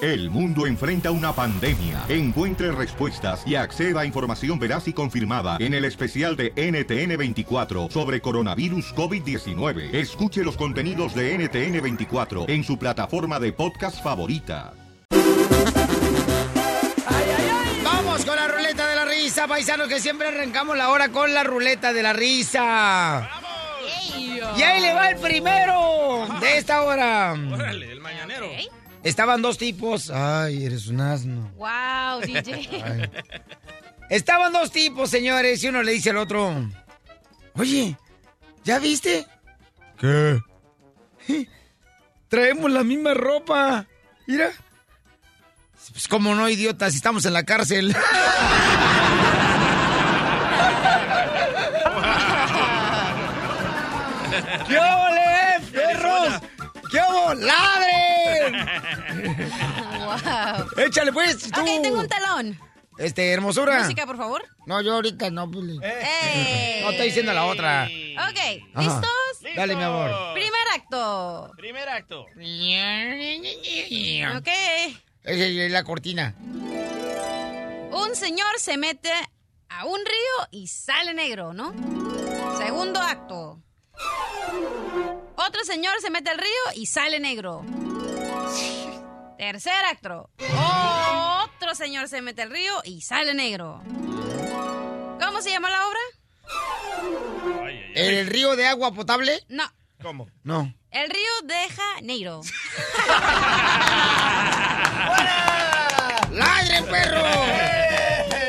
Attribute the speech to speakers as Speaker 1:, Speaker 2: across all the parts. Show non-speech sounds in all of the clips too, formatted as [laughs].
Speaker 1: El mundo enfrenta una pandemia. Encuentre respuestas y acceda a información veraz y confirmada en el especial de NTN24 sobre coronavirus COVID-19. Escuche los contenidos de NTN24 en su plataforma de podcast favorita.
Speaker 2: Vamos con la ruleta de la risa, paisanos, que siempre arrancamos la hora con la ruleta de la risa. Y ahí le va el primero de esta hora.
Speaker 3: Órale, el mañanero.
Speaker 4: [laughs]
Speaker 2: Estaban dos tipos. Ay, eres un asno.
Speaker 5: Wow, DJ.
Speaker 2: Ay. Estaban dos tipos, señores, y uno le dice al otro, oye, ¿ya viste? ¿Qué? Traemos la misma ropa. Mira. Pues como no, idiotas, estamos en la cárcel. ¡Qué ole, perros! ¡Qué hubo?
Speaker 3: [laughs]
Speaker 2: ¡Ladren!
Speaker 5: wow.
Speaker 2: Échale pues, tú.
Speaker 5: Ok, tengo un talón.
Speaker 2: Este, hermosura.
Speaker 5: Música, por favor.
Speaker 2: No, yo ahorita no, pues, Pili.
Speaker 5: ¡Ey!
Speaker 2: Eh. No estoy diciendo la otra.
Speaker 5: Ok,
Speaker 2: Ajá.
Speaker 5: ¿listos?
Speaker 2: Dale, mi amor.
Speaker 5: Primer acto.
Speaker 3: Primer acto.
Speaker 5: Ok.
Speaker 2: Es, es la cortina.
Speaker 5: Un señor se mete a un río y sale negro, ¿no? Segundo acto. Otro señor se mete al río y sale negro. Tercer acto. Otro señor se mete al río y sale negro. ¿Cómo se llama la obra?
Speaker 2: ¿El río de agua potable?
Speaker 5: No.
Speaker 3: ¿Cómo?
Speaker 2: No.
Speaker 5: El río de
Speaker 2: [laughs]
Speaker 5: Janeiro.
Speaker 2: ¡Ladren, perros!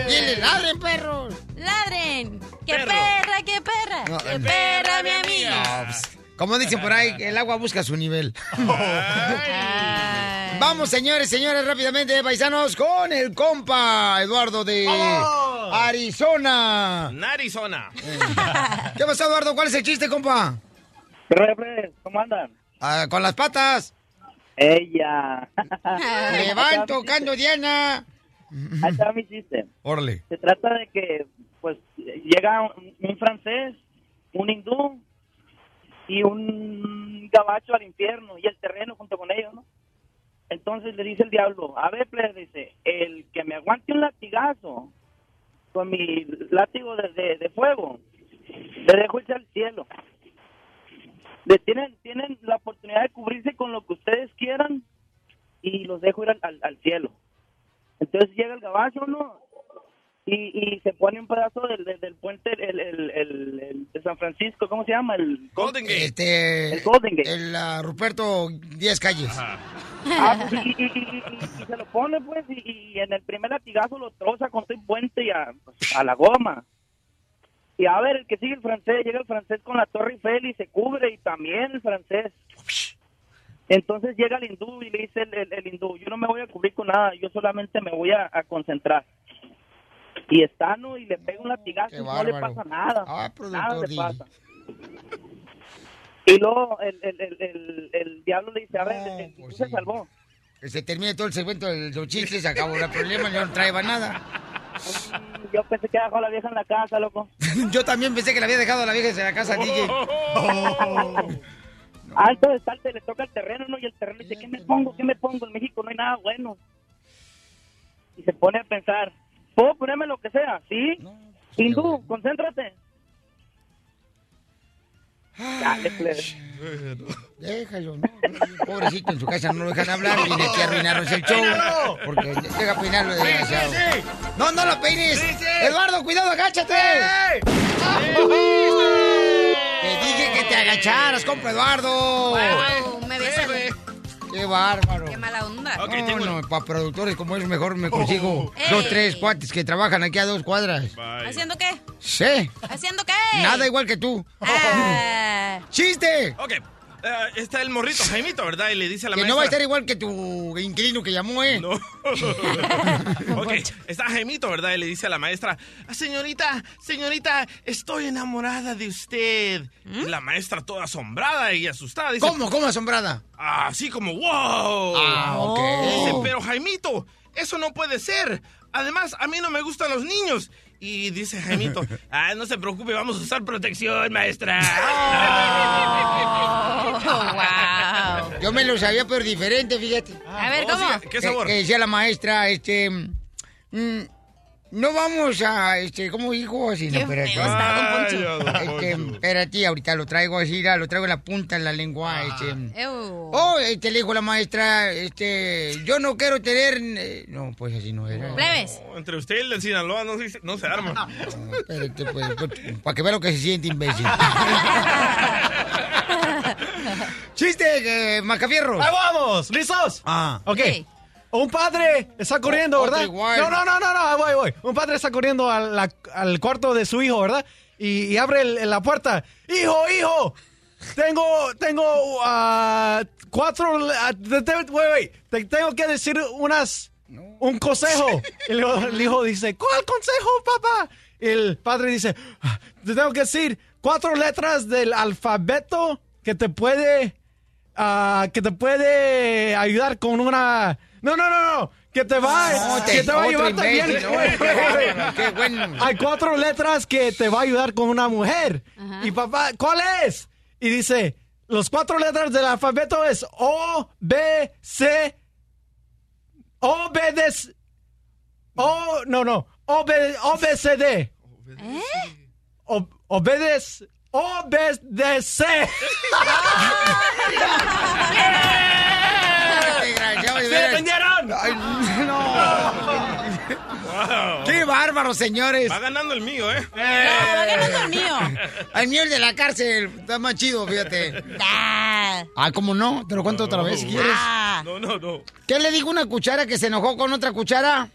Speaker 2: ¡Dile, ladren, perros!
Speaker 5: ¡Ladren! ¡Qué
Speaker 3: Perro.
Speaker 5: perra, qué perra!
Speaker 2: No,
Speaker 5: ¡Qué
Speaker 2: eh,
Speaker 5: perra, mi amiga!
Speaker 2: No, pues, como dicen por ahí, el agua busca su nivel.
Speaker 5: Ay.
Speaker 2: [laughs] Vamos, señores, señores, rápidamente, paisanos, con el compa Eduardo de
Speaker 3: ¡Vamos!
Speaker 2: Arizona.
Speaker 3: Narizona.
Speaker 2: ¿Qué pasó, Eduardo? ¿Cuál es el chiste, compa?
Speaker 4: ¿Qué rollo, plebes? ¿Cómo andan?
Speaker 2: Ah, con las patas. [laughs]
Speaker 4: Ella.
Speaker 2: Me van tocando, Diana.
Speaker 4: Ahí está mi chiste.
Speaker 2: Orle.
Speaker 4: Se trata de que, pues, llega un, un francés, un hindú y un gabacho al infierno y el terreno junto con ellos, ¿no? Entonces le dice el diablo, a ver, plebes, dice, el que me aguante un latigazo con mi látigo de, de- de fuego, le dejo irse al cielo. Le tienen, tienen la oportunidad de cubrirse con lo que ustedes quieran y los dejo ir al, al- al cielo. Entonces llega el gabacho, ¿no? Y, y se pone un pedazo del, del- del puente el, el- el- el de San Francisco, ¿cómo se llama? El,
Speaker 3: Golden Gate.
Speaker 2: Este.
Speaker 4: el Golden Gate.
Speaker 2: El ah, Ruperto 10 calles.
Speaker 4: Ah, pues, y, y- y- y- y se lo pone, pues, y, y en el primer latigazo lo troza con todo el puente y a, pues, a la goma. Y a ver, el que sigue el francés, llega el francés con la Torre Eiffel y se cubre, y también el francés. Entonces llega el hindú y le dice el, el- el hindú, yo no me voy a cubrir con nada, yo solamente me voy a, a concentrar. Y está, ¿no? Y le pega un latigazo
Speaker 2: Qué
Speaker 4: y no le
Speaker 2: bárbaro.
Speaker 4: pasa nada.
Speaker 2: Ah,
Speaker 4: nada
Speaker 2: productor
Speaker 4: le
Speaker 2: DJ.
Speaker 4: pasa. Y luego el, el- el- el- el diablo le dice, a ver,
Speaker 2: No,
Speaker 4: el hindú
Speaker 2: pues
Speaker 4: se
Speaker 2: sí.
Speaker 4: salvó.
Speaker 2: Que se termine todo el segmento de los chistes, se acabó
Speaker 3: [laughs]
Speaker 2: el problema, yo no traeba nada. [laughs]
Speaker 4: Yo pensé que dejó a la vieja en la casa, loco.
Speaker 2: Yo también pensé que le había dejado a la vieja en la casa,
Speaker 3: Oh.
Speaker 2: DJ. Oh.
Speaker 3: [laughs]
Speaker 4: Antes de salte le toca el terreno, ¿no? Y el terreno dice, ¿qué me pongo? ¿Qué me pongo? En México no hay nada bueno. Y se pone a pensar, ¿puedo ponerme lo que sea? ¿Sí?
Speaker 2: pues,
Speaker 4: Hindú, concéntrate. Dale, pues. plebe.
Speaker 2: Déjalo, ¿no? Pobrecito, en su casa no lo dejan
Speaker 4: [laughs]
Speaker 2: hablar, viene aquí a arruinarnos el show. Porque llega a peinarlo de desgraciado. No, no lo peines. Eduardo, cuidado, agáchate. Te dije que te agacharas, compa Eduardo.
Speaker 5: Wow, me besé.
Speaker 2: Qué bárbaro.
Speaker 5: Qué mala onda.
Speaker 3: Ok, tengo
Speaker 2: no,
Speaker 3: el-
Speaker 2: no, para productores como es mejor me consigo
Speaker 5: Ey.
Speaker 2: dos, tres cuates que trabajan aquí a dos cuadras.
Speaker 3: Vaya.
Speaker 5: ¿Haciendo qué?
Speaker 2: Sí,
Speaker 5: ¿Haciendo qué?
Speaker 2: nada igual que
Speaker 3: [laughs]
Speaker 2: tú.
Speaker 5: Ah,
Speaker 2: ¡Chiste!
Speaker 3: Ok. eh, está el morrito, Jaimito, ¿verdad? Y le dice a la
Speaker 2: Que
Speaker 3: maestra.
Speaker 2: no va a estar igual que tu inquilino que llamó, ¿eh?
Speaker 3: No. [laughs] ok, está Jaimito, ¿verdad? Y le dice a la maestra, "Ah, señorita, señorita, estoy enamorada de usted. Y la maestra toda asombrada y asustada dice,
Speaker 2: ¿Mm? ¿Cómo? ¿Cómo asombrada?
Speaker 3: así como, wow.
Speaker 2: Ah, ok.
Speaker 3: Dice, pero Jaimito, eso no puede ser. Además, a mí no me gustan los niños. Y dice
Speaker 2: [laughs]
Speaker 3: Jaimito, ah, no se preocupe, vamos a [laughs] usar protección, maestra.
Speaker 2: Ah.
Speaker 5: oh, wow.
Speaker 2: Yo me lo sabía, pero diferente, fíjate.
Speaker 3: Ah,
Speaker 5: A ver, ¿cómo?
Speaker 3: sí, ¿Qué
Speaker 2: Eh,
Speaker 3: sabor?
Speaker 2: Que, decía la maestra, este... mm, no vamos a, este, ¿cómo dijo así? No,
Speaker 5: Qué
Speaker 2: espérate.
Speaker 5: feo está.
Speaker 3: Ay, don
Speaker 2: Este,
Speaker 3: Poncho.
Speaker 2: espérate, ahorita lo traigo así, ya, lo traigo en la punta de la
Speaker 3: Ah.
Speaker 2: lengua, este...
Speaker 5: Ew.
Speaker 2: Oh, este, le dijo la maestra, este, yo no quiero tener... eh, No, pues así no era.
Speaker 5: Plebes.
Speaker 3: No, Entre usted y el de Sinaloa no se, no
Speaker 2: [laughs]
Speaker 3: se arma.
Speaker 2: No, espérate, pues, pues, para que vea lo que se siente, [laughs] imbécil. Chiste, eh, Macafierro.
Speaker 6: ¡Ahí vamos! ¿Listos?
Speaker 2: Ah.
Speaker 6: Ok.
Speaker 5: Ok.
Speaker 6: Un padre está corriendo,
Speaker 2: otro
Speaker 6: ¿verdad?
Speaker 2: igual.
Speaker 6: No, no, no, no, no, ahí voy, ahí voy. Un padre está corriendo a la- al cuarto de su hijo, ¿verdad? Y, y abre el- la puerta. ¡Hijo, hijo! Tengo, tengo ah, cuatro... ah, te- te- wait, wait. Te tengo que decir unas...
Speaker 2: [laughs]
Speaker 6: Un consejo. El, hijo- el hijo dice, ¿cuál consejo, papá? El padre dice, "Ah, te tengo que decir cuatro letras del alfabeto que te puede ah, que te puede ayudar con una. No, no, no, no. Que te va,
Speaker 2: No,
Speaker 6: que te va a
Speaker 2: Ah, otro
Speaker 6: ayudar también.
Speaker 2: imbécil,
Speaker 6: [laughs]
Speaker 2: no, [laughs] qué bárbaro, qué bueno.
Speaker 6: Hay cuatro letras que te va a ayudar con una mujer. Y papá, ¿cuál es? Y dice, los cuatro letras del alfabeto es O, B, C, O, B, D, C- O, no, no, O, B, O, B, C,
Speaker 5: ¿Eh?
Speaker 6: D. O- obedece, obedece.
Speaker 2: Qué desgraciado, de
Speaker 6: ¡Se
Speaker 2: veras.
Speaker 6: defendieron!
Speaker 2: Ay, no. Qué bárbaro, señores.
Speaker 3: Va ganando el mío, ¿eh?
Speaker 5: No, ¿por qué no es el mío?
Speaker 2: Al mío el de la cárcel está más chido, fíjate. Oh,
Speaker 5: Ah,
Speaker 2: Ah, ¿cómo no? Te lo cuento otra vez si quieres.
Speaker 5: ah.
Speaker 3: No, no, no.
Speaker 2: ¿Qué le dijo una cuchara que se enojó con otra cuchara?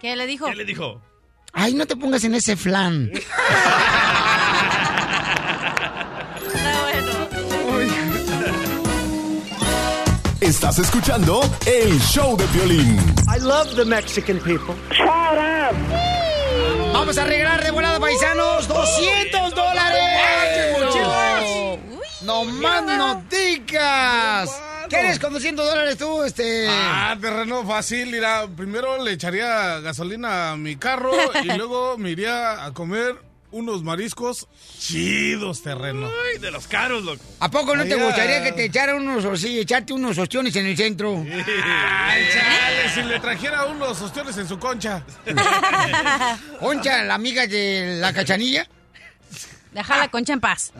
Speaker 5: ¿Qué le dijo?
Speaker 3: ¿Qué le dijo?
Speaker 2: Ay, no te pongas en ese flan.
Speaker 5: Está bueno.
Speaker 7: Estás escuchando el show de violín.
Speaker 6: I love the Mexican people.
Speaker 2: Vamos a arreglar de volada, paisanos. ¡200 dólares!
Speaker 5: Uy,
Speaker 2: ¡No más noticas! ¿Quieres con 200 dólares tú, este...?
Speaker 8: Ah, terreno fácil, mira, primero le echaría gasolina a mi
Speaker 2: [laughs]
Speaker 8: carro y luego me iría a comer unos mariscos chidos, terreno.
Speaker 3: Ay, de los caros, loco.
Speaker 2: ¿A poco no te
Speaker 8: Allá.
Speaker 2: gustaría que te echaran unos o sí, echarte unos ostiones en el [laughs] centro?
Speaker 8: Ay, chale, si le trajera unos ostiones en su concha.
Speaker 2: [laughs] Concha, la amiga de la cachanilla.
Speaker 5: Deja la concha en paz.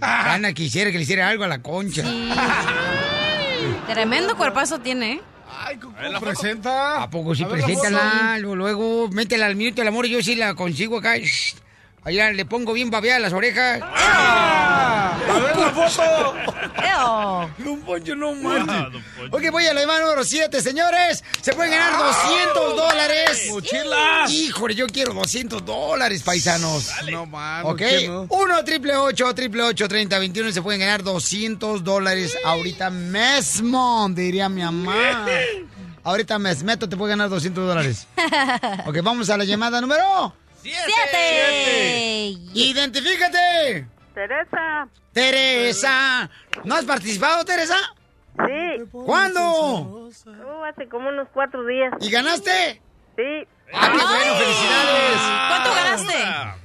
Speaker 2: Ana quisiera que le hiciera algo a la concha.
Speaker 5: [laughs] Tremendo cuerpazo tiene, ¿eh? [laughs]
Speaker 8: Ay, ¿cómo presenta?
Speaker 2: ¿A poco si
Speaker 8: ver la
Speaker 2: preséntala? Luego, luego, métela al minuto del amor y yo sí la consigo acá. Allá le pongo bien babeada las orejas. ¡Ah!
Speaker 6: ¡A ver la foto!
Speaker 5: Eo.
Speaker 2: No, Poncho, no
Speaker 3: Ah, don Poncho.
Speaker 2: Ok, voy a la mano número 7, señores. Se pueden ganar 200 dólares.
Speaker 8: ¡Mochilas!
Speaker 2: Híjole, yo quiero 200 dólares, paisanos.
Speaker 8: No, mano,
Speaker 2: Ok,
Speaker 8: ¿qué no?
Speaker 2: 1 triple 8 triple 8 30 21 se pueden ganar 200 dólares ahorita mismo, diría mi mamá. Ahorita me meto, te puede ganar 200 dólares. Ok, vamos a la llamada número.
Speaker 5: ¡Siete!
Speaker 2: ¡Identifícate!
Speaker 9: Teresa,
Speaker 2: Teresa. ¿No has participado, Teresa?
Speaker 9: sí,
Speaker 2: ¿Cuándo?
Speaker 9: uh, hace como unos cuatro días,
Speaker 2: ¿Y ganaste?
Speaker 9: sí.
Speaker 2: ¡Ah, qué bueno! ¡Felicidades!
Speaker 5: ¿Cuánto ganaste?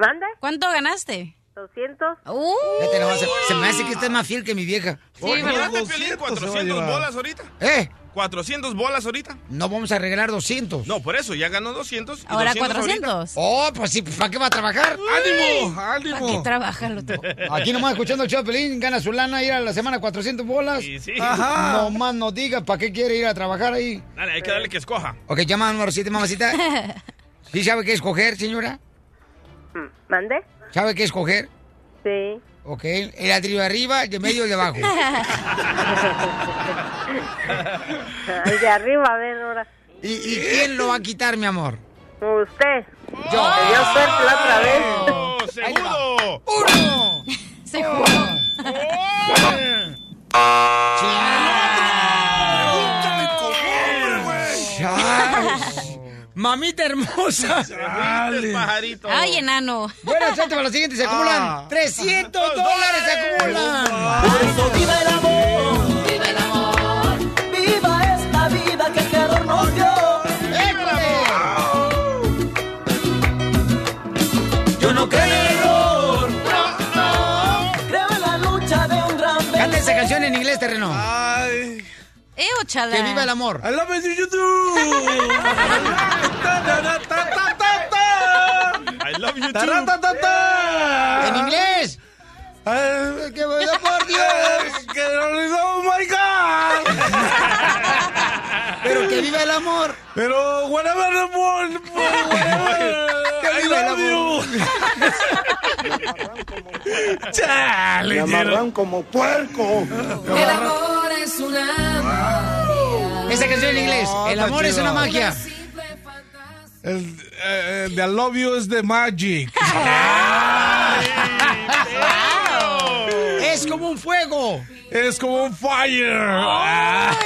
Speaker 9: ¿Manda?
Speaker 5: ¿Cuánto ganaste?
Speaker 9: 200.
Speaker 5: Uh,
Speaker 2: Vete nomás, se- Se me hace que estés más fiel que mi vieja.
Speaker 3: Oye,
Speaker 5: ¿verdad?
Speaker 3: ¿no te peleé 400
Speaker 2: Pues,
Speaker 3: bolas ahorita?
Speaker 2: ¿Eh?
Speaker 3: ¿400 bolas ahorita?
Speaker 2: No vamos a regalar 200.
Speaker 3: No, por eso, ya ganó 200. y
Speaker 5: ahora
Speaker 3: 400 ahorita.
Speaker 5: 400.
Speaker 2: Oh, pues sí, ¿para qué va a trabajar?
Speaker 8: ¡Ánimo!
Speaker 5: ¿Para qué
Speaker 8: ¡Ánimo!
Speaker 5: trabaja el otro?
Speaker 3: [laughs]
Speaker 2: Aquí nomás escuchando el show de Pelín, gana su lana, ir a la semana 400 bolas.
Speaker 3: Sí, sí.
Speaker 2: No más no diga, ¿para qué quiere ir a trabajar ahí?
Speaker 3: Dale, hay que darle que escoja.
Speaker 2: Ok, llama número 7, [laughs] mamacita. ¿Sí sabe qué escoger, señora?
Speaker 9: ¿Mande?
Speaker 2: ¿Sabe qué escoger?
Speaker 9: Sí.
Speaker 2: Ok, el ladrillo de arriba, el de medio y el de
Speaker 9: [laughs]
Speaker 2: abajo.
Speaker 9: Ay, de arriba, a ver ahora.
Speaker 2: ¿Y, y quién lo va a quitar, mi amor?
Speaker 9: Usted,
Speaker 2: Yo.
Speaker 9: que yo suerte la otra vez.
Speaker 3: ¡Oh, seguro!
Speaker 2: ¡Uno!
Speaker 5: [laughs] Se jugó.
Speaker 2: Ay, Mamita hermosa.
Speaker 3: ¡Dale! pajarito! Ah.
Speaker 5: Ay, enano.
Speaker 2: Buena suerte para los siguientes. Se
Speaker 5: Ah.
Speaker 2: acumulan 300 dólares. Se acumulan.
Speaker 10: Viva esta vida que el creador nos dio.
Speaker 2: ¡École!
Speaker 10: Yo no creo en el error. Creo en la lucha de un gran
Speaker 2: Canta esa canción
Speaker 5: Eh, Escúchala.
Speaker 2: Que viva el amor.
Speaker 8: I love you,
Speaker 6: [laughs]
Speaker 8: YouTube.
Speaker 3: I love you
Speaker 8: Taratata.
Speaker 2: En inglés.
Speaker 8: Ay,
Speaker 2: Eh, Que vaya
Speaker 8: [laughs]
Speaker 2: por Dios.
Speaker 8: Eh, que no le- oh my God.
Speaker 2: Pero que viva el amor.
Speaker 8: Pero whatever the world, whatever,
Speaker 2: Que
Speaker 8: I
Speaker 2: viva el
Speaker 8: love you. Chale, Jero.
Speaker 6: como puerco.
Speaker 5: El amor es una.
Speaker 2: Esa canción en inglés.
Speaker 8: No,
Speaker 2: El
Speaker 8: está
Speaker 2: amor es
Speaker 8: chido.
Speaker 2: una magia.
Speaker 8: El, eh, el de I love you es de magic.
Speaker 2: Es como un fuego.
Speaker 8: Es como un fire. Ah,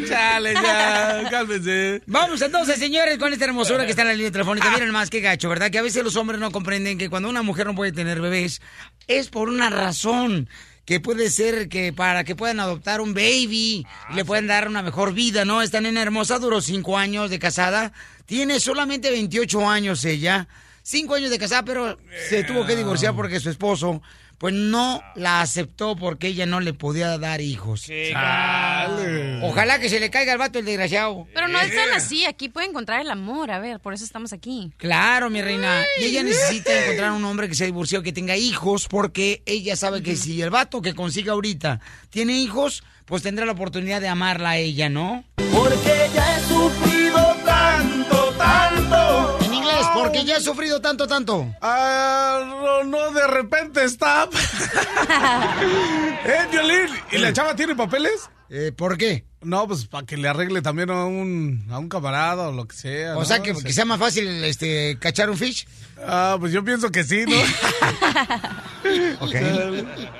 Speaker 8: [laughs] Chale, ya, cálmense. Ah.
Speaker 2: Vamos entonces, señores, con esta hermosura que está en la línea telefónica. Miren más que gacho, ¿verdad? Que a veces los hombres no comprenden que cuando una mujer no puede tener bebés es por una razón. Que puede ser que para que puedan adoptar un baby,
Speaker 8: Ah,
Speaker 2: y le puedan dar una mejor vida, ¿no? Esta nena hermosa duró cinco años de casada. Tiene solamente 28 años ella. Cinco años de casada, pero
Speaker 8: Eh.
Speaker 2: se tuvo que divorciar porque su esposo, pues no la aceptó porque ella no le podía dar hijos. Ojalá que se le caiga al vato el desgraciado.
Speaker 5: Pero
Speaker 3: Eh.
Speaker 5: no están así. Aquí puede encontrar el amor. A ver, por eso estamos aquí.
Speaker 2: Claro, mi reina. Y ella necesita encontrar un hombre que se divorció, que tenga hijos, porque ella sabe que si el vato que consiga ahorita tiene hijos, pues tendrá la oportunidad de amarla a ella, ¿no?
Speaker 6: Porque ya he sufrido tanto, tanto.
Speaker 2: En inglés, porque ya he sufrido tanto, tanto.
Speaker 8: Ah, no, no, de repente está. eh, Violín. ¿Y la chava tiene papeles?
Speaker 2: Eh, ¿Por qué?
Speaker 8: No, pues para que le arregle también a un, a un camarada o lo que sea.
Speaker 2: O
Speaker 8: ¿no?
Speaker 2: sea, que,
Speaker 8: Sí.
Speaker 2: que sea más fácil este, cachar un fish.
Speaker 8: Ah, pues yo pienso que sí, ¿no?
Speaker 2: [laughs] Ok.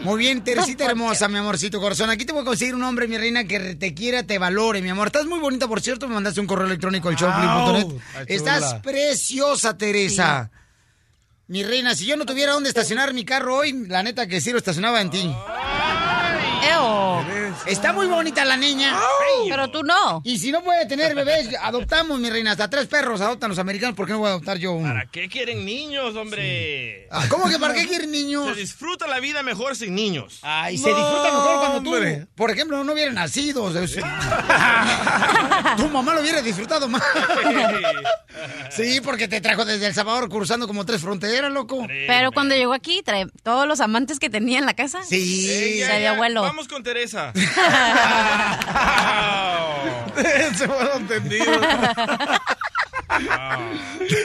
Speaker 2: Muy bien, Teresita hermosa, mi amorcito corazón. Aquí te voy a conseguir un hombre, mi reina, que te quiera, te valore, mi amor. Estás muy bonita, por cierto. Me mandaste un correo electrónico al showplay.net.
Speaker 8: Au, está chula.
Speaker 2: Estás preciosa, Teresa. Mi reina, si yo no tuviera dónde estacionar mi carro hoy, la neta que sí lo estacionaba en ti.
Speaker 5: Eo.
Speaker 2: Está muy bonita la niña.
Speaker 5: Pero tú no.
Speaker 2: Y si no puede tener bebés, adoptamos, mi reina. Hasta tres perros adoptan los americanos. ¿Por qué no voy a adoptar yo uno?
Speaker 3: ¿Para qué quieren niños, hombre?
Speaker 2: Ah, ¿Cómo que para
Speaker 3: [laughs]
Speaker 2: qué quieren
Speaker 3: Se
Speaker 2: niños?
Speaker 3: disfruta la vida mejor sin niños.
Speaker 2: Ay, se disfruta mejor cuando tú,
Speaker 8: hombre.
Speaker 2: por ejemplo, no hubieras nacido. o sea, si- [laughs] tu mamá lo hubiera disfrutado más. sí, porque te trajo desde El Salvador cruzando como tres fronteras, loco.
Speaker 3: Eh,
Speaker 5: Pero cuando llegó aquí, trae todos los amantes que tenía en la casa.
Speaker 2: Sí.
Speaker 3: Eh, Ya,
Speaker 5: Se dio
Speaker 3: ya,
Speaker 5: abuelo.
Speaker 3: Vamos
Speaker 2: [laughs]
Speaker 3: con Teresa.
Speaker 8: Se fueron tendidos.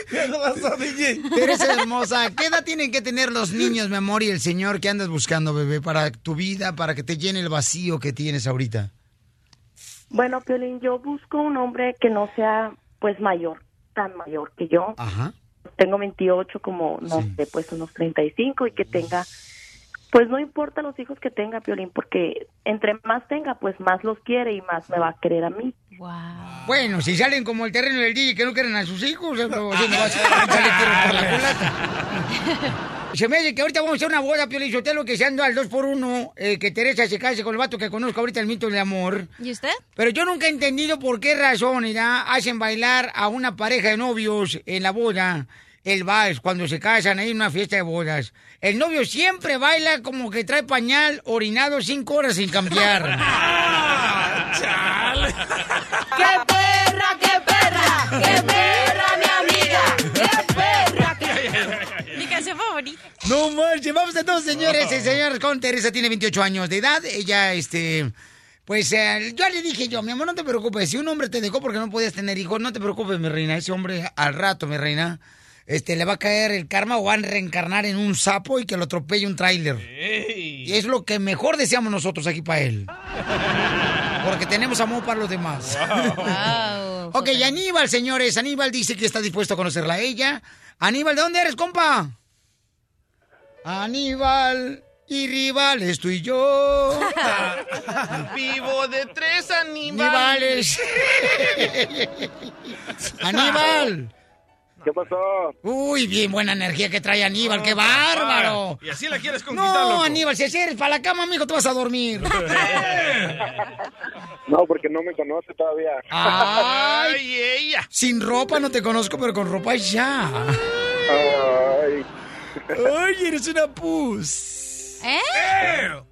Speaker 8: ¿Qué pasa, DJ?
Speaker 2: Teresa hermosa, ¿qué edad tienen que tener los niños, mi amor, y el señor que andas buscando, bebé, para tu vida, para que te llene el vacío que tienes ahorita?
Speaker 11: Bueno, Piolín, yo busco un hombre que no sea, pues, mayor, tan mayor que yo.
Speaker 2: Ajá.
Speaker 11: Tengo 28, como, no sé, pues, unos 35 y que tenga, pues, no importa los hijos que tenga, Piolín, porque entre más tenga, pues, más los quiere y más me va a querer a mí.
Speaker 5: Wow.
Speaker 2: Bueno, si salen como el terreno del DJ que no quieren a sus hijos, eso no va a ser- sale tiro por la culata. Se me dice que ahorita vamos a hacer una boda, Pio Lizotelo, que se anda al 2 por 1 que Teresa se case con el vato que conozco ahorita, el mito del amor.
Speaker 5: ¿Y usted?
Speaker 2: Pero yo nunca he entendido por qué razón, mira, hacen bailar a una pareja de novios en la boda, el vals, cuando se casan, hay una fiesta de bodas. El novio siempre baila como que trae pañal orinado cinco horas sin cambiar.
Speaker 6: ¡Qué perra, qué perra! ¡Qué perra, mi amiga! ¡Qué perra!
Speaker 5: Mi canción favorita.
Speaker 2: No marchen, vamos entonces, señores y señores, con Teresa, tiene 28 años de edad, ella, este, pues, eh, yo le dije yo, mi amor, no te preocupes, si un hombre te dejó porque no podías tener hijos, no te preocupes, mi reina, ese hombre al rato, mi reina, este, le va a caer el karma o van a reencarnar en un sapo y que lo atropelle un tráiler. Y es lo que mejor deseamos nosotros aquí para él. Porque tenemos amor para los demás.
Speaker 5: Wow.
Speaker 2: ok, y Aníbal, señores, Aníbal dice que está dispuesto a conocerla a ella. Aníbal, ¿de dónde eres, compa? Aníbal y rivales, tú y yo.
Speaker 3: Vivo de tres animales.
Speaker 2: Rivales. Aníbal.
Speaker 4: ¿Qué pasó?
Speaker 2: Uy, bien buena energía que trae Aníbal, qué bárbaro.
Speaker 3: [laughs] Y así la quieres conquistar,
Speaker 2: No,
Speaker 3: loco.
Speaker 2: Aníbal, si así eres para la cama, amigo, te vas a dormir.
Speaker 4: No, porque no me conoce todavía.
Speaker 2: Ay,
Speaker 3: Ay, ella.
Speaker 2: Sin ropa no te conozco, pero con ropa ya.
Speaker 4: Ay,
Speaker 2: Ay, eres una pus.
Speaker 5: ¿Eh?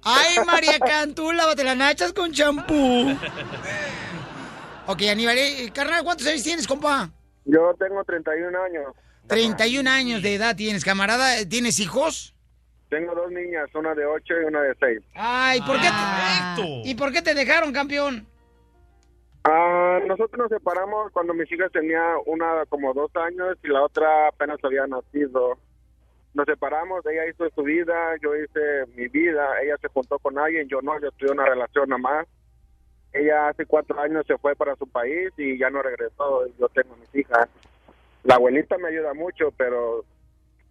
Speaker 2: Ay, María Cantú, lávate las nachas con champú. Ok, Aníbal, eh, carnal, ¿cuántos años tienes, compa?
Speaker 12: [laughs] Yo tengo 31 años.
Speaker 2: 31 años de edad tienes, camarada. Eh, ¿Tienes hijos?
Speaker 12: Tengo dos niñas, una de 8 y una de 6.
Speaker 2: Ay, ¿por qué? te- ¿Y por qué te dejaron, campeón?
Speaker 12: Ah, nosotros nos separamos cuando mis hijas tenía una como dos años y la otra apenas había nacido. Nos separamos, ella hizo su vida, yo hice mi vida, ella se juntó con alguien, yo no, yo tuve una relación nada más. Ella hace cuatro años se fue para su país y ya no regresó, yo tengo mis hijas. La abuelita me ayuda mucho, pero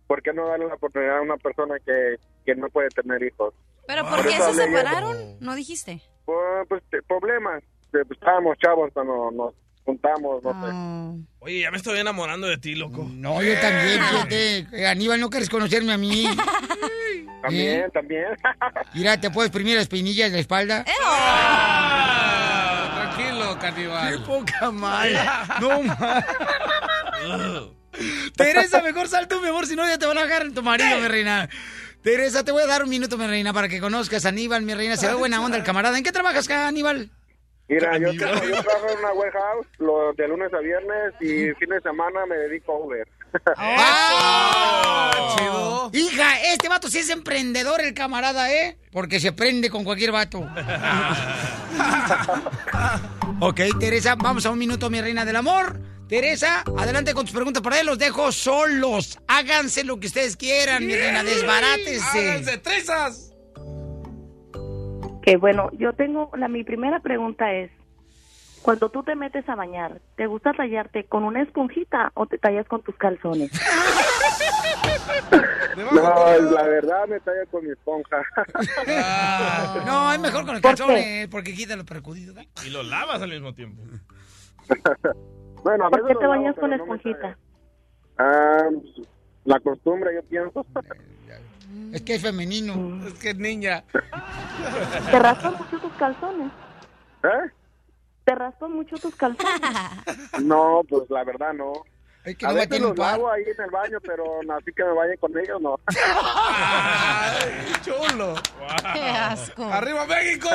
Speaker 12: ¿por qué no darle la oportunidad a una persona que, que no puede tener hijos?
Speaker 5: ¿Pero
Speaker 12: Por
Speaker 5: por qué
Speaker 12: eso
Speaker 5: se
Speaker 12: hablé yo.
Speaker 5: separaron? ¿No dijiste?
Speaker 12: Pues, pues, te- problemas, que, pues, estábamos chavos cuando nos juntamos, no sé.
Speaker 2: Ah.
Speaker 3: Oye, ya me estoy enamorando de ti, loco.
Speaker 2: No, yo
Speaker 3: [laughs]
Speaker 2: también, fíjate. Eh, Aníbal, no quieres conocerme a mí. ¿Eh?
Speaker 12: También, también.
Speaker 2: Mira, te puedo exprimir las pinillas de la espalda.
Speaker 8: Eh.
Speaker 2: [laughs]
Speaker 8: Ah, Tranquilo, caníbal.
Speaker 2: ¡Qué
Speaker 8: [laughs]
Speaker 2: poca mala! ¡No, ma- Teresa, mejor sal tú, mi amor, si no ya te van a agarrar en tu marido, mi reina. Teresa, te voy a dar un minuto, mi reina, para que conozcas a Aníbal, mi reina. Se ve buena onda el camarada. ¿En qué trabajas, acá, Aníbal?
Speaker 12: Mira, yo, tra- yo trabajo en una warehouse lo, de lunes a viernes y fin de semana me dedico a Uber.
Speaker 8: Oh,
Speaker 2: Hija, este vato sí es emprendedor, el camarada, ¿eh? Porque se prende con cualquier
Speaker 8: [laughs]
Speaker 2: vato. [laughs] ok, Teresa, vamos a un minuto, mi reina del amor. Teresa, adelante con tus preguntas para él. Los dejo solos. Háganse lo que ustedes quieran, mi reina. Desbarátese.
Speaker 8: Háganse trizas.
Speaker 11: Que bueno, yo tengo, la, mi primera pregunta es, cuando tú te metes a bañar, ¿te gusta tallarte con una esponjita o te tallas con tus calzones?
Speaker 12: No, la verdad me talla con mi esponja.
Speaker 2: No, es mejor con los
Speaker 12: ¿Por qué?
Speaker 2: calzones, Eh, porque quita los percudidos.
Speaker 3: Y lo lavas al mismo tiempo.
Speaker 12: bueno, [laughs] a
Speaker 2: ¿Por
Speaker 12: veces
Speaker 2: qué
Speaker 12: lo
Speaker 2: te
Speaker 12: hago,
Speaker 2: bañas
Speaker 12: pero
Speaker 2: con
Speaker 12: me
Speaker 2: esponjita?
Speaker 12: talla. [laughs] Ah, pues, la costumbre, yo pienso.
Speaker 2: Es que es femenino.
Speaker 8: Es que es niña.
Speaker 11: ¿Te raspan mucho tus calzones?
Speaker 12: ¿Eh?
Speaker 11: ¿Te raspan mucho tus calzones?
Speaker 2: [laughs]
Speaker 12: No, pues la verdad no.
Speaker 11: que
Speaker 12: a
Speaker 11: no va a
Speaker 12: veces
Speaker 11: tener un
Speaker 12: los
Speaker 11: par.
Speaker 12: hago ahí en el baño, pero [laughs] así que me bañe con ellos, no.
Speaker 8: Chulo.
Speaker 6: Qué asco.
Speaker 8: ¡Arriba México!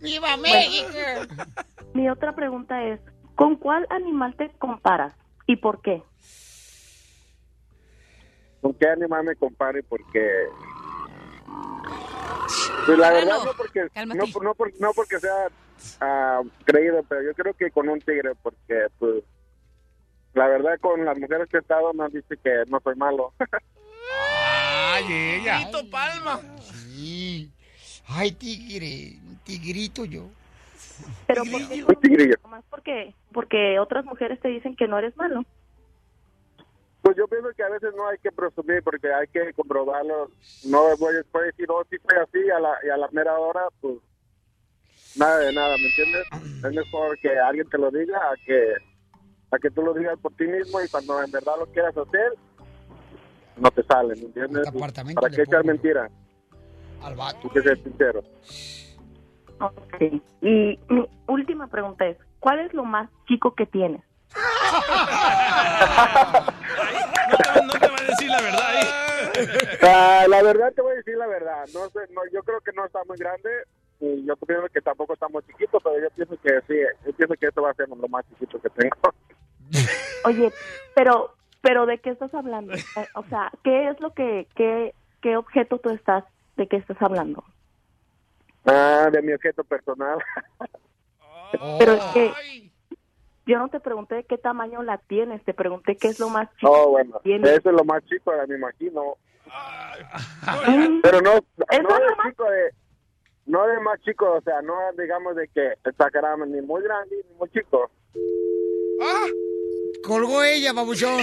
Speaker 2: ¡Viva
Speaker 6: México!
Speaker 11: Mi otra pregunta es, ¿con cuál animal te comparas y por qué?
Speaker 12: ¿Con qué animal me compare? Porque... Pues la verdad no porque, no, por- no, por- no porque sea ah, creído, pero yo creo que con un tigre, porque pues la verdad con las mujeres que he estado me han dicho que no soy malo. [laughs]
Speaker 8: Ay, ella.
Speaker 3: Tito Palma.
Speaker 2: Sí. Ay, tigre. un Tigrito yo.
Speaker 11: Pero ¿por qué? Nomás porque, porque otras mujeres te dicen que no eres malo.
Speaker 12: Pues yo pienso que a veces no hay que presumir porque hay que comprobarlo. No voy a puedo decir, oh, sí fue así, a la, y a la mera hora, pues nada de nada, ¿me entiendes? Es mejor que alguien te lo diga a que, a que tú lo digas por ti mismo y cuando en verdad lo quieras hacer, no te sale, ¿me entiendes? ¿Para qué echar mentiras?
Speaker 2: Al
Speaker 12: Hay que ser sincero.
Speaker 11: Y mi última pregunta es, ¿cuál es lo más chico que tienes?
Speaker 3: Va a decir la verdad ¿eh?
Speaker 12: [laughs] Ah, la verdad te voy a decir la verdad. No sé, no, yo creo que no está muy grande y eh, yo pienso que tampoco está muy chiquito, pero yo pienso que sí, yo pienso que esto va a ser lo más chiquito que tengo.
Speaker 11: Oye, pero, pero ¿de qué estás hablando? Eh, O sea, ¿qué es lo que, qué, qué objeto tú estás, de qué estás hablando?
Speaker 12: Ah, de mi objeto personal. [laughs]
Speaker 11: Pero es que yo no te pregunté de qué tamaño la tienes, te pregunté qué es lo más chico
Speaker 12: Oh, bueno,
Speaker 11: que tienes.
Speaker 12: eso es lo más chico, me imagino. Pero no, no de chico de, no de más chico, o sea, no digamos de que sacará ni muy grande ni muy chico.
Speaker 2: Colgó ella, babuchón.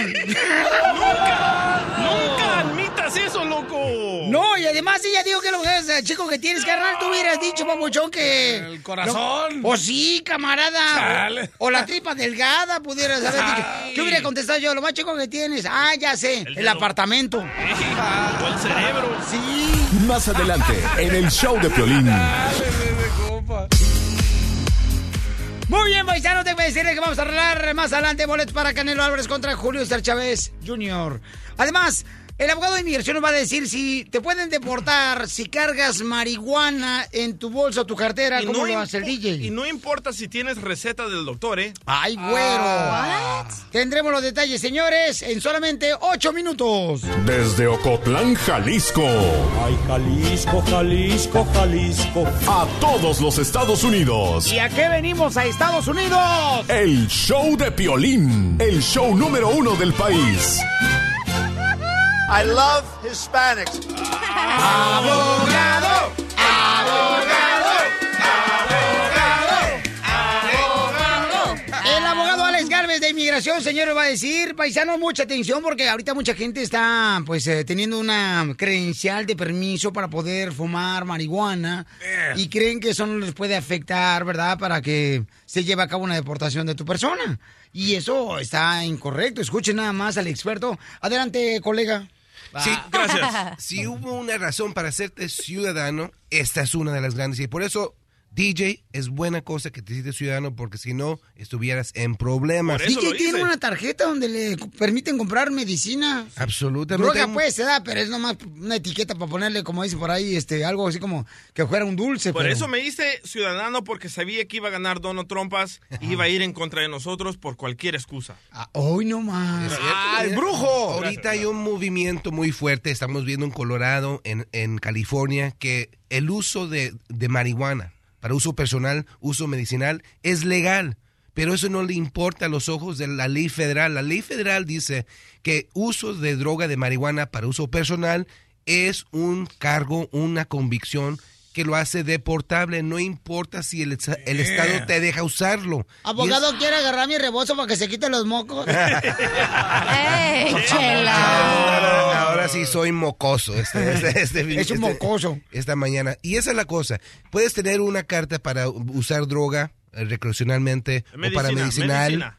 Speaker 3: ¡Nunca admitas eso, loco!
Speaker 2: No, y además ella dijo que lo que chico que tienes, carnal, tú hubieras dicho, babuchón, que... El
Speaker 8: corazón.
Speaker 2: O sí, camarada.
Speaker 8: Chale.
Speaker 2: O, o la tripa delgada, pudieras haber dicho. ¿Qué hubiera contestado yo? Lo más chico que tienes. Ah, ya sé, el, apartamento.
Speaker 3: el cerebro.
Speaker 2: Sí.
Speaker 7: Más adelante, en el show de Piolín.
Speaker 2: Muy bien, paisanos, te voy a decirles que vamos a arreglar más adelante boletos para Canelo Álvarez contra Julio César Chávez Jr. Además, El abogado de inmigración nos va a decir si te pueden deportar si cargas marihuana en tu bolsa o tu cartera,
Speaker 3: Y
Speaker 2: como
Speaker 3: no
Speaker 2: lo hace el
Speaker 3: impo-
Speaker 2: DJ.
Speaker 3: Y no importa si tienes receta del doctor, ¿eh?
Speaker 2: ¡Ay, güero!
Speaker 5: Ah.
Speaker 2: Tendremos los detalles, señores, en solamente ocho minutos.
Speaker 7: Desde Ocotlán, Jalisco. Ay, Jalisco, Jalisco, Jalisco. A todos los Estados Unidos.
Speaker 2: ¿Y a qué venimos a Estados Unidos?
Speaker 7: El show de Piolín. El show número uno del país.
Speaker 13: I love Hispanics.
Speaker 6: Abogado, abogado,
Speaker 14: Ah.
Speaker 2: El abogado Alex Galvez de Inmigración, señores, va a decir, paisanos, mucha atención porque ahorita mucha gente está, pues, eh, teniendo una credencial de permiso para poder fumar marihuana
Speaker 14: Eh.
Speaker 2: y creen que eso no les puede afectar, ¿verdad? Para que se lleve a cabo una deportación de tu persona. Y eso está incorrecto. Escuchen nada más al experto. Adelante, colega.
Speaker 14: Sí,
Speaker 2: [laughs]
Speaker 14: gracias. Si hubo una razón para hacerte ciudadano, esta es una de las grandes. Y por eso, DJ, es buena cosa que te hiciste ciudadano, porque si no, estuvieras en problemas.
Speaker 2: DJ tiene una tarjeta donde le permiten comprar medicina.
Speaker 14: Absolutamente.
Speaker 2: Droga pues se da, pero es nomás una etiqueta para ponerle, como dice por ahí, este, algo así como que fuera un dulce.
Speaker 3: Por
Speaker 2: pero-
Speaker 3: eso me hice ciudadano porque sabía que iba a ganar Donald Trumpas y iba a ir en contra de nosotros por cualquier excusa.
Speaker 2: Hoy no más.
Speaker 3: ¡Ay, brujo!
Speaker 14: Ahorita hay un movimiento muy fuerte, estamos viendo en Colorado, en, en California, que el uso de, de marihuana para uso personal, uso medicinal, es legal. Pero eso no le importa a los ojos de la ley federal. La ley federal dice que uso de droga de marihuana para uso personal es un cargo, una convicción que lo hace deportable, no importa si el, el Estado te deja usarlo. Y es- [laughs]
Speaker 2: ¿Abogado quiere agarrar mi rebozo para que se quite los mocos? ¡Ey,
Speaker 14: [laughs] Ahora, ahora sí soy mocoso.
Speaker 2: [laughs]
Speaker 14: Este, este- este-
Speaker 2: Es un
Speaker 14: este-
Speaker 2: mocoso.
Speaker 14: Esta mañana. Y esa es la cosa. Puedes tener una carta para usar droga eh, recreacionalmente o para medicinal.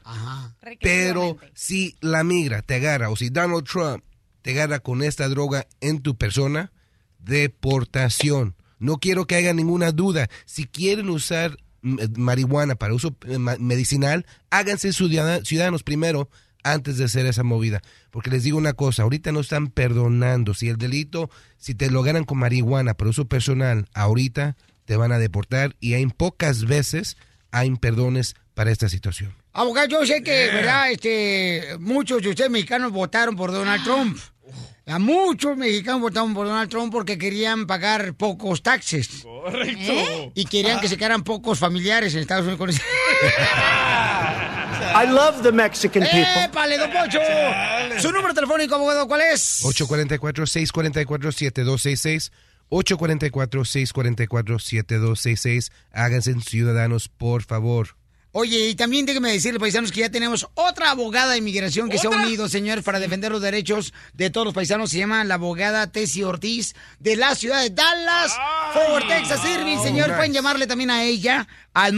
Speaker 14: Pero si la migra te agarra o si Donald Trump te agarra con esta droga en tu persona, deportación. No quiero que haya ninguna duda. Si quieren usar mm, marihuana para uso eh, ma- medicinal, háganse ciudada- ciudadanos primero antes de hacer esa movida. Porque les digo una cosa, ahorita no están perdonando. Si el delito, si te lo ganan con marihuana para uso personal, ahorita te van a deportar y hay pocas veces hay perdones para esta situación.
Speaker 2: Abogado, yo sé que, ¿verdad? Este, muchos de ustedes mexicanos votaron por Donald Trump. A muchos mexicanos votaron por Donald Trump porque querían pagar pocos taxes. ¿Eh?
Speaker 6: Correcto.
Speaker 2: Y querían que se quedaran pocos familiares en Estados Unidos. con ese-
Speaker 13: I love the Mexican people.
Speaker 2: ¡Épale, don Pocho! Su número telefónico, abogado, ¿cuál es?
Speaker 14: 844-644-7266. 844-644-7266. Háganse ciudadanos, por favor.
Speaker 2: Oye, y también déjenme decirle, paisanos, que ya tenemos otra abogada de inmigración que se ha unido, señores, para defender los derechos de todos los paisanos. Se llama la abogada Tessie Ortiz de la ciudad de Dallas, Forward Texas Irving.
Speaker 6: Oh,
Speaker 2: Señor,
Speaker 6: nice.
Speaker 2: pueden llamarle también a ella al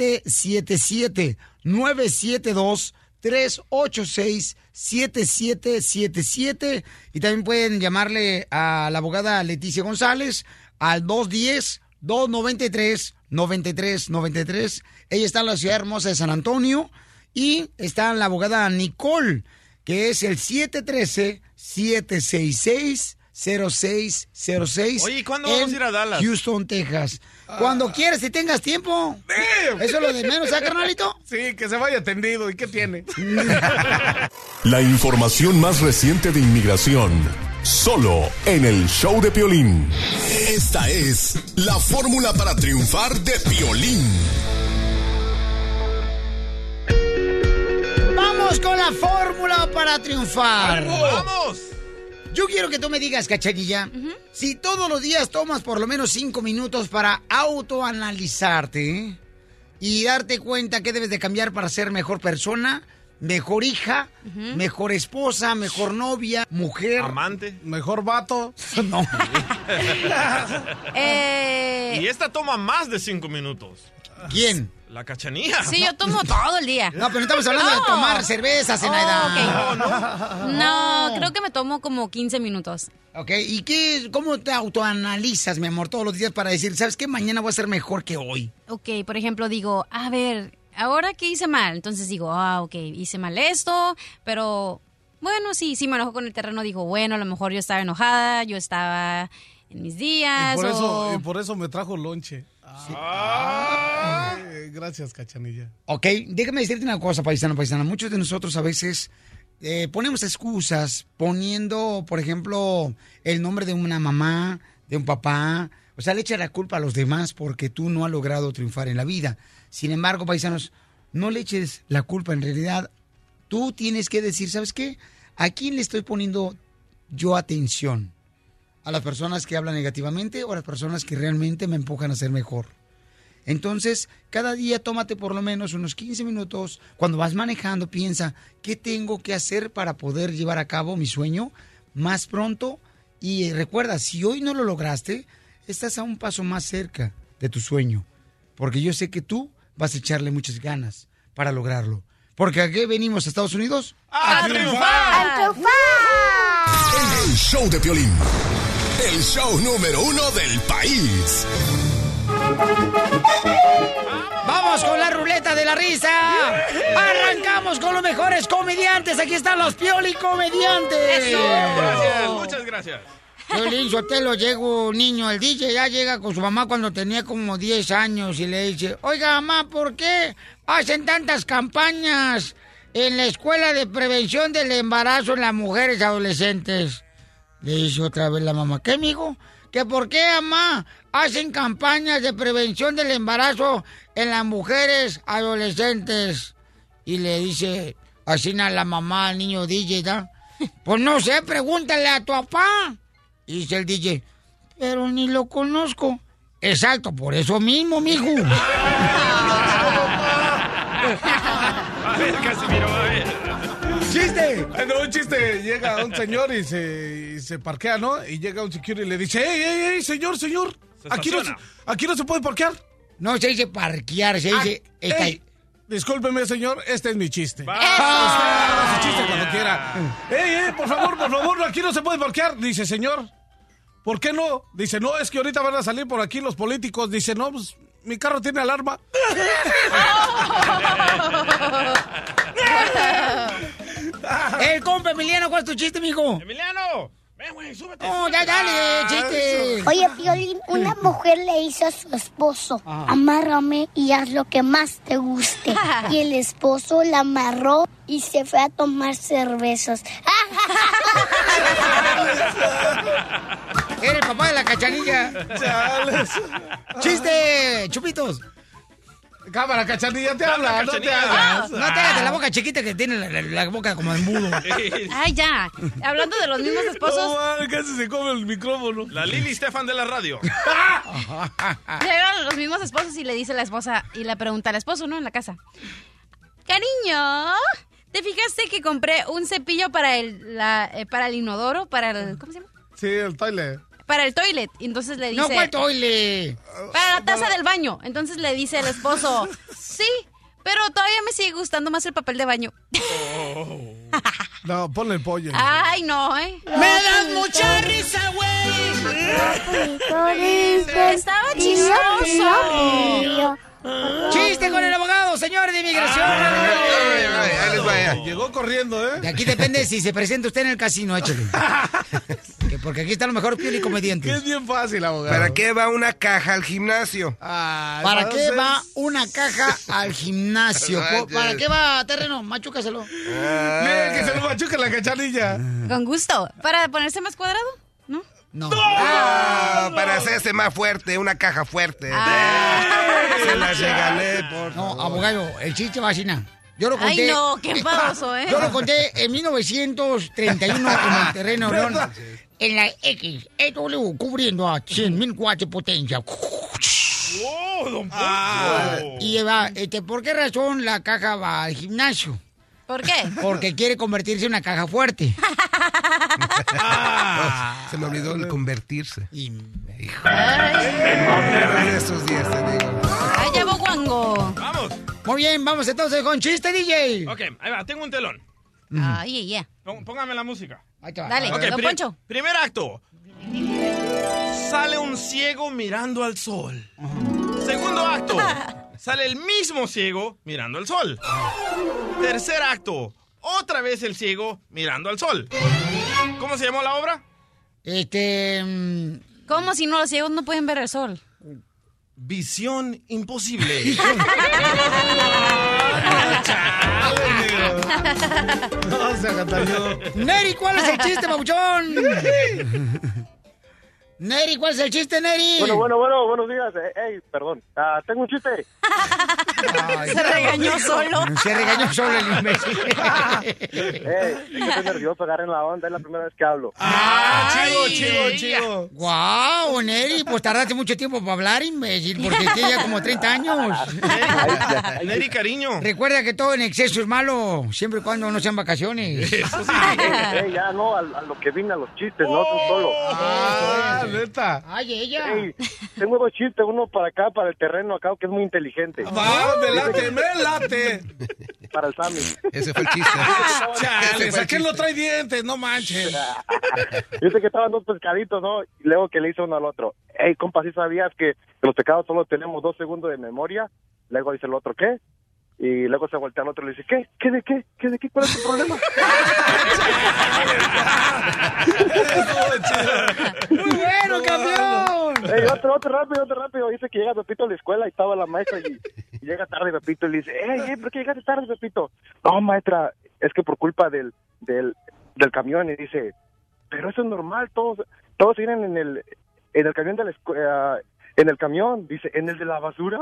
Speaker 2: 972-386-7777. 972 386-7777. Y también pueden llamarle a la abogada Leticia González al 210-293-9393. Ella está en la ciudad hermosa de San Antonio. Y está la abogada Nicole, que es el 713-766-0606.
Speaker 3: Oye, ¿y cuándo vamos
Speaker 2: en
Speaker 3: a ir a Dallas? Ah.
Speaker 2: Houston, Texas. Cuando quieras, si tengas tiempo. Eso es lo de menos, ¿ah, carnalito?
Speaker 8: Sí, que se vaya tendido. ¿Y
Speaker 2: [laughs]
Speaker 8: qué tiene?
Speaker 7: [laughs] La información más reciente de inmigración. Solo en el show de Piolín. Esta es la fórmula para triunfar de Piolín.
Speaker 2: Vamos con la fórmula para triunfar.
Speaker 6: ¡Vamos!
Speaker 2: ¡Vamos! Yo quiero que tú me digas, cachanilla, si todos los días tomas por lo menos cinco minutos para autoanalizarte y darte cuenta que debes de cambiar para ser mejor persona, mejor hija, mejor esposa, mejor novia, mujer.
Speaker 3: Amante.
Speaker 2: Mejor vato. no.
Speaker 5: Eh.
Speaker 3: [laughs] Y esta toma más de cinco minutos.
Speaker 2: ¿Quién?
Speaker 3: La cachanilla.
Speaker 5: Sí, yo
Speaker 3: [laughs]
Speaker 5: tomo todo el día.
Speaker 2: No, pero no estamos hablando de tomar cerveza, Zenaida.
Speaker 5: edad. No, creo que me tomo como 15 minutos.
Speaker 2: Ok, ¿y qué, cómo te autoanalizas, mi amor, todos los días para decir, ¿sabes qué? Mañana voy a ser mejor que hoy.
Speaker 5: Ok, por ejemplo, digo, a ver, ah, ahora que hice mal, entonces digo, ah, ok, hice mal esto, pero bueno, sí, sí me enojó con el terreno, digo, bueno, a lo mejor yo estaba enojada, yo estaba en mis días.
Speaker 8: Y por,
Speaker 5: o-
Speaker 8: eso, y por eso me trajo lonche. Ah. Eh, Gracias, cachanilla.
Speaker 2: Ok, déjame decirte una cosa, paisano, paisana. Muchos de nosotros a veces eh, ponemos excusas poniendo, por ejemplo, el nombre de una mamá, de un papá. O sea, le echa la culpa a los demás porque tú no has logrado triunfar en la vida. Sin embargo, paisanos, no le eches la culpa en realidad. Tú tienes que decir, ¿sabes qué? ¿A quién le estoy poniendo yo atención? ¿A las personas que hablan negativamente o a las personas que realmente me empujan a ser mejor? Entonces, cada día tómate por lo menos unos 15 minutos. Cuando vas manejando, piensa, ¿qué tengo que hacer para poder llevar a cabo mi sueño más pronto? Y eh, recuerda, si hoy no lo lograste, estás a un paso más cerca de tu sueño. Porque yo sé que tú vas a echarle muchas ganas para lograrlo. Porque aquí venimos a Estados Unidos.
Speaker 6: ¡A triunfar! ¡A triunfar!
Speaker 7: El show de Piolín. El show número uno del país.
Speaker 2: ¡Vamos con la ruleta de la risa! ¡Arrancamos con los mejores comediantes! ¡Aquí están los Pioli Comediantes!
Speaker 3: Gracias, muchas gracias.
Speaker 2: Piolín Sotelo llegó un niño, el DJ ya llega con su mamá cuando tenía como 10 años y le dice, oiga mamá, ¿por qué hacen tantas campañas en la escuela de prevención del embarazo en las mujeres adolescentes? Le dice otra vez la mamá, ¿qué mijo? ¿Que por qué mamá hacen campañas de prevención del embarazo en las mujeres adolescentes? Y le dice así a la mamá al niño DJ, ¿da? Pues no sé, pregúntale a tu papá. Y dice el DJ, pero ni lo conozco. Exacto, por eso mismo,
Speaker 8: [laughs]
Speaker 2: mijo.
Speaker 3: A ver, Casimiro, a ver.
Speaker 2: ¡Chiste!
Speaker 8: No, un chiste. Llega un señor y se, y se parquea, ¿no? Y llega un security y le dice, ¡Ey, ey, ey, señor, señor! Aquí no, se-
Speaker 2: estaciona.
Speaker 8: aquí no se puede parquear.
Speaker 2: No se dice parquear, se dice...
Speaker 8: esta... Discúlpeme, señor, este es mi chiste.
Speaker 2: Ah.
Speaker 8: Usted haga su chiste cuando quiera. ¡Ey, ey, por favor, por favor, aquí no se puede parquear! Dice, señor, ¿por qué no? Dice, no, es que ahorita van a salir por aquí los políticos. Dice, no, pues, mi carro tiene alarma.
Speaker 2: ¡El compa Emiliano, cuál es tu chiste, mijo!
Speaker 3: Emiliano, ven, güey, súbete.
Speaker 2: No, ya dale,
Speaker 15: [laughs]
Speaker 2: chiste.
Speaker 16: Oye, Piolín, una mujer le dice a su esposo, amárrame y haz lo que más te guste. Y el esposo la amarró y se fue a tomar cervezas.
Speaker 15: Ah,
Speaker 2: Eres el papá de la cachanilla.
Speaker 8: [laughs] Chales.
Speaker 2: ¡Chiste! ¡Chupitos!
Speaker 8: Cámara, cachanilla, te
Speaker 2: Habla,
Speaker 8: habla, no te
Speaker 2: cachanilla. Ah,
Speaker 8: hagas.
Speaker 2: No te hagas de la boca chiquita que tiene la, la- la boca como de embudo.
Speaker 8: [laughs]
Speaker 5: Ay, ya. Hablando de los mismos esposos,
Speaker 8: Oh, ah, casi se come el micrófono.
Speaker 3: La Lili Stefan de la radio.
Speaker 5: llegan los mismos esposos y le dice la esposa y le pregunta al esposo, ¿no? En la casa. Cariño, ¿te fijaste que compré un cepillo para el, la- eh, para el inodoro? Para el, ¿Cómo se llama?
Speaker 8: Sí, el toile.
Speaker 5: Para el toilet. Y entonces le dice...
Speaker 2: ¡No fue toile!
Speaker 5: Para la taza del baño. Entonces le dice el esposo, sí, pero todavía me sigue gustando más el papel de baño.
Speaker 8: [laughs] No, ponle el pollo.
Speaker 5: Ay, no, ¿eh?
Speaker 6: Me das
Speaker 2: mucha risa,
Speaker 6: güey.
Speaker 5: Estaba chistoso.
Speaker 2: ¡Chiste con el abogado, señor de inmigración!
Speaker 8: Llegó corriendo, ¿eh?
Speaker 2: De aquí depende si se presenta usted en el casino,
Speaker 8: [laughs]
Speaker 2: échale. Que Porque aquí están los mejores piel y comediantes.
Speaker 8: Es bien fácil, abogado.
Speaker 17: ¿Para qué va una caja al gimnasio?
Speaker 2: ¿Para qué va una caja al gimnasio?
Speaker 17: Rayos.
Speaker 2: ¿Para qué va terreno? Machúcaselo.
Speaker 8: Mira, que se lo machuca la cachanilla.
Speaker 5: Con gusto. Para ponerse más cuadrado, ¿no?
Speaker 2: No.
Speaker 17: Ah, para hacerse más fuerte, una caja fuerte. Se la regalé, por
Speaker 2: Ah. No, abogado, el chiste va así, na. Yo lo
Speaker 5: Ay,
Speaker 2: conté.
Speaker 5: no, qué baboso, ¿eh?
Speaker 2: Yo lo conté en 1931 en Monterrey, [laughs] Nuevo León.
Speaker 5: [laughs]
Speaker 2: En la XW, cubriendo a 100.000 watts de potencia.
Speaker 3: ¡Oh, don Poncho!
Speaker 2: Y Eva, este, ¿por qué razón la caja va al gimnasio?
Speaker 5: ¿Por qué?
Speaker 2: Porque quiere convertirse en una caja fuerte.
Speaker 17: Se me olvidó el convertirse. Hijo.
Speaker 5: Ay.
Speaker 17: En estos días te digo.
Speaker 5: Ay, llevo guango.
Speaker 3: Vamos.
Speaker 2: Muy bien, vamos entonces con chiste, DJ.
Speaker 3: Ok, ahí va, tengo un telón.
Speaker 5: Ay, ya.
Speaker 3: Pon- Póngame la música.
Speaker 2: te va.
Speaker 5: Dale,
Speaker 3: Ok,
Speaker 5: don
Speaker 3: pri-
Speaker 5: Poncho.
Speaker 3: Primer acto.
Speaker 2: [laughs]
Speaker 3: Sale un ciego mirando al sol. Segundo acto. sale el mismo ciego mirando al sol. Tercer acto, otra vez el ciego mirando al sol. ¿Cómo se llamó la obra?
Speaker 2: Este.
Speaker 5: ¿Cómo si no los ciegos no pueden ver el sol?
Speaker 3: Visión imposible.
Speaker 14: No, se
Speaker 2: [laughs] Neri, ¿cuál es el chiste,
Speaker 3: [laughs]
Speaker 2: papuchón? Neri, ¿cuál es el chiste, Neri?
Speaker 18: Bueno, bueno, bueno, buenos días. Eh, Ey, perdón. Ah, tengo un chiste.
Speaker 5: Se regañó solo.
Speaker 2: Se
Speaker 18: [laughs]
Speaker 2: regañó solo el imbécil.
Speaker 18: Ey, estoy nervioso, agarren la onda, es la primera vez que hablo.
Speaker 2: ¡Ah, chivo, chivo, chivo! ¡Guau, Neri! Pues tardaste mucho tiempo para hablar, imbécil, porque tiene ya como 30 años.
Speaker 3: Neri, cariño.
Speaker 2: Recuerda que todo en exceso es malo, siempre y cuando no sean vacaciones.
Speaker 18: Ey, ey, Eh, ya no, a, a lo que vine, a los chistes, no tú solo.
Speaker 14: Oh, Ah, neta.
Speaker 2: ¡Ay, ella!
Speaker 18: Ey, tengo dos chistes, uno para acá, para el terreno acá, que es muy inteligente.
Speaker 14: Va, me late, me late.
Speaker 18: Para el Sammy.
Speaker 17: Ese fue el chiste.
Speaker 14: Chales, ¿a
Speaker 2: pues,
Speaker 14: quién no trae dientes? No manches.
Speaker 18: Dice que estaban dos pescaditos, ¿no? Y luego que le hizo uno al otro. Ey, compa, ¿sí sabías que los pescados solo tenemos dos segundos de memoria? Luego dice el otro, ¿qué? Y luego se voltea al otro y le dice, ¿qué? ¿Qué de qué? ¿Qué de qué? ¿Cuál es tu problema?
Speaker 2: ¡Muy bueno, campeón!
Speaker 18: Ey, otro, otro rápido, otro rápido. Dice que llega Pepito a la escuela y estaba la maestra y, y llega tarde Pepito y le dice, ey, ey, ¿por qué llegaste tarde Pepito? No, maestra, es que por culpa del, del, del camión. Y dice, pero eso es normal, todos, todos vienen en el, en el camión de la escuela, en el camión. Dice, ¿en el de la basura?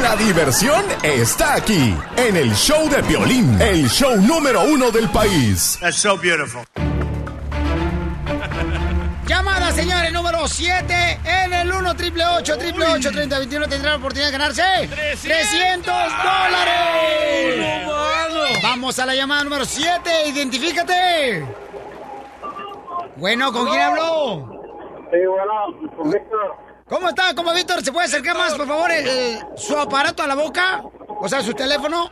Speaker 7: La diversión está aquí, en el show de Piolín, el show número uno del país.
Speaker 19: That's so beautiful.
Speaker 2: Llamada, señores, número 7 en el 1 triple 8 triple 8 30 21 tendrá la oportunidad de ganarse 300 dólares. Vamos a la llamada número 7, identifícate. Bueno, ¿con quién habló?
Speaker 15: Sí, bueno, con Víctor.
Speaker 2: ¿Cómo está, compa Víctor? ¿Se puede acercar más, por favor, el- el- su aparato a la boca? O sea, su teléfono.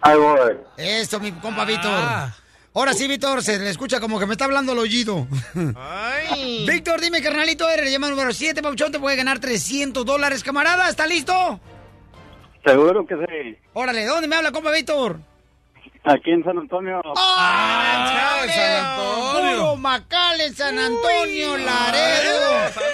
Speaker 15: Ahí voy.
Speaker 2: Eso, mi compa Víctor. Ahora sí, Víctor, se le escucha como que me está hablando al oído. Víctor, dime, carnalito, eres la llamada número 7, Pauchón, te puede ganar 300 dólares, camarada. ¿Está listo?
Speaker 15: Seguro que sí.
Speaker 2: Órale, ¿dónde me habla, compa Víctor?
Speaker 15: Aquí en San Antonio.
Speaker 2: ¡Ah, San Antonio! Puro Macal en San Antonio, Laredo.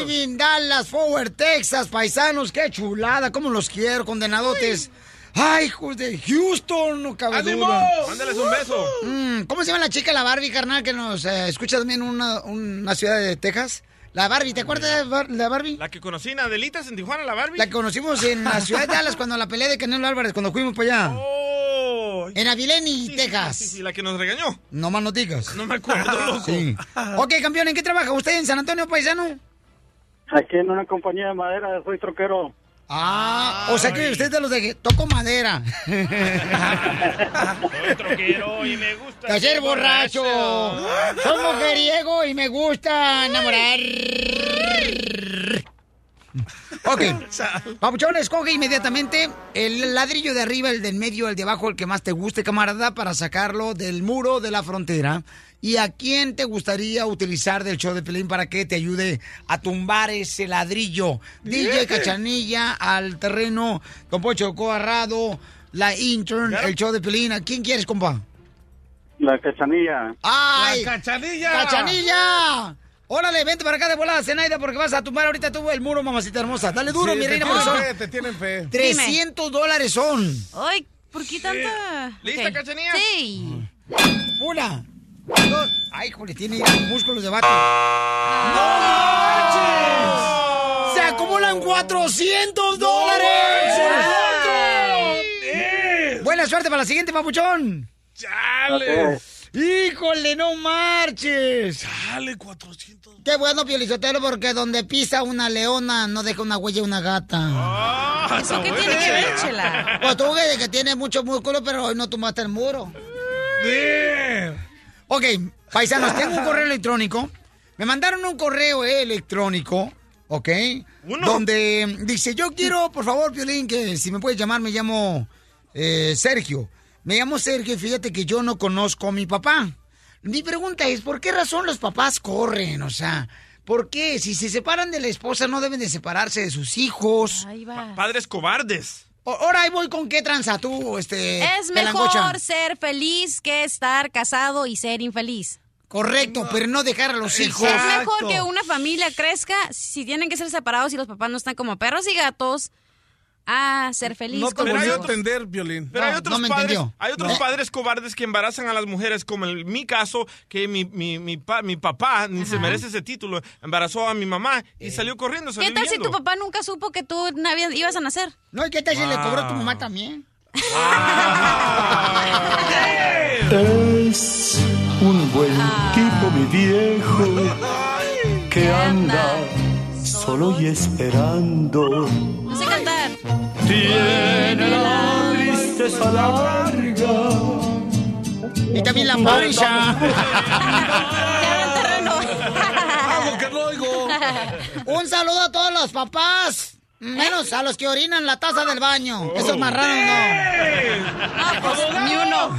Speaker 2: Irving, Dallas, Forward, Texas, paisanos, qué chulada, cómo los quiero, condenadotes. ¡Ay, hijos de Houston, no cabe
Speaker 3: ¡Ánimo!
Speaker 2: duda.
Speaker 3: Mándales un beso.
Speaker 2: Mm, ¿Cómo se llama la chica, la Barbie, carnal, que nos eh, escucha también en una, una ciudad de Texas? La Barbie, ¿te acuerdas de la Bar- la Barbie?
Speaker 3: La que conocí en Adelitas en Tijuana, la Barbie.
Speaker 2: La que conocimos en la ciudad de
Speaker 3: [laughs]
Speaker 2: Dallas cuando la pelea de Canelo Álvarez, cuando fuimos para
Speaker 3: Oh,
Speaker 2: allá. En Abilene, Texas.
Speaker 3: Sí, sí, la que nos regañó.
Speaker 2: No más no digas.
Speaker 3: No
Speaker 2: [laughs]
Speaker 3: me acuerdo, loco.
Speaker 2: Sí. Ok, campeón, ¿en qué trabaja usted en San Antonio, paisano?
Speaker 15: Aquí en una compañía de madera, soy troquero.
Speaker 2: Ah, o sea que usted es de los de que toco
Speaker 3: [laughs]
Speaker 2: madera.
Speaker 3: troquero y me gusta.
Speaker 2: De ser borracho. Soy mujeriego y me gusta enamorar. Ok. Papuchón, escoge inmediatamente el ladrillo de arriba, el del medio, el de abajo, el que más te guste, camarada, para sacarlo del muro de la frontera. ¿Y a quién te gustaría utilizar del show de Pelín para que te ayude a tumbar ese ladrillo? DJ
Speaker 6: Bien.
Speaker 2: Cachanilla, al terreno, Don Pocho Coarrado, la intern, el show de Pelín. ¿A quién quieres, compa?
Speaker 15: La cachanilla.
Speaker 2: ¡Ay!
Speaker 15: La
Speaker 2: ¡Cachanilla! ¡Cachanilla! Órale, vente para acá de volada, Zenaida, porque vas a tumbar ahorita tú el muro, mamacita hermosa. Dale duro,
Speaker 14: Sí,
Speaker 2: mi
Speaker 14: te
Speaker 2: reina
Speaker 14: tienen
Speaker 2: corazón.
Speaker 14: fe, Te tienen fe.
Speaker 2: 300 dólares son.
Speaker 5: Ay, ¿por qué tanta...?
Speaker 2: ¿Lista,
Speaker 5: Ok.
Speaker 2: Cachanilla?
Speaker 5: Sí.
Speaker 2: Una, dos... Ay, jole, tiene músculos de vato. ¡No manches! ¡Se acumulan 400 dólares! Buena suerte para la siguiente, papuchón.
Speaker 6: ¡Chale!
Speaker 2: ¡Híjole, no marches! ¡Chale, 400! Qué bueno, Piolizotero, porque donde pisa una leona no deja una huella una gata.
Speaker 6: ¿Eso Ah, está qué buena tiene que esa. ver, Chela?
Speaker 2: Pues tú, güey, de que tiene mucho músculo, pero hoy no tumbaste el muro. Ok, paisanos, tengo un correo electrónico. Me mandaron un correo electrónico, ¿ok? Donde dice, yo quiero, por favor, Piolín, que si me puedes llamar, me llamo eh, Sergio. Me llamo Sergio y fíjate que yo no conozco a mi papá. Mi pregunta es, ¿por qué razón los papás corren? O sea, ¿por qué? Si se separan de la esposa, no deben de separarse de sus hijos. Ahí va.
Speaker 3: Padres cobardes.
Speaker 2: Ahora ahí voy con qué tranza tú, este.
Speaker 5: Es
Speaker 2: pelangocha?
Speaker 5: mejor ser feliz que estar casado y ser infeliz.
Speaker 2: Correcto, pero no dejar a los hijos.
Speaker 5: Es mejor que una familia crezca si tienen que ser separados y los papás no están como perros y gatos a ser feliz.
Speaker 8: No te
Speaker 5: con
Speaker 8: voy
Speaker 5: los
Speaker 8: a
Speaker 5: hijos.
Speaker 8: entender, Violín.
Speaker 3: Pero hay otros, padres, hay otros
Speaker 8: No.
Speaker 3: padres cobardes que embarazan a las mujeres, como en mi caso, que mi, mi, mi, pa- mi papá, ni se
Speaker 5: Ajá.
Speaker 3: merece ese título, embarazó a mi mamá y salió corriendo. Salió
Speaker 5: ¿Qué tal si
Speaker 3: huyendo.
Speaker 5: tu papá nunca supo que tú navi- ibas a nacer?
Speaker 2: No, ¿y qué tal
Speaker 3: si le cobró a tu mamá
Speaker 2: también?
Speaker 20: Es un buen
Speaker 6: Ah.
Speaker 20: tipo, mi viejo, que anda solo y esperando.
Speaker 5: No sé cantar.
Speaker 20: Tiene la tristeza larga.
Speaker 2: Y también la pancha. Un saludo a todos los papás. Menos a los que orinan la taza del baño. Esos marranos no.
Speaker 6: ni
Speaker 2: uno.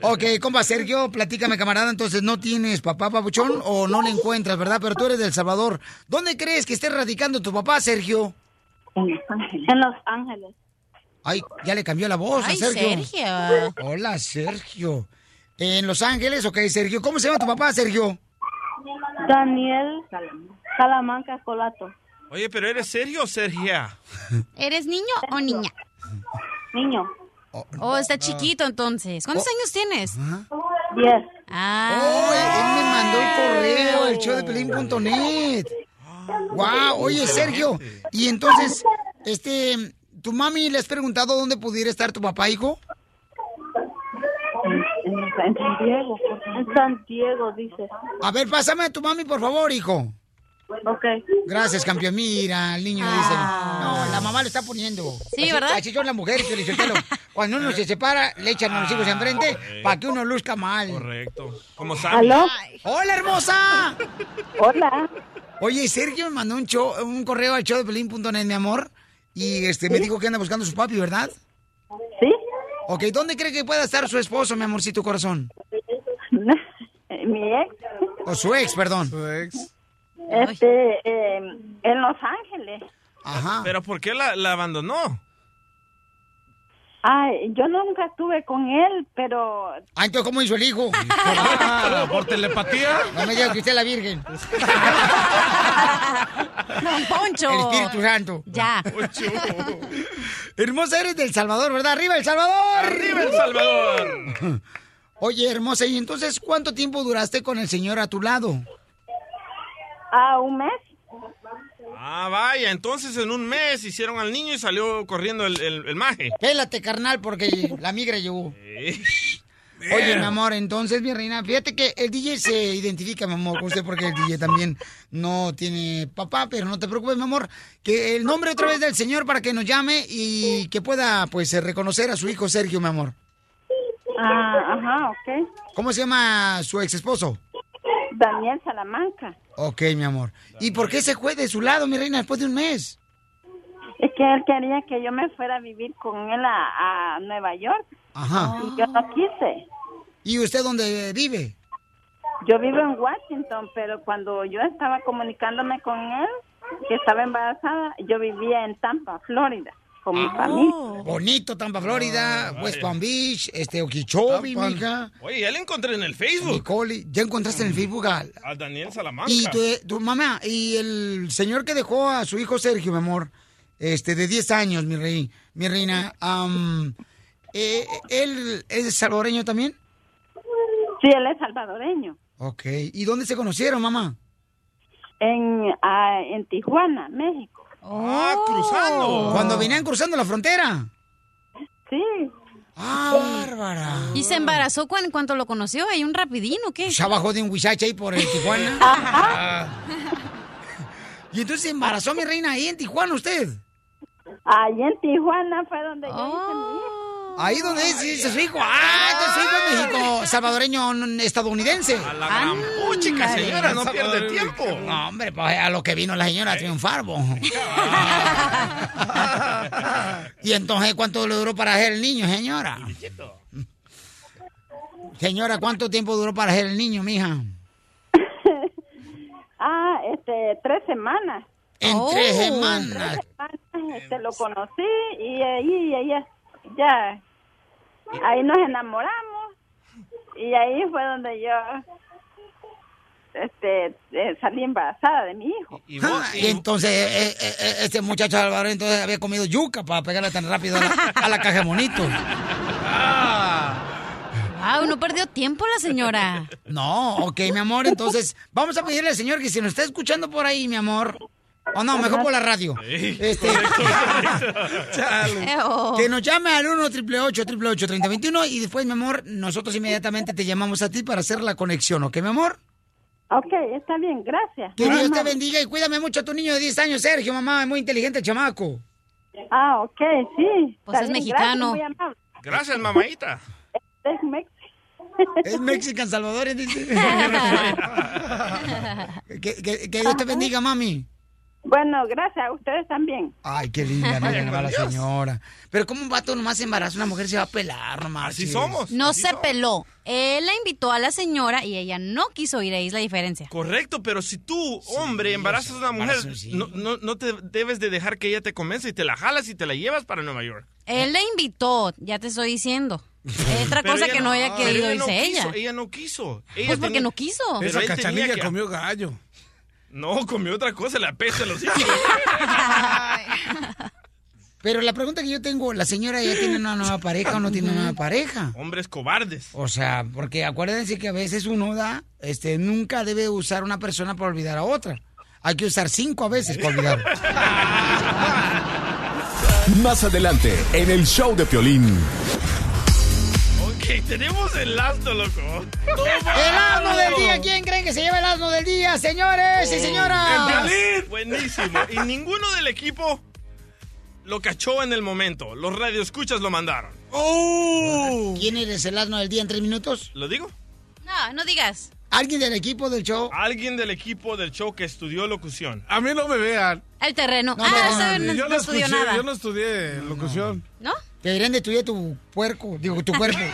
Speaker 2: [laughs] ok, compa Sergio, platícame, camarada. Entonces, ¿no tienes papá, papuchón? O no le encuentras, ¿verdad? Pero tú eres del Salvador. ¿Dónde crees que esté radicando tu papá, Sergio?
Speaker 11: En Los Ángeles.
Speaker 2: Ay, ya le cambió la voz
Speaker 11: Ay,
Speaker 2: a Sergio.
Speaker 11: Sergio.
Speaker 2: Hola, Sergio. En Los Ángeles, ok, Sergio. ¿Cómo se llama tu papá, Sergio?
Speaker 11: Daniel Salamanca Colato.
Speaker 3: Oye, pero ¿eres serio o Sergia?
Speaker 5: ¿Eres niño o niña?
Speaker 11: Niño.
Speaker 5: Oh,
Speaker 2: ah.
Speaker 5: está chiquito entonces. ¿Cuántos
Speaker 2: Oh.
Speaker 5: años tienes?
Speaker 11: Diez.
Speaker 2: Ah. Oh, Él me mandó el correo, el show de pelín.net. Wow, oye, Sergio. Y entonces, este, ¿tu mami le has preguntado dónde pudiera estar tu papá, hijo?
Speaker 11: En San Diego. En San Diego, dice.
Speaker 2: A ver, pásame a tu mami, por favor, hijo.
Speaker 11: Ok.
Speaker 2: Gracias, campeón. Mira, el niño dice.
Speaker 11: Ah,
Speaker 2: No, la mamá lo está poniendo.
Speaker 5: Sí,
Speaker 2: Así-
Speaker 5: ¿verdad?
Speaker 2: Así son las mujeres, Pio
Speaker 5: [laughs]
Speaker 2: Lizotelo. Cuando uno se separa, le echan a los hijos enfrente para que uno luzca mal.
Speaker 3: Correcto. Como sabes.
Speaker 2: Ay. ¡Hola, hermosa!
Speaker 11: Hola.
Speaker 2: Oye, Sergio me mandó un, cho- un correo al showdepelín.net, mi amor. Y este me dijo que anda buscando a su papi, ¿verdad?
Speaker 11: Sí.
Speaker 2: Ok, ¿dónde cree que pueda estar su esposo, mi amorcito corazón?
Speaker 11: [laughs] Mi ex,
Speaker 2: O su ex, perdón.
Speaker 11: este, eh, en Los Ángeles.
Speaker 2: Ajá.
Speaker 3: Pero ¿por qué la, la abandonó?
Speaker 11: Ay, yo nunca estuve con él, pero...
Speaker 2: Ah, entonces, ¿cómo hizo el hijo?
Speaker 3: Ah,
Speaker 8: ¿Por telepatía?
Speaker 2: No me diga que usted es la virgen.
Speaker 5: [laughs] Don Poncho.
Speaker 2: El Espíritu Santo.
Speaker 5: Ya.
Speaker 2: Hermosa, eres del Salvador, ¿verdad? ¡Arriba El Salvador!
Speaker 3: ¡Arriba El Salvador!
Speaker 2: Oye, hermosa, ¿y entonces cuánto tiempo duraste con el señor a tu lado?
Speaker 11: Ah, un mes.
Speaker 3: Ah, vaya. Entonces en un mes hicieron al niño y salió corriendo el, el, el maje.
Speaker 2: Pélate, carnal, porque la migra llegó. Oye, mi amor, entonces, mi reina, fíjate que el DJ se identifica, mi amor, con usted, porque el DJ también no tiene papá, pero no te preocupes, mi amor, que el nombre otra vez del señor para que nos llame y que pueda, pues, eh, reconocer a su hijo Sergio, mi amor.
Speaker 11: [laughs] Ah, ajá, ok.
Speaker 2: ¿Cómo se llama su ex esposo?
Speaker 11: Daniel Salamanca.
Speaker 2: Ok, mi amor. ¿Y por qué se fue de su lado, mi reina, después de un mes?
Speaker 11: Es que él quería que yo me fuera a vivir con él a, a Nueva York.
Speaker 2: Ajá.
Speaker 11: Y yo no quise.
Speaker 2: ¿Y usted dónde vive?
Speaker 11: Yo vivo en Washington, pero cuando yo estaba comunicándome con él, que estaba embarazada, yo vivía en Tampa, Florida, con mi familia.
Speaker 2: Ah, Bonito, Tampa, Florida,
Speaker 3: Ah,
Speaker 2: West
Speaker 3: vaya.
Speaker 2: Palm Beach, este, Okeechobee,
Speaker 3: Tampa.
Speaker 2: mija.
Speaker 3: Oye, ya la encontré en el Facebook.
Speaker 2: Nicole, ¿ya encontraste en el Facebook a,
Speaker 3: A Daniel Salamanca.
Speaker 2: Y
Speaker 5: e-
Speaker 2: tu, tu mamá, y el señor que dejó a su hijo Sergio, mi amor, este, de 10 años, mi rey, mi reina, am, eh, ¿él es salvadoreño también?
Speaker 11: Sí, él es salvadoreño.
Speaker 2: Ok, ¿y dónde se conocieron, mamá?
Speaker 11: En, ah, en Tijuana, México.
Speaker 3: Ah, cruzando.
Speaker 2: Oh. Cuando venían cruzando la frontera.
Speaker 11: Sí.
Speaker 2: Ah, bárbara.
Speaker 5: ¿Y se embarazó cu- en cuanto lo conoció? ¿Hay un rapidín o qué?
Speaker 2: Pues Ya bajó de un huizache ahí por el
Speaker 3: [laughs]
Speaker 2: Tijuana. Ah. Y entonces se embarazó mi reina ahí en Tijuana usted.
Speaker 11: Ahí en Tijuana fue donde yo hice mi hijo.
Speaker 2: Ah. Ahí donde es, es su hijo. Ah, entonces su hijo es México, salvadoreño n- estadounidense.
Speaker 3: A la gran puchica, señora, no pierde tiempo.
Speaker 2: No, hombre, pues a lo que vino la señora a triunfar, bo. [laughs]
Speaker 3: eh.
Speaker 2: Y entonces, ¿cuánto le duró para hacer el niño, señora? Señora, ¿cuánto tiempo duró para hacer el niño, mija?
Speaker 21: Ah, este, tres semanas.
Speaker 2: En
Speaker 3: Oh.
Speaker 2: tres semanas.
Speaker 21: Tres semanas, este, lo conocí y ahí, ahí, ya, ya, ahí nos enamoramos y ahí fue donde yo, este, eh, salí embarazada de mi hijo.
Speaker 2: Ah, Y, entonces eh, eh, eh, este muchacho Álvaro entonces había comido yuca para pegarle tan rápido a la, a la caja de monito.
Speaker 3: Ah. [laughs]
Speaker 5: Wow, no perdió tiempo la señora.
Speaker 2: No, ok, mi amor, entonces vamos a pedirle al señor que si nos está escuchando por ahí, mi amor. O no, mejor por la radio. Este,
Speaker 6: Chale.
Speaker 5: Oh.
Speaker 2: que nos llame al 1 888 3021 y después, mi amor, nosotros inmediatamente te llamamos a ti para hacer la conexión, ¿ok, mi amor?
Speaker 21: Ok, está bien, gracias.
Speaker 2: Que Dios te bendiga y cuídame mucho a tu niño de 10 años, Sergio, mamá, es muy inteligente, chamaco.
Speaker 21: Ah, ok, sí.
Speaker 5: Pues es mexicano.
Speaker 3: Gracias, mamaita.
Speaker 21: Es México.
Speaker 2: Es Mexican Salvador,
Speaker 21: [laughs]
Speaker 2: dice. que, que- que Dios te bendiga, mami.
Speaker 21: Bueno, gracias a ustedes también.
Speaker 2: Ay,
Speaker 20: [laughs]
Speaker 2: qué linda, mira
Speaker 21: Vaya
Speaker 2: nomás la
Speaker 21: con Dios.
Speaker 2: señora. Pero como un vato nomás embaraza una mujer se va a pelar nomás. Así somos.
Speaker 5: No se peló. Él la invitó a la señora y ella no quiso ir. Ahí es la diferencia.
Speaker 3: Correcto, pero si tú, hombre, embarazas a una mujer, no, no, no te debes de dejar que ella te convenza y te la jalas y te la llevas para Nueva York.
Speaker 5: Él la invitó, ya te estoy diciendo.
Speaker 2: [laughs]
Speaker 5: Otra
Speaker 3: Pero
Speaker 5: cosa
Speaker 3: ella
Speaker 5: que no,
Speaker 3: no-
Speaker 5: haya
Speaker 3: pero
Speaker 5: querido,
Speaker 3: ella no
Speaker 5: dice
Speaker 3: quiso,
Speaker 5: ella.
Speaker 3: Ella no quiso. Ella
Speaker 5: Pues porque
Speaker 3: tenía-
Speaker 5: no quiso.
Speaker 3: Pero
Speaker 8: Esa
Speaker 3: él tenía
Speaker 8: cachanilla
Speaker 3: que-
Speaker 8: comió gallo.
Speaker 3: No, comió otra cosa, la peste los hijos.
Speaker 2: [laughs] Pero la pregunta que yo tengo, ¿la señora ya tiene una nueva pareja o no tiene una nueva pareja?
Speaker 3: Hombres cobardes.
Speaker 2: O sea, porque acuérdense que a veces uno da, este, nunca debe usar una persona para olvidar a otra. Hay que usar cinco a veces para olvidar.
Speaker 7: Más adelante, en el show de Piolín.
Speaker 3: Ok, tenemos el lazo,
Speaker 2: [laughs]
Speaker 3: loco.
Speaker 2: ¡El asno del día! ¿Quién creen que se lleva el asno del día, señores
Speaker 8: Oh.
Speaker 2: y señoras?
Speaker 3: Buenísimo. Y ninguno del equipo lo cachó en el momento. Los radioescuchas lo mandaron.
Speaker 8: Oh.
Speaker 2: ¿Quién eres el asno del día en tres minutos?
Speaker 3: ¿Lo digo?
Speaker 5: No, no digas.
Speaker 2: ¿Alguien del equipo del show?
Speaker 3: Alguien del equipo del show que estudió locución.
Speaker 8: A mí no me vean.
Speaker 5: El terreno.
Speaker 3: No,
Speaker 5: ah,
Speaker 3: no,
Speaker 5: eso no,
Speaker 8: yo
Speaker 5: no
Speaker 8: no
Speaker 5: estudió
Speaker 8: escuché,
Speaker 5: nada.
Speaker 8: yo no estudié locución.
Speaker 5: ¿No?
Speaker 2: Te deberían de estudiar tu puerco, digo, tu cuerpo. [laughs]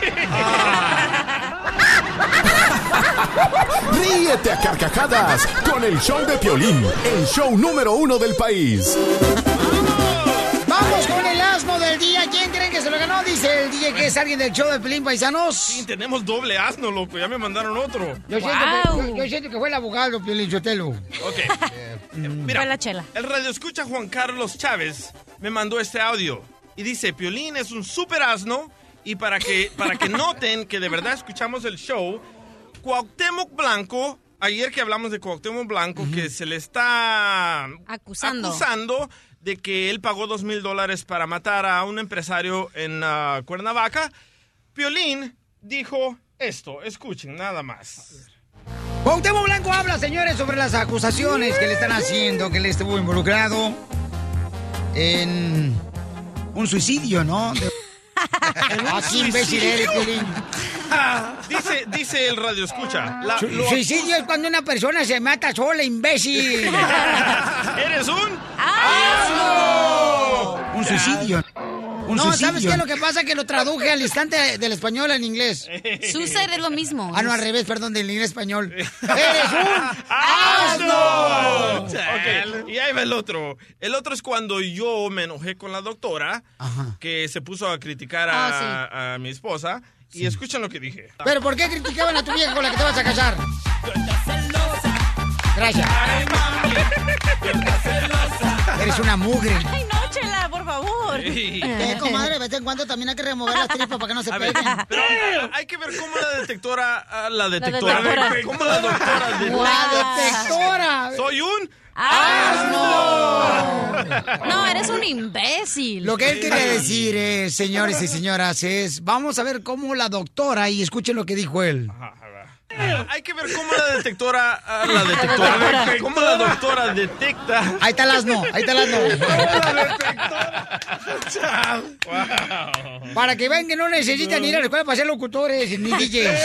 Speaker 7: Ríete a carcajadas con el show de Piolín, el show número uno del país.
Speaker 2: Vamos con el asno del día. ¿Quién creen que se lo ganó? Dice el DJ que es alguien del show de Pelín Paisanos.
Speaker 3: Sí, tenemos doble asno, loco. Ya me mandaron otro.
Speaker 2: Yo, siento que, yo- yo siento que fue el abogado, Piolín Sotelo.
Speaker 3: Ok. Mira, el radio escucha Juan Carlos Chávez me mandó este audio y dice, Piolín es un super asno y para que, para que noten que de verdad escuchamos el show, Cuauhtémoc Blanco, ayer que hablamos de Cuauhtémoc Blanco, que se le está
Speaker 5: Acusando.
Speaker 3: acusando de que él pagó dos mil dólares para matar a un empresario en ah, Cuernavaca, Piolín dijo esto, escuchen nada más.
Speaker 2: Cuauhtémoc Blanco habla, señores, sobre las acusaciones que le están haciendo, que él estuvo involucrado en un suicidio, ¿no? De- Ah, qué imbécil eres, Piolín.
Speaker 3: [laughs] Dice, dice el radio escucha.
Speaker 2: Su- Suicidio es cuando una persona se mata sola, imbécil.
Speaker 3: ¿Eres un?
Speaker 2: Un suicidio.
Speaker 6: Un
Speaker 2: no, ¿sabes
Speaker 6: suicidio.
Speaker 2: qué? Lo que pasa es que lo traduje al instante del español al
Speaker 5: [laughs]
Speaker 2: inglés.
Speaker 5: Suicide es lo mismo.
Speaker 2: Ah, no, al revés, perdón, del inglés español. ¡Eres un
Speaker 3: ¡Asno!
Speaker 2: asno!
Speaker 3: Ok, Y ahí va el otro. El otro es cuando yo me enojé con la doctora que se puso a criticar a,
Speaker 2: Ah,
Speaker 3: a mi esposa. Y escuchen lo que dije.
Speaker 2: ¿Pero por qué criticaban a tu vieja con la que te vas a casar? Gracias. Eres una mugre.
Speaker 5: Ay, no, chela, por favor.
Speaker 2: Eh, comadre, de vez en cuando también hay que remover las tripas para que no se peguen.
Speaker 3: Pero hay- hay que ver cómo la detectora. ah, La detectora.
Speaker 2: detectora.
Speaker 3: ¿Cómo la doctora? dijo.
Speaker 2: La detectora.
Speaker 3: Soy un.
Speaker 5: No, eres un imbécil.
Speaker 2: Lo que él quería decir, eh, señores y señoras, es vamos a ver cómo la doctora, y escuchen lo que dijo él.
Speaker 3: Hay que ver cómo la detectora. ah, La detectora. ¿Cómo la doctora detecta?
Speaker 2: Ahí está el asno, ahí está el
Speaker 3: [laughs]
Speaker 2: asno. Para que vean que no necesitan ir a la escuela para ser locutores ni DJs.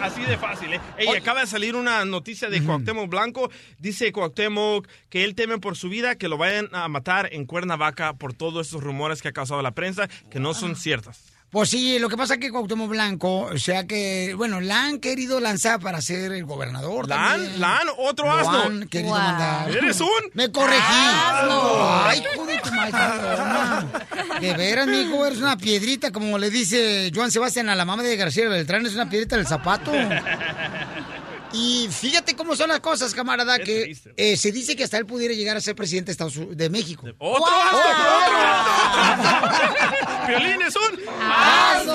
Speaker 3: Así de fácil, ¿eh? Ey, acaba de salir una noticia de Cuauhtémoc Blanco. Dice Cuauhtémoc que él teme por su vida que lo vayan a matar en Cuernavaca por todos estos rumores que ha causado la prensa que no son ciertas.
Speaker 2: Pues sí, lo que pasa es que Cuauhtémoc Blanco, o sea que, bueno, la han querido lanzar para ser el gobernador.
Speaker 3: ¿La han?
Speaker 2: también.
Speaker 3: ¿La han? ¿Otro
Speaker 2: Lo
Speaker 3: asno?
Speaker 2: han querido mandar.
Speaker 3: ¿Eres un?
Speaker 2: Me corregí.
Speaker 3: Asno.
Speaker 2: Ay, hijo de tu madre, no. De veras, mijo, eres una piedrita, como le dice Joan Sebastián a la mamá de García Beltrán, es una piedrita del zapato. Y fíjate cómo son las cosas, camarada, que eh, se dice que hasta él pudiera llegar a ser presidente de, Estados Unidos- de México.
Speaker 3: ¡Otro asno!
Speaker 5: [laughs]
Speaker 3: ¡Otro asno! ¡Piolín es un asno!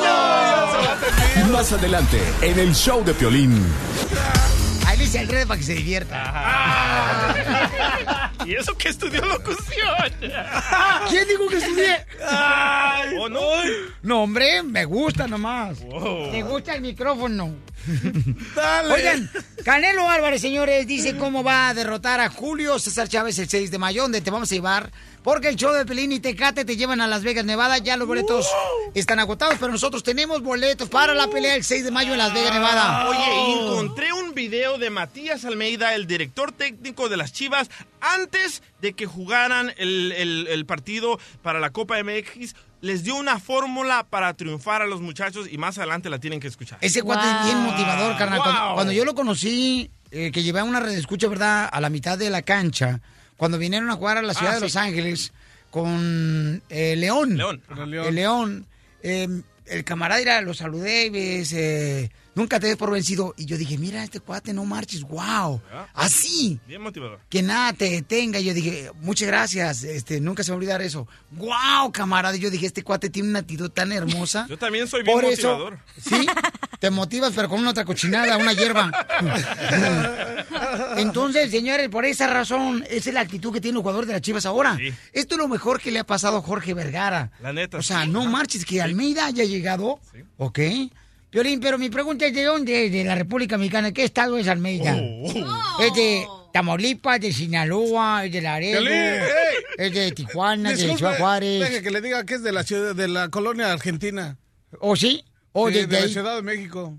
Speaker 7: Más adelante, en el show de Piolín.
Speaker 2: Ahí le hice el red para que se divierta.
Speaker 9: [laughs]
Speaker 3: ¿Y eso que estudió locución?
Speaker 2: [laughs] ¿Quién dijo que estudié?
Speaker 3: Ay, oh, no.
Speaker 2: No, hombre, me gusta nomás.
Speaker 3: Wow.
Speaker 2: Me gusta el
Speaker 3: [laughs]
Speaker 2: micrófono.
Speaker 6: Dale.
Speaker 2: Oigan, Canelo Álvarez, señores, dice cómo va a derrotar a Julio César Chávez el 6 de mayo, donde te vamos a llevar. Porque el show de Pelín y Tecate te llevan a Las Vegas, Nevada. Ya los boletos están agotados, pero nosotros tenemos boletos para la pelea el 6 de mayo en Las Vegas, Nevada.
Speaker 3: Oye, encontré un video de Matías Almeida, el director técnico de las Chivas, antes de que jugaran el, el- el partido para la Copa MX. Les dio una fórmula para triunfar a los muchachos y más adelante la tienen que escuchar.
Speaker 2: Ese cuate es bien motivador, carnal. Cuando,
Speaker 3: Wow.
Speaker 2: cuando yo lo conocí, eh, que llevé a una red escucha, ¿verdad? A la mitad de la cancha, cuando vinieron a jugar a la ciudad
Speaker 3: Ah,
Speaker 2: de
Speaker 3: sí.
Speaker 2: Los Ángeles con eh, León.
Speaker 3: León.
Speaker 2: Ajá, El León. eh, el camarada era, lo saludé y me dice, nunca te des por vencido. Y yo dije, mira, este cuate no marches, wow.
Speaker 3: ¿Ya?
Speaker 2: Así.
Speaker 3: Bien motivador.
Speaker 2: Que nada te detenga. Y Yo dije, muchas gracias, este, nunca se me va a olvidar eso. Wow, camarada. Y Yo dije, este cuate tiene una actitud tan hermosa.
Speaker 3: [laughs] Yo también soy bien
Speaker 2: Por eso-
Speaker 3: motivador.
Speaker 2: Sí, te motivas, pero con una otra cochinada, una hierba. Entonces, señores, por esa razón, esa es la actitud que tiene el jugador de las Chivas ahora. Esto es lo mejor que le ha pasado a Jorge Vergara.
Speaker 3: La neta.
Speaker 2: O sea, no marches, que Almeida haya llegado, ¿ok? Piolín, pero mi pregunta es, ¿de dónde? es? De la República Mexicana. ¿Qué estado es Almeida?
Speaker 8: Oh.
Speaker 2: Es de Tamaulipas, de Sinaloa, es de Laredo,
Speaker 8: Piolín, ey.
Speaker 2: es de Tijuana, de
Speaker 8: Disculpe,
Speaker 2: Ciudad
Speaker 8: Deje
Speaker 2: Juárez.
Speaker 8: que le diga que es de la ciudad, de la colonia argentina.
Speaker 2: ¿O sí? ¿O
Speaker 8: Sí,
Speaker 2: desde
Speaker 8: de la
Speaker 2: ahí?
Speaker 8: Ciudad de México.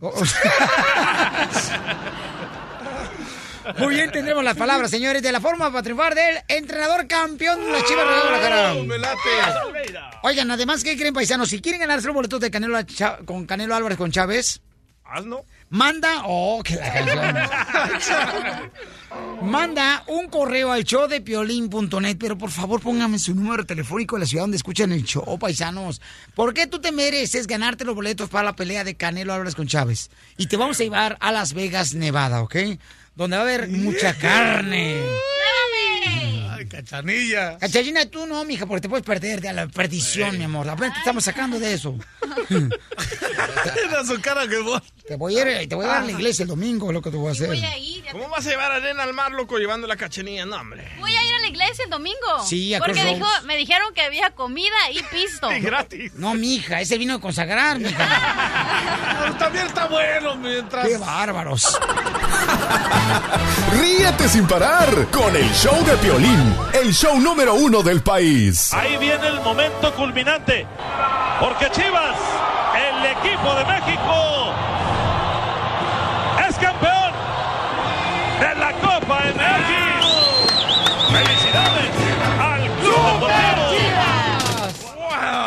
Speaker 2: Muy bien, tendremos las palabras, señores, de la forma para triunfar del entrenador campeón de las Chivas de Guadalajara.
Speaker 8: ¡Oh, me late!
Speaker 2: Oigan, además, ¿qué creen, paisanos? Si quieren ganarse los boletos de Canelo a Cha- con Canelo Álvarez con Chávez,
Speaker 3: Asno.
Speaker 2: manda... ¡Oh, que la [laughs] canción! manda un correo al show de piolín.net, pero por favor póngame su número telefónico de la ciudad donde escuchan el show, paisanos. ¿Por qué tú te mereces ganarte los boletos para la pelea de Canelo Álvarez con Chávez? Y te vamos a llevar a Las Vegas, Nevada, ¿ok? Donde va a haber
Speaker 8: [laughs]
Speaker 2: mucha carne.
Speaker 8: Ay, cachanilla.
Speaker 2: Cachanilla, tú no, mija, porque te puedes perder de la perdición, mi amor. Apenas te estamos sacando de
Speaker 8: [laughs]
Speaker 2: eso.
Speaker 8: Era su cara que vos.
Speaker 2: Te voy a ir, te voy a dar a la iglesia el domingo, lo que te voy a
Speaker 8: [laughs]
Speaker 2: hacer.
Speaker 3: ¿Cómo vas a llevar arena al mar, loco, llevando la cachanilla? No, hombre.
Speaker 5: Voy a ir a la iglesia el domingo.
Speaker 2: Sí, a
Speaker 5: Porque
Speaker 2: Crossroads.
Speaker 5: dijo, me dijeron que había comida y
Speaker 8: [laughs]
Speaker 5: pisto.
Speaker 2: No, mija, ese vino a consagrar, mija.
Speaker 8: [laughs] Pero también está bueno mientras.
Speaker 2: Qué bárbaros.
Speaker 7: Ríete sin parar con el show de Piolín, el show número uno del país.
Speaker 9: Ahí viene el momento culminante. Porque Chivas, el equipo de México, es campeón de la Copa MX. Felicidades al Club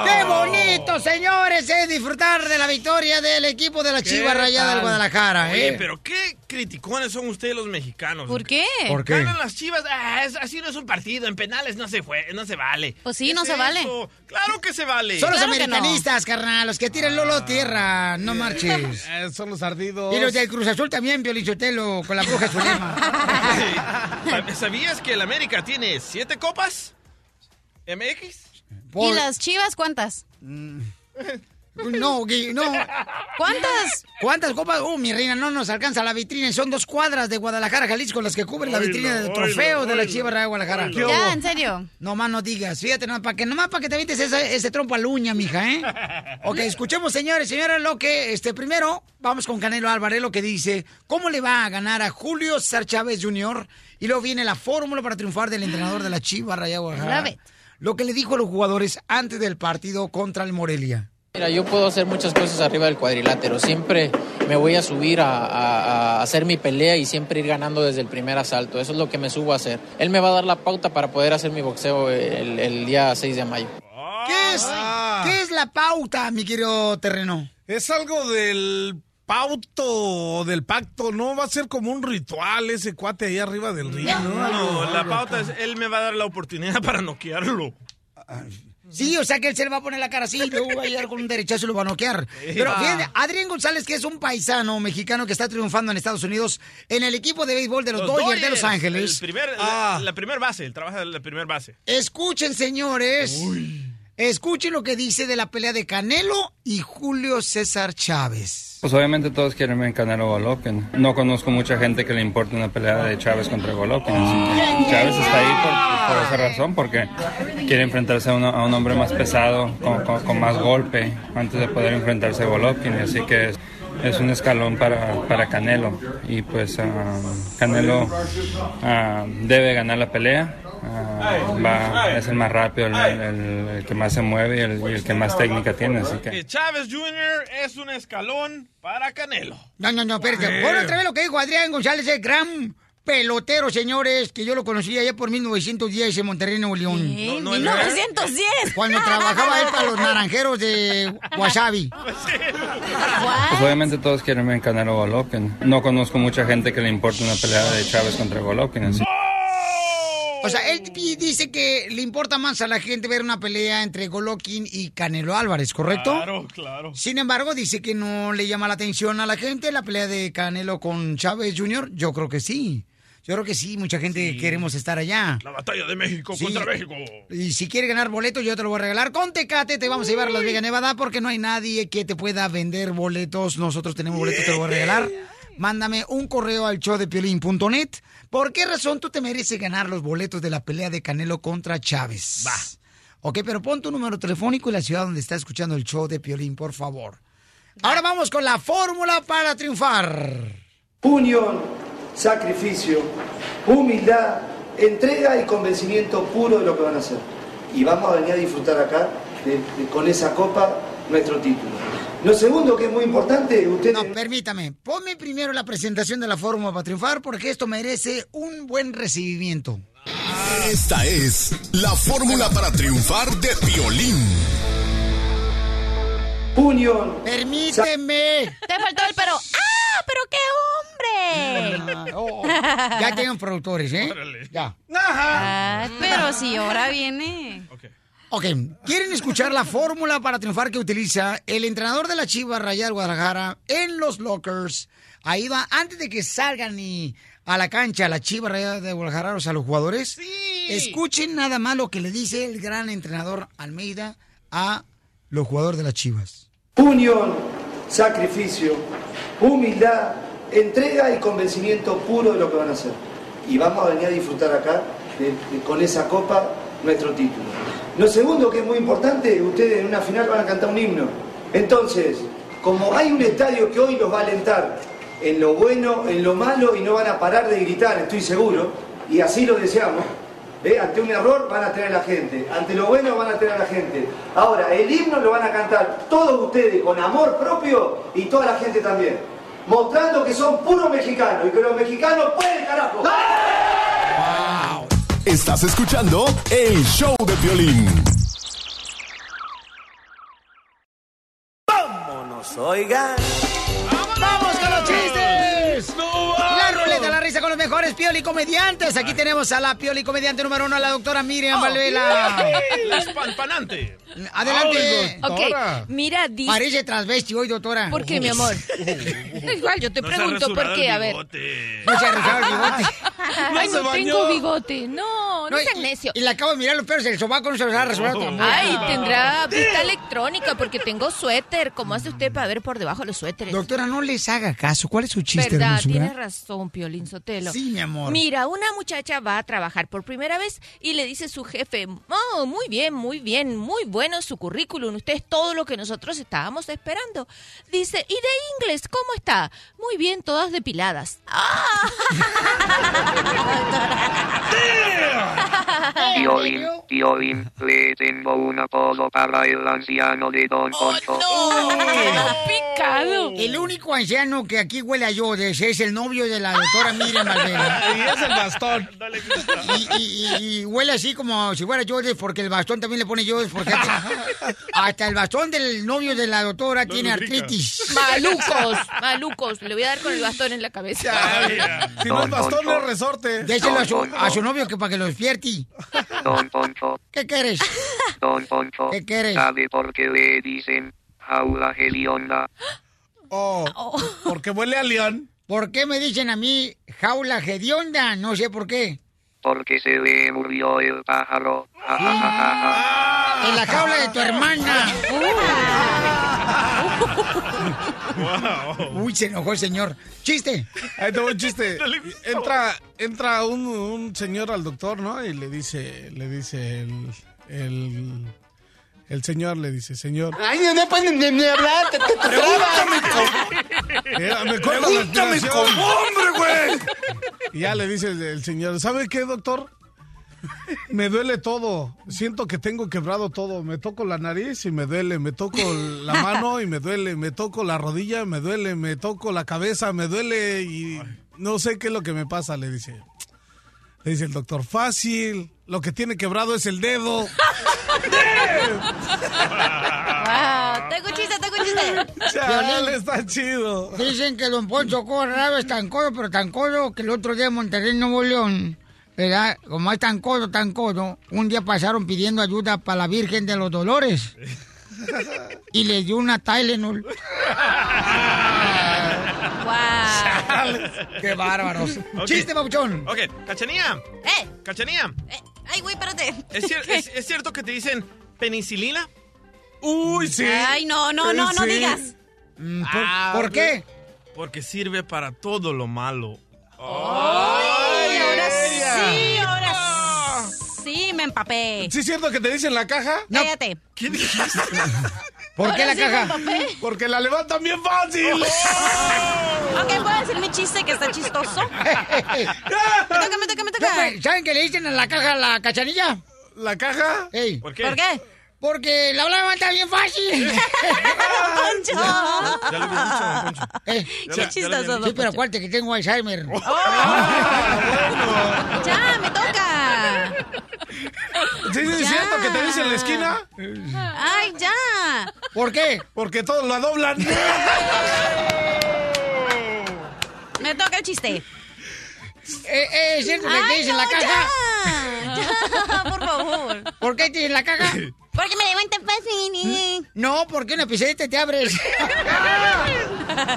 Speaker 2: ¡Qué bonito, señores! Es disfrutar de la victoria del equipo de la Chiva Rayada del Guadalajara,
Speaker 3: Oye,
Speaker 2: ¿eh?
Speaker 3: pero qué criticones son ustedes los mexicanos.
Speaker 5: ¿Por qué?
Speaker 2: ¿Por qué?
Speaker 3: Ganan las chivas. Ah, es- así no es un partido. En penales no se fue, no se vale.
Speaker 5: Pues sí,
Speaker 3: ¿Qué
Speaker 5: no
Speaker 3: es
Speaker 5: se vale.
Speaker 3: eso? Claro que se vale.
Speaker 2: Son los americanistas, carnal, los que tiran Lolo tierra, no
Speaker 3: [laughs]
Speaker 2: marches.
Speaker 8: Eh, son los ardidos.
Speaker 2: Y los del Cruz Azul también, Piolichotelo, con la bruja
Speaker 8: [laughs]
Speaker 2: Zulema.
Speaker 3: ¿Sab- ¿Sabías que el América tiene siete copas? ¿MX?
Speaker 5: ¿Y las chivas
Speaker 8: [laughs]
Speaker 5: cuántas?
Speaker 8: Mm.
Speaker 2: No, Gui, no.
Speaker 5: ¿Cuántas?
Speaker 2: ¿Cuántas copas? Uh, mi reina, no nos alcanza la vitrina. Son dos cuadras de Guadalajara, Jalisco, las que cubren la
Speaker 5: Oilo,
Speaker 2: vitrina de
Speaker 5: oilo,
Speaker 2: trofeo de la
Speaker 5: oilo.
Speaker 2: Chiva Rayada de Guadalajara.
Speaker 5: Oilo. Ya, en serio.
Speaker 2: No más no digas. Fíjate, nomás para que, nomás para que te avientes ese, ese trompo a la uña, mija,
Speaker 5: [laughs]
Speaker 2: ¿eh? Ok, escuchemos, señores, señores, lo que, este, primero, vamos con Canelo Álvarez, lo que dice, ¿cómo le va a ganar a Julio César Chávez Jr.? Y luego viene la fórmula para triunfar del entrenador de la Chiva Rayada de
Speaker 22: Love
Speaker 2: Guadalajara.
Speaker 22: it.
Speaker 2: Lo que le dijo a los jugadores antes del partido contra el Morelia.
Speaker 22: Mira, yo puedo hacer muchas cosas arriba del cuadrilátero. Siempre me voy a subir a, a- a hacer mi pelea y siempre ir ganando desde el primer asalto. Eso es lo que me subo a hacer. Él me va a dar la pauta para poder hacer mi boxeo el, el día 6 de mayo.
Speaker 2: ¿Qué es? ¿Qué es la pauta, mi querido terreno?
Speaker 8: Es algo del pauto, del pacto, no va a ser como un ritual ese cuate ahí arriba del río.
Speaker 3: No, la pauta es él me va a dar la oportunidad para noquearlo.
Speaker 2: Sí, o sea que él se le va a poner la cara así, y luego va a llegar con un derechazo y lo va a noquear. Pero
Speaker 6: Ah.
Speaker 2: fíjate, Adrián González, que es un paisano mexicano que está triunfando en Estados Unidos en el equipo de béisbol de los, Dodgers, de Los Ángeles. Ah.
Speaker 3: El primer, la- la, primer base, él trabaja en la primer base.
Speaker 2: Escuchen, señores. Escuchen lo que dice de la pelea de Canelo y Julio César Chávez.
Speaker 23: Pues obviamente todos quieren ver Canelo Golovkin. No conozco mucha gente que le importe una pelea de Chávez contra Golovkin. Chávez está ahí por, por esa razón, porque quiere enfrentarse a, uno- a un hombre más pesado, con, con- con más golpe, antes de poder enfrentarse a Golovkin. Así que es, es un escalón para, para Canelo. Y pues ah, Canelo ah, debe ganar la pelea. Ah, va- es el más rápido, el, el- el que más se mueve y el, y el que más técnica tiene. Así que
Speaker 3: Que Eh, Chávez Jr. es un escalón para Canelo.
Speaker 2: No, no, no, espérate.
Speaker 3: Wow.
Speaker 2: Bueno, otra vez lo que dijo Adrián González, el gran pelotero, señores, que yo lo conocí allá por 1910 en Monterrey, Nuevo León.
Speaker 5: No, no, 1910.
Speaker 2: Cuando trabajaba él para los naranjeros de Wasabi.
Speaker 23: Pues obviamente todos quieren ver Canelo Golovkin. No conozco mucha gente que le importe una pelea de Chávez contra Golovkin. así-
Speaker 2: O sea, él pi- dice que le importa más a la gente ver una pelea entre Golovkin y Canelo Álvarez, ¿correcto?
Speaker 3: Claro, claro.
Speaker 2: Sin embargo, dice que no le llama la atención a la gente la pelea de Canelo con Chávez Jr. Yo creo que sí. Yo creo que sí, mucha gente queremos estar allá.
Speaker 3: La batalla de México
Speaker 2: Sí.
Speaker 3: contra México.
Speaker 2: Y si quieres ganar boletos, yo te lo voy a regalar con Tecate. Te vamos a llevar a Las Vegas, Nevada, porque no hay nadie que te pueda vender boletos. Nosotros tenemos boletos, te lo voy a regalar. Mándame un correo al show de piolín.net. ¿Por qué razón tú te mereces ganar los boletos de la pelea de Canelo contra Chávez? Va. Ok, pero pon tu número telefónico y la ciudad donde está escuchando el show de Piolín, por favor. Ahora vamos con la fórmula para triunfar.
Speaker 19: Unión, sacrificio, humildad, entrega y convencimiento puro de lo que van a hacer. Y vamos a venir a disfrutar acá de- de- con esa copa nuestro título. Lo segundo que es muy importante, ustedes...
Speaker 2: No, permítame. Ponme primero la presentación de la fórmula para triunfar porque esto merece un buen recibimiento.
Speaker 7: Esta es la fórmula para triunfar de Piolín.
Speaker 19: Unión.
Speaker 2: Permíteme.
Speaker 5: Te faltó el pero. ¡Ah! ¡Pero qué hombre! [laughs]
Speaker 2: Ya tienen productores, ¿eh? Ya.
Speaker 5: Ah, pero si ahora viene.
Speaker 2: Ok, ¿quieren escuchar la fórmula para triunfar que utiliza el entrenador de la Chivas Rayal Guadalajara en los lockers? Ahí va, antes de que salgan y a la cancha la Chivas Rayal de Guadalajara, o sea, los jugadores. Escuchen nada más lo que le dice el gran entrenador Almeida a los jugadores de las Chivas.
Speaker 19: Unión, sacrificio, humildad, entrega y convencimiento puro de lo que van a hacer. Y vamos a venir a disfrutar acá de- de- con esa copa nuestro título. Lo segundo que es muy importante, ustedes en una final van a cantar un himno. Entonces, como hay un estadio que hoy los va a alentar en lo bueno, en lo malo y no van a parar de gritar, estoy seguro, y así lo deseamos, ¿Eh? Ante un error van a tener a la gente, ante lo bueno van a tener a la gente. Ahora, el himno lo van a cantar todos ustedes con amor propio y toda la gente también. Mostrando que son puros mexicanos y que los mexicanos pueden carajo.
Speaker 7: Estás escuchando el show de Piolín.
Speaker 19: Vámonos, oigan.
Speaker 2: ¡Vamos con los chistes! La
Speaker 6: vamos!
Speaker 2: ruleta de la risa con los mejores pioli comediantes. Aquí tenemos a la pioli comediante número uno, la doctora Miriam Valvela.
Speaker 3: La espalpanante.
Speaker 2: Adelante.
Speaker 5: Ok, mira, dice.
Speaker 2: Parece transvesti hoy, doctora.
Speaker 5: ¿Por qué, mi
Speaker 2: [laughs]
Speaker 5: amor? Igual, yo te
Speaker 2: No se ha
Speaker 5: pregunto por
Speaker 2: rasurado
Speaker 5: qué,
Speaker 2: el
Speaker 5: a ver.
Speaker 2: No se ha rizado el Ah, bigote.
Speaker 5: Ay, no tengo bigote. No, no,
Speaker 2: No,
Speaker 5: seas necio.
Speaker 2: Y le acabo de mirar los pelos el sobaco, no se los ha rasurado tampoco.
Speaker 5: Ay,
Speaker 2: [laughs]
Speaker 5: tendrá vista electrónica porque tengo suéter. ¿Cómo hace usted para ver por debajo los suéteres?
Speaker 2: Doctora, no les haga caso. ¿Cuál es su chiste,
Speaker 5: ¿Verdad?
Speaker 2: hermosura?
Speaker 5: Tienes razón, Piolín Sotelo.
Speaker 2: Sí, mi amor.
Speaker 5: Mira, una muchacha va a trabajar por primera vez y le dice su jefe, oh, muy bien, muy bien, muy bueno su currículum, usted es todo lo que nosotros estábamos esperando. Dice, ¿y de inglés cómo está? Muy bien, todas depiladas. ¡Ah!
Speaker 24: Piolín, Piolín,
Speaker 18: Oh,
Speaker 24: le tengo un apodo para el anciano de Don Poncho.
Speaker 5: ¡No! pecado!
Speaker 2: Oh. El único anciano que aquí huele a yodes es el novio de la doctora Miriam
Speaker 8: [laughs]
Speaker 2: Valverde.
Speaker 6: Y es el bastón.
Speaker 2: Y, y- y- y huele así como si fuera yodes porque el bastón también le pone yodes porque hasta,
Speaker 8: [laughs]
Speaker 2: hasta el bastón del novio de la doctora [laughs] tiene
Speaker 6: lubrica.
Speaker 2: artritis.
Speaker 1: Malucos, malucos. Le voy a dar con el bastón en la cabeza.
Speaker 8: Si no es bastón, es resorte.
Speaker 2: Déselo a su, a su novio que para que lo despierti.
Speaker 24: Don Poncho,
Speaker 2: ¿Qué quieres?
Speaker 24: Don Poncho.
Speaker 2: ¿Qué quieres?
Speaker 24: ¿Sabe por qué le dicen jaula gelionda?
Speaker 8: Oh, porque huele a león.
Speaker 2: ¿Por qué me dicen a mí jaula hedionda? No sé por qué.
Speaker 24: Porque se le murió el pájaro. Ah, Ja, ja, ja, ja, ja.
Speaker 2: En la jaula de tu hermana. Uy, se enojó el señor. ¡Chiste!
Speaker 8: Ahí te va un
Speaker 3: [laughs]
Speaker 8: chiste. Entra, entra un, un señor al doctor, ¿no? Y le dice, le dice el, el, el señor, le
Speaker 3: [laughs]
Speaker 8: dice, señor.
Speaker 6: Ay, no, no pueden ni, ni hablar, te, te, te
Speaker 8: Mira, me corta la
Speaker 6: Pregúntame
Speaker 8: respiración.
Speaker 6: con hombre, güey.
Speaker 8: Y ya le dice el, el señor, ¿sabe qué, doctor? Me duele todo, siento que tengo quebrado todo, me toco la nariz y me duele, me toco la mano y me duele, me toco la rodilla, me duele, me toco la cabeza, me duele y no sé qué es lo que me pasa, le dice. Le dice el doctor, fácil, lo que tiene quebrado es el dedo.
Speaker 5: ¡Wow! Tengo un chiste, tengo un chiste.
Speaker 8: Chale, está chido.
Speaker 2: Dicen que Don Poncho Corrado es tan codo, pero tan codo que el otro día en Monterrey, Nuevo León, ¿verdad? Como es tan codo, tan codo, un día pasaron pidiendo ayuda para la Virgen de los Dolores y les dio una Tylenol.
Speaker 3: [laughs]
Speaker 2: ¡Qué bárbaros!
Speaker 3: Ok.
Speaker 2: ¡Chiste, papuchón!
Speaker 3: Ok, Cachanía.
Speaker 5: ¡Eh!
Speaker 3: Cachanía.
Speaker 5: ¡Ay, güey, espérate!
Speaker 3: ¿Es,
Speaker 5: [laughs]
Speaker 3: cier- es- es cierto que te dicen penicilina? Uy, sí.
Speaker 5: Ay, no, no, no, no digas.
Speaker 2: Mm, ¿por- por qué?
Speaker 3: Ah, Porque sirve para todo
Speaker 5: [laughs]
Speaker 3: lo malo.
Speaker 5: ¡Ay, ahora sí, ahora sí me empapé!
Speaker 8: ¿Sí es cierto que te dicen la caja?
Speaker 5: Cállate.
Speaker 8: ¿Qué dijiste?
Speaker 5: ¿Por qué Ahora la sí me caja? empapé.
Speaker 8: Porque la levantan bien fácil.
Speaker 5: Oh. Ok, ¿puedo decir mi chiste que está
Speaker 6: [laughs]
Speaker 5: chistoso? Me toca, me toca, me toca.
Speaker 2: ¿Saben- ¿Saben qué le dicen en la caja a la cachanilla?
Speaker 8: ¿La caja?
Speaker 2: Ey.
Speaker 3: ¿Por
Speaker 2: qué? Porque la hablaba está bien
Speaker 5: [laughs]
Speaker 2: fácil.
Speaker 6: Poncho.
Speaker 2: Ya lo había dicho, don Poncho. Eh,
Speaker 6: Qué ya- ya chistoso, lo había don dicho.
Speaker 2: Sí, pero acuérdate que tengo Alzheimer.
Speaker 5: Oh. ¡Ya, me toca!
Speaker 8: ¿Sí es
Speaker 5: Ya.
Speaker 8: cierto que te dicen la esquina?
Speaker 5: ¡Ay, ya!
Speaker 2: ¿Por qué?
Speaker 8: Porque todos la doblan.
Speaker 5: Me toca el chiste.
Speaker 2: Eh, eh, es cierto que te
Speaker 5: Ay,
Speaker 2: dicen la
Speaker 5: no,
Speaker 2: caja.
Speaker 5: Ya, [laughs] por favor.
Speaker 2: ¿Por qué te dicen la caja? ¿Mm?
Speaker 5: Porque me levantan fácil. eh.
Speaker 2: No, porque una piseta te abres.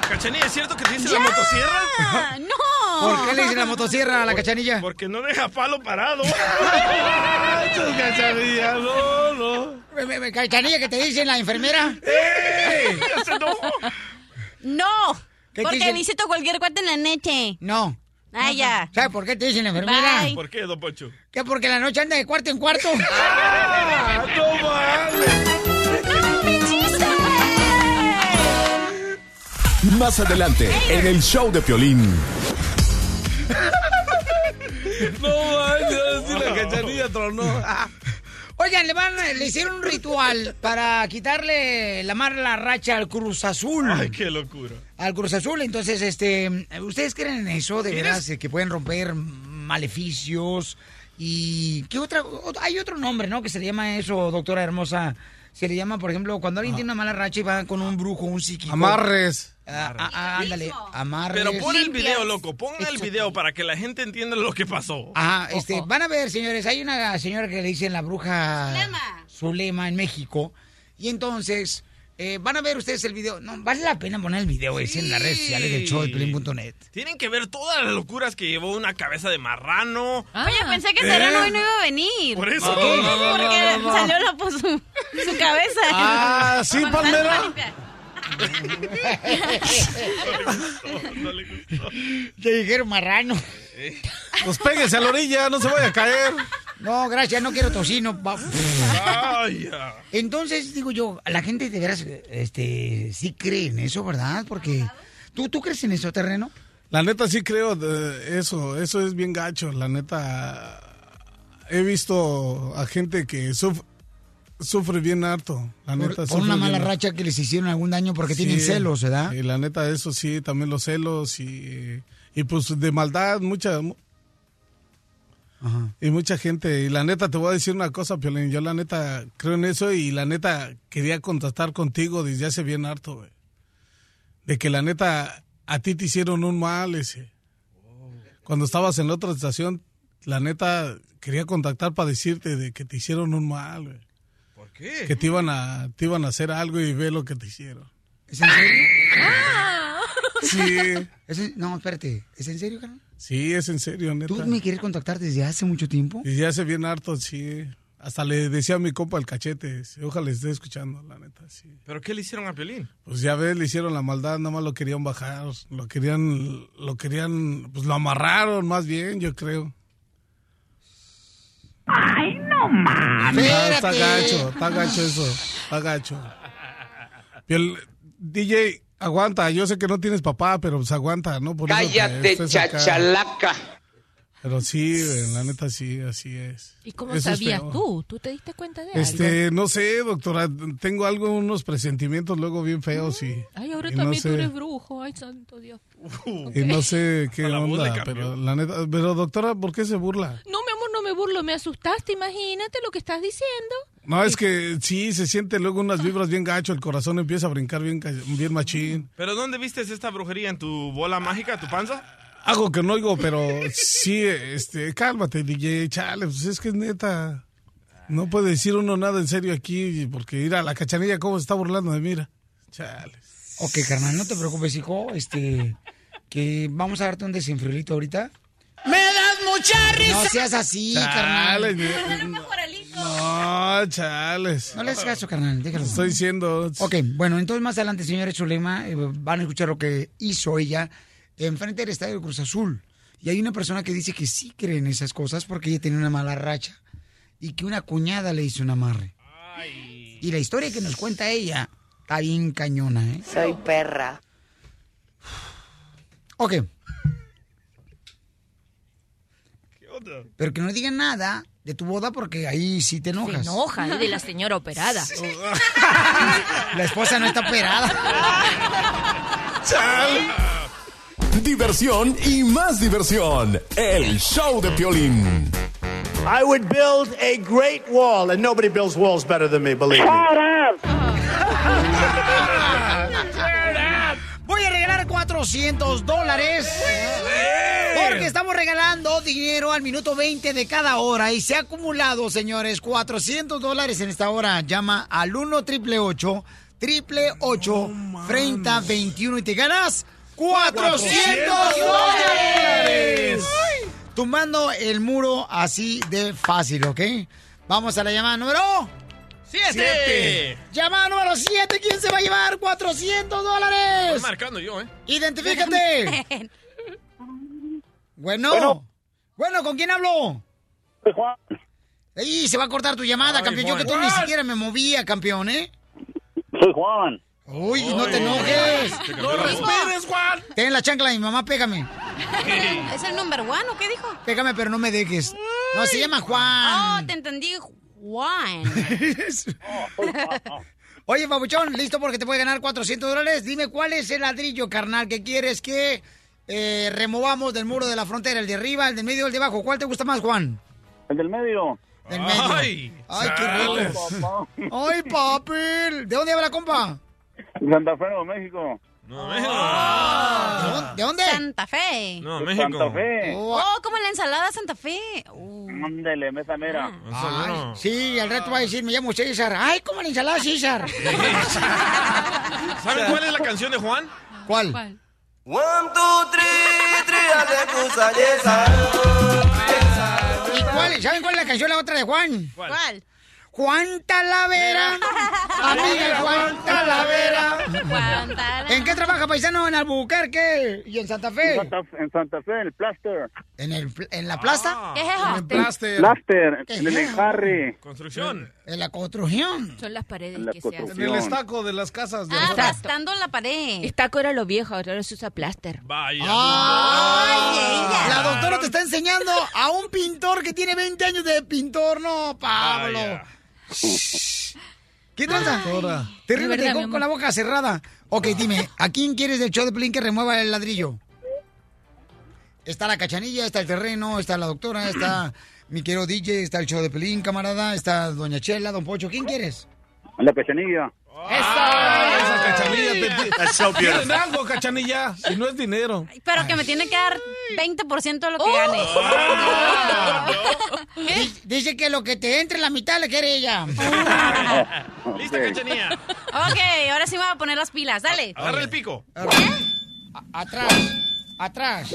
Speaker 3: Cachanilla, ¿es cierto que te dicen
Speaker 2: Ya.
Speaker 3: la motosierra?
Speaker 5: Ah, ¡No!
Speaker 2: ¿Por qué le
Speaker 3: [laughs]
Speaker 2: dicen la motosierra a la cachanilla?
Speaker 3: Porque no deja palo parado.
Speaker 8: Cachanilla, no, no.
Speaker 2: Me- me- me- Cachanilla, que te dicen la enfermera. [laughs]
Speaker 5: ¡No!
Speaker 2: ¿Qué
Speaker 5: Porque
Speaker 2: dicen?
Speaker 5: visito cualquier cuate en la noche.
Speaker 2: No.
Speaker 5: ¡Ay, ya!
Speaker 2: ¿Sabes por qué te dicen la enfermera?
Speaker 5: Bye.
Speaker 3: ¿Por qué, don Pocho?
Speaker 2: Que porque la noche anda de cuarto
Speaker 5: [laughs]
Speaker 2: en cuarto.
Speaker 7: Más adelante, en el show de Piolín.
Speaker 8: No manches, si la cachanilla tronó.
Speaker 2: Oigan, le, van, le hicieron un ritual para quitarle la mala racha al Cruz Azul.
Speaker 3: Ay, qué locura.
Speaker 2: Al Cruz Azul, entonces, este, ¿ustedes creen en eso de veras? eh, Que pueden romper maleficios y... ¿Qué otra? o- Hay otro nombre, ¿no? Que se le llama eso, doctora hermosa. Se le llama, por ejemplo, cuando alguien tiene una mala racha y va con un brujo, un psíquico.
Speaker 8: Amarres.
Speaker 2: Ah, ah, ah, ándale, amarres.
Speaker 3: Pero pon el video, loco. Pon el video para que la gente entienda lo que pasó.
Speaker 2: Ajá, este, van a ver, señores, hay una señora que le dicen la bruja Zulema, en México. Y entonces, eh, van a ver ustedes el video. No, vale la pena poner el video ese en las redes sociales del show de Piolín.net.
Speaker 3: Tienen que ver todas las locuras que llevó una cabeza de marrano.
Speaker 5: Ah. Oye, pensé que
Speaker 3: ¿Eh?
Speaker 5: Serrano hoy no iba a venir.
Speaker 3: Por eso.
Speaker 5: Porque
Speaker 3: No, no, no, no, no.
Speaker 5: salió la por su, su cabeza.
Speaker 8: Ah, sí,
Speaker 5: Para mandar
Speaker 8: Palmera.
Speaker 5: a limpiar.
Speaker 2: Te dijeron marrano.
Speaker 8: Pues péguense a la orilla, no se vaya a caer.
Speaker 2: No, gracias, no quiero tocino. pa-
Speaker 3: ya.
Speaker 2: Entonces, digo yo, la gente de veras, este, sí cree en eso, ¿verdad? Porque, ¿tú, tú crees en eso, terreno?
Speaker 8: La neta sí creo de eso, eso es bien gacho, la neta. He visto a gente que sufre Sufre bien harto, la
Speaker 2: Por,
Speaker 8: neta.
Speaker 2: por
Speaker 8: sufre
Speaker 2: una mala
Speaker 8: bien harto.
Speaker 2: racha que les hicieron algún daño porque tienen
Speaker 8: Sí,
Speaker 2: celos, ¿verdad?
Speaker 8: Y la neta, eso sí, también los celos y, y pues de maldad, mucha. mu- Y mucha gente, y la neta, te voy a decir una cosa, Piolín, yo la neta creo en eso y la neta quería contactar contigo desde hace bien harto, güey. De que la neta, a ti te hicieron un mal ese. Cuando estabas en la otra estación, la neta, quería contactar para decirte de que te hicieron un mal, güey. ¿Por
Speaker 3: qué?
Speaker 8: Que te iban a, te iban a hacer algo y ve lo que te hicieron.
Speaker 2: ¿Es en serio?
Speaker 8: Sí.
Speaker 2: no, espérate. ¿Es en serio, carnal?
Speaker 8: Sí, es en serio, neta.
Speaker 2: ¿Tú me quieres contactar desde hace mucho tiempo?
Speaker 8: Y ya se bien harto, sí. Hasta le decía a mi compa el cachete, sí, ojalá esté escuchando, la neta, sí.
Speaker 3: ¿Pero qué le hicieron a Piolín?
Speaker 8: Pues ya ves, le hicieron la maldad, nada más lo querían bajar, lo querían, lo querían, pues lo amarraron más bien, yo creo.
Speaker 6: Ay, no mames.
Speaker 8: Ah, está gacho, está gacho eso, está gacho. Piol- DJ, aguanta, yo sé que no tienes papá, pero pues aguanta, ¿no? Por eso que
Speaker 6: Cállate,
Speaker 8: estés acá.
Speaker 6: chachalaca.
Speaker 8: Pero sí, güey, la neta sí, así es.
Speaker 1: ¿Y cómo
Speaker 8: Eso es
Speaker 1: sabías
Speaker 8: feo.
Speaker 1: tú? ¿Tú te diste cuenta de algo?
Speaker 8: Este, no sé, doctora, tengo algo, unos presentimientos luego bien feos y,
Speaker 1: Ay, ahora
Speaker 8: y no
Speaker 1: también
Speaker 8: sé,
Speaker 1: tú eres brujo. Ay, santo Dios.
Speaker 8: [laughs]
Speaker 1: Eh,
Speaker 8: y no sé qué
Speaker 3: la voz le
Speaker 8: onda,
Speaker 3: cambió.
Speaker 8: pero la neta, pero doctora, ¿por qué se burla?
Speaker 1: No, mi amor, no me burlo. Me asustaste. Imagínate lo que estás diciendo.
Speaker 8: No, es que sí, se siente luego unas vibras bien gacho, el corazón empieza a brincar bien, ca- bien machín.
Speaker 3: ¿Pero dónde viste esta brujería? ¿En tu bola mágica, tu panza?
Speaker 8: Algo que no oigo, pero sí, este, cálmate, DJ, chale, pues es que es neta. No puede decir uno nada en serio aquí, porque mira, la cachanilla cómo se está burlando de mira. Chale.
Speaker 2: Ok, carnal, no te preocupes, hijo. Este, que vamos a darte un desenfriolito ahorita.
Speaker 6: Me das mucha risa.
Speaker 2: No seas así,
Speaker 8: Chale,
Speaker 2: carnal.
Speaker 8: No, chales.
Speaker 2: No le hagas caso, carnal, déjalo.
Speaker 8: Estoy diciendo.
Speaker 2: Ok, bueno, entonces más adelante, señores Zulema, eh, van a escuchar lo que hizo ella enfrente del estadio de Cruz Azul. Y hay una persona que dice que sí cree en esas cosas porque ella tenía una mala racha y que una cuñada le hizo un amarre. Y la historia que nos cuenta ella está bien cañona, ¿eh?
Speaker 4: Soy perra.
Speaker 2: Ok, pero que no digan nada de tu boda porque ahí sí te
Speaker 1: Se
Speaker 2: enojas.
Speaker 1: enoja ¿eh? de la señora [laughs] operada.
Speaker 2: La esposa no está operada.
Speaker 7: Diversión y más diversión. El show de Piolín.
Speaker 12: I would build a great wall, and nobody builds walls better than me, believe me.
Speaker 2: Voy a regalar 400 dólares. Porque estamos regalando dinero al minuto 20 de cada hora y se ha acumulado, señores, 400 dólares en esta hora. Llama al 1 triple 8 triple 8 30 21 y te ganas 400 dólares. Ay. Tumbando el muro así de fácil, ¿ok? Vamos a la llamada número
Speaker 3: ¡Siete!
Speaker 2: Llamada número 7, ¿quién se va a llevar 400 dólares?
Speaker 3: Estoy marcando yo, ¿eh? [laughs]
Speaker 2: Identifícate. bueno. bueno. ¿con quién hablo? Juan. Ey, se va a cortar tu llamada,
Speaker 12: Ay,
Speaker 2: campeón. Yo
Speaker 12: Juan.
Speaker 2: que tú ni
Speaker 12: Juan.
Speaker 2: siquiera me movía, campeón, ¿eh?
Speaker 12: Soy Juan.
Speaker 2: Uy, no te enojes.
Speaker 12: Te cambió No la voz.
Speaker 2: respetes, Juan. Ten la chancla de mi mamá, pégame.
Speaker 5: ¿Es el number one o qué dijo?
Speaker 2: Pégame, pero no me dejes. No, se llama
Speaker 5: Oh,
Speaker 2: Juan.
Speaker 5: te entendí, Juan.
Speaker 2: [laughs] Oye, Papuchón, ¿listo porque te puede ganar 400 dólares? Dime, ¿cuál es el ladrillo, carnal, que quieres que eh, removamos del muro de la frontera? ¿El de arriba, el del medio o el de abajo? ¿Cuál te gusta más, Juan?
Speaker 12: El del medio.
Speaker 2: Del medio.
Speaker 12: Ay,
Speaker 2: Ay, qué rico. Ay, papi. ¿De dónde habla, compa?
Speaker 12: Santa Fe, Nuevo México.
Speaker 2: ¿De dónde?
Speaker 5: Santa Fe.
Speaker 12: No, México. Santa Fe.
Speaker 5: Oh, como la ensalada Santa Fe. Uh, Ah.
Speaker 12: Ándele, mesa mera.
Speaker 2: Ay, sí, al rato va a decir, me llamo César. Ay, como la ensalada
Speaker 3: [laughs]
Speaker 2: César.
Speaker 3: ¿Saben cuál es la canción de Juan?
Speaker 2: ¿Cuál?
Speaker 6: One, two, three, three, hace cusa, yesa.
Speaker 2: ¿Y cuál? ¿Saben cuál es la canción la otra de Juan?
Speaker 6: ¿Cuál?
Speaker 2: Juan [laughs] Talavera. Amiga Juan Talavera. ¿En qué trabaja paisano? ¿En Albuquerque? ¿Y en Santa Fe?
Speaker 12: Santa- en Santa Fe, en el Plaster.
Speaker 2: ¿En, el, en la plaza?
Speaker 1: ¿Qué es eso?
Speaker 2: En el plaster.
Speaker 12: Plaster,
Speaker 2: ¿Qué
Speaker 12: en el
Speaker 2: es eso?
Speaker 12: enjarre.
Speaker 3: Construcción.
Speaker 2: En la construcción.
Speaker 1: Son las paredes
Speaker 12: La
Speaker 1: que se hacen.
Speaker 12: En el
Speaker 8: estaco de las casas.
Speaker 1: Ah,
Speaker 5: aplastando la pared.
Speaker 1: Estaco era lo viejo, ahora se usa plaster.
Speaker 3: Vaya.
Speaker 2: Ah. La doctora te está enseñando a un pintor que tiene 20 años de pintor, no, Pablo.
Speaker 3: Vaya.
Speaker 2: ¿Qué tranza? Terrible,
Speaker 6: Es
Speaker 2: te
Speaker 6: verdad, mi
Speaker 2: dejó
Speaker 6: amor.
Speaker 2: con la boca cerrada. Ok, dime, ¿a quién quieres del show de Pelín que remueva el ladrillo? Está la cachanilla, está el terreno, está la doctora,
Speaker 6: [clears throat]
Speaker 2: está mi querido DJ, está el show de Pelín, camarada, está Doña Chela, Don Pocho. ¿Quién quieres?
Speaker 4: La cachanilla.
Speaker 8: Esa cachanilla te- te-
Speaker 4: That's so beautiful.
Speaker 8: Quieren algo, cachanilla. Si no es dinero.
Speaker 5: Pero que me tiene que dar 20% de lo que gane. [laughs]
Speaker 2: Di- Oh. Ah, Dice que lo que te entre la mitad le quiere ella.
Speaker 3: [laughs] Lista, cachanilla.
Speaker 5: ok, ahora sí me voy a poner las pilas. Dale.
Speaker 3: Agarra el pico.
Speaker 2: Ah. Atrás, atrás.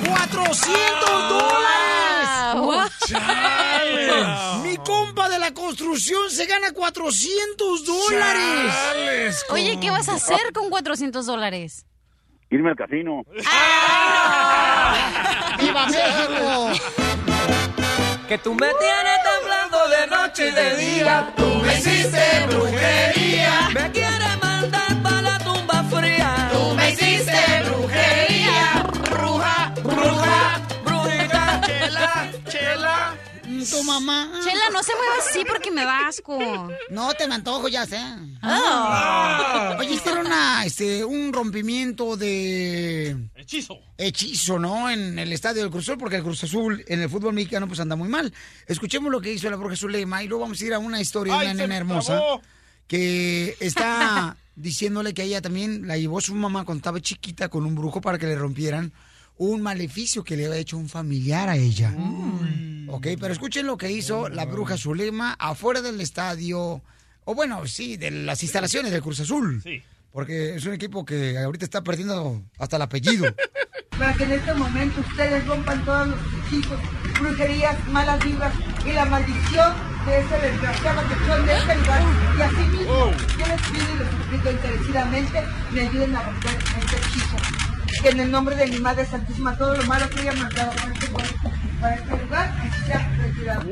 Speaker 2: ¡400 dólares!
Speaker 6: Wow.
Speaker 2: ¡Chales! ¡Mi compa de la construcción se gana 400 dólares!
Speaker 5: Oye, ¿qué vas a hacer con 400 dólares?
Speaker 4: Irme al casino.
Speaker 2: ¡Viva México!
Speaker 6: Que tú me tienes temblando de noche y de día. Tú me hiciste brujería. Me quieres mandar para la tumba fría. Tú me hiciste brujería. Bruja, bruja, brujita. Chela, chela.
Speaker 2: Tu mamá.
Speaker 5: Chela, no se mueva así porque me da asco.
Speaker 2: No, te ¿eh? me antojo, ya sé.
Speaker 5: Ah.
Speaker 2: Oye, este era una, este, un rompimiento de...
Speaker 3: Hechizo.
Speaker 2: Hechizo, ¿no? En el estadio del Cruz Azul, porque el Cruz Azul en el fútbol mexicano pues anda muy mal. Escuchemos lo que hizo la Bruja Zulema y luego vamos a ir a una historia de
Speaker 6: Ay,
Speaker 2: una
Speaker 6: se
Speaker 2: nena
Speaker 6: me
Speaker 2: hermosa
Speaker 6: trabó.
Speaker 2: que
Speaker 6: [laughs]
Speaker 2: está diciéndole que a ella también la llevó su mamá cuando estaba chiquita con un brujo para que le rompieran un maleficio que le había hecho un familiar a ella.
Speaker 6: Mm.
Speaker 2: Ok, pero escuchen lo que hizo la Bruja Zulema afuera del estadio, o bueno, sí, de las instalaciones del Cruz Azul.
Speaker 6: Sí.
Speaker 2: Porque es un equipo que ahorita está perdiendo hasta el apellido.
Speaker 16: para que en este momento ustedes rompan todos los hechizos, brujerías, malas vibras y la maldición de ese desgraciado que son de este lugar. Y así mismo, yo les pido y les suplico encarecidamente, me ayuden a romper este hechizo. Que en el nombre de mi Madre Santísima, todo lo malo que haya mandado para este, cuerpo, para este lugar, sea retirado.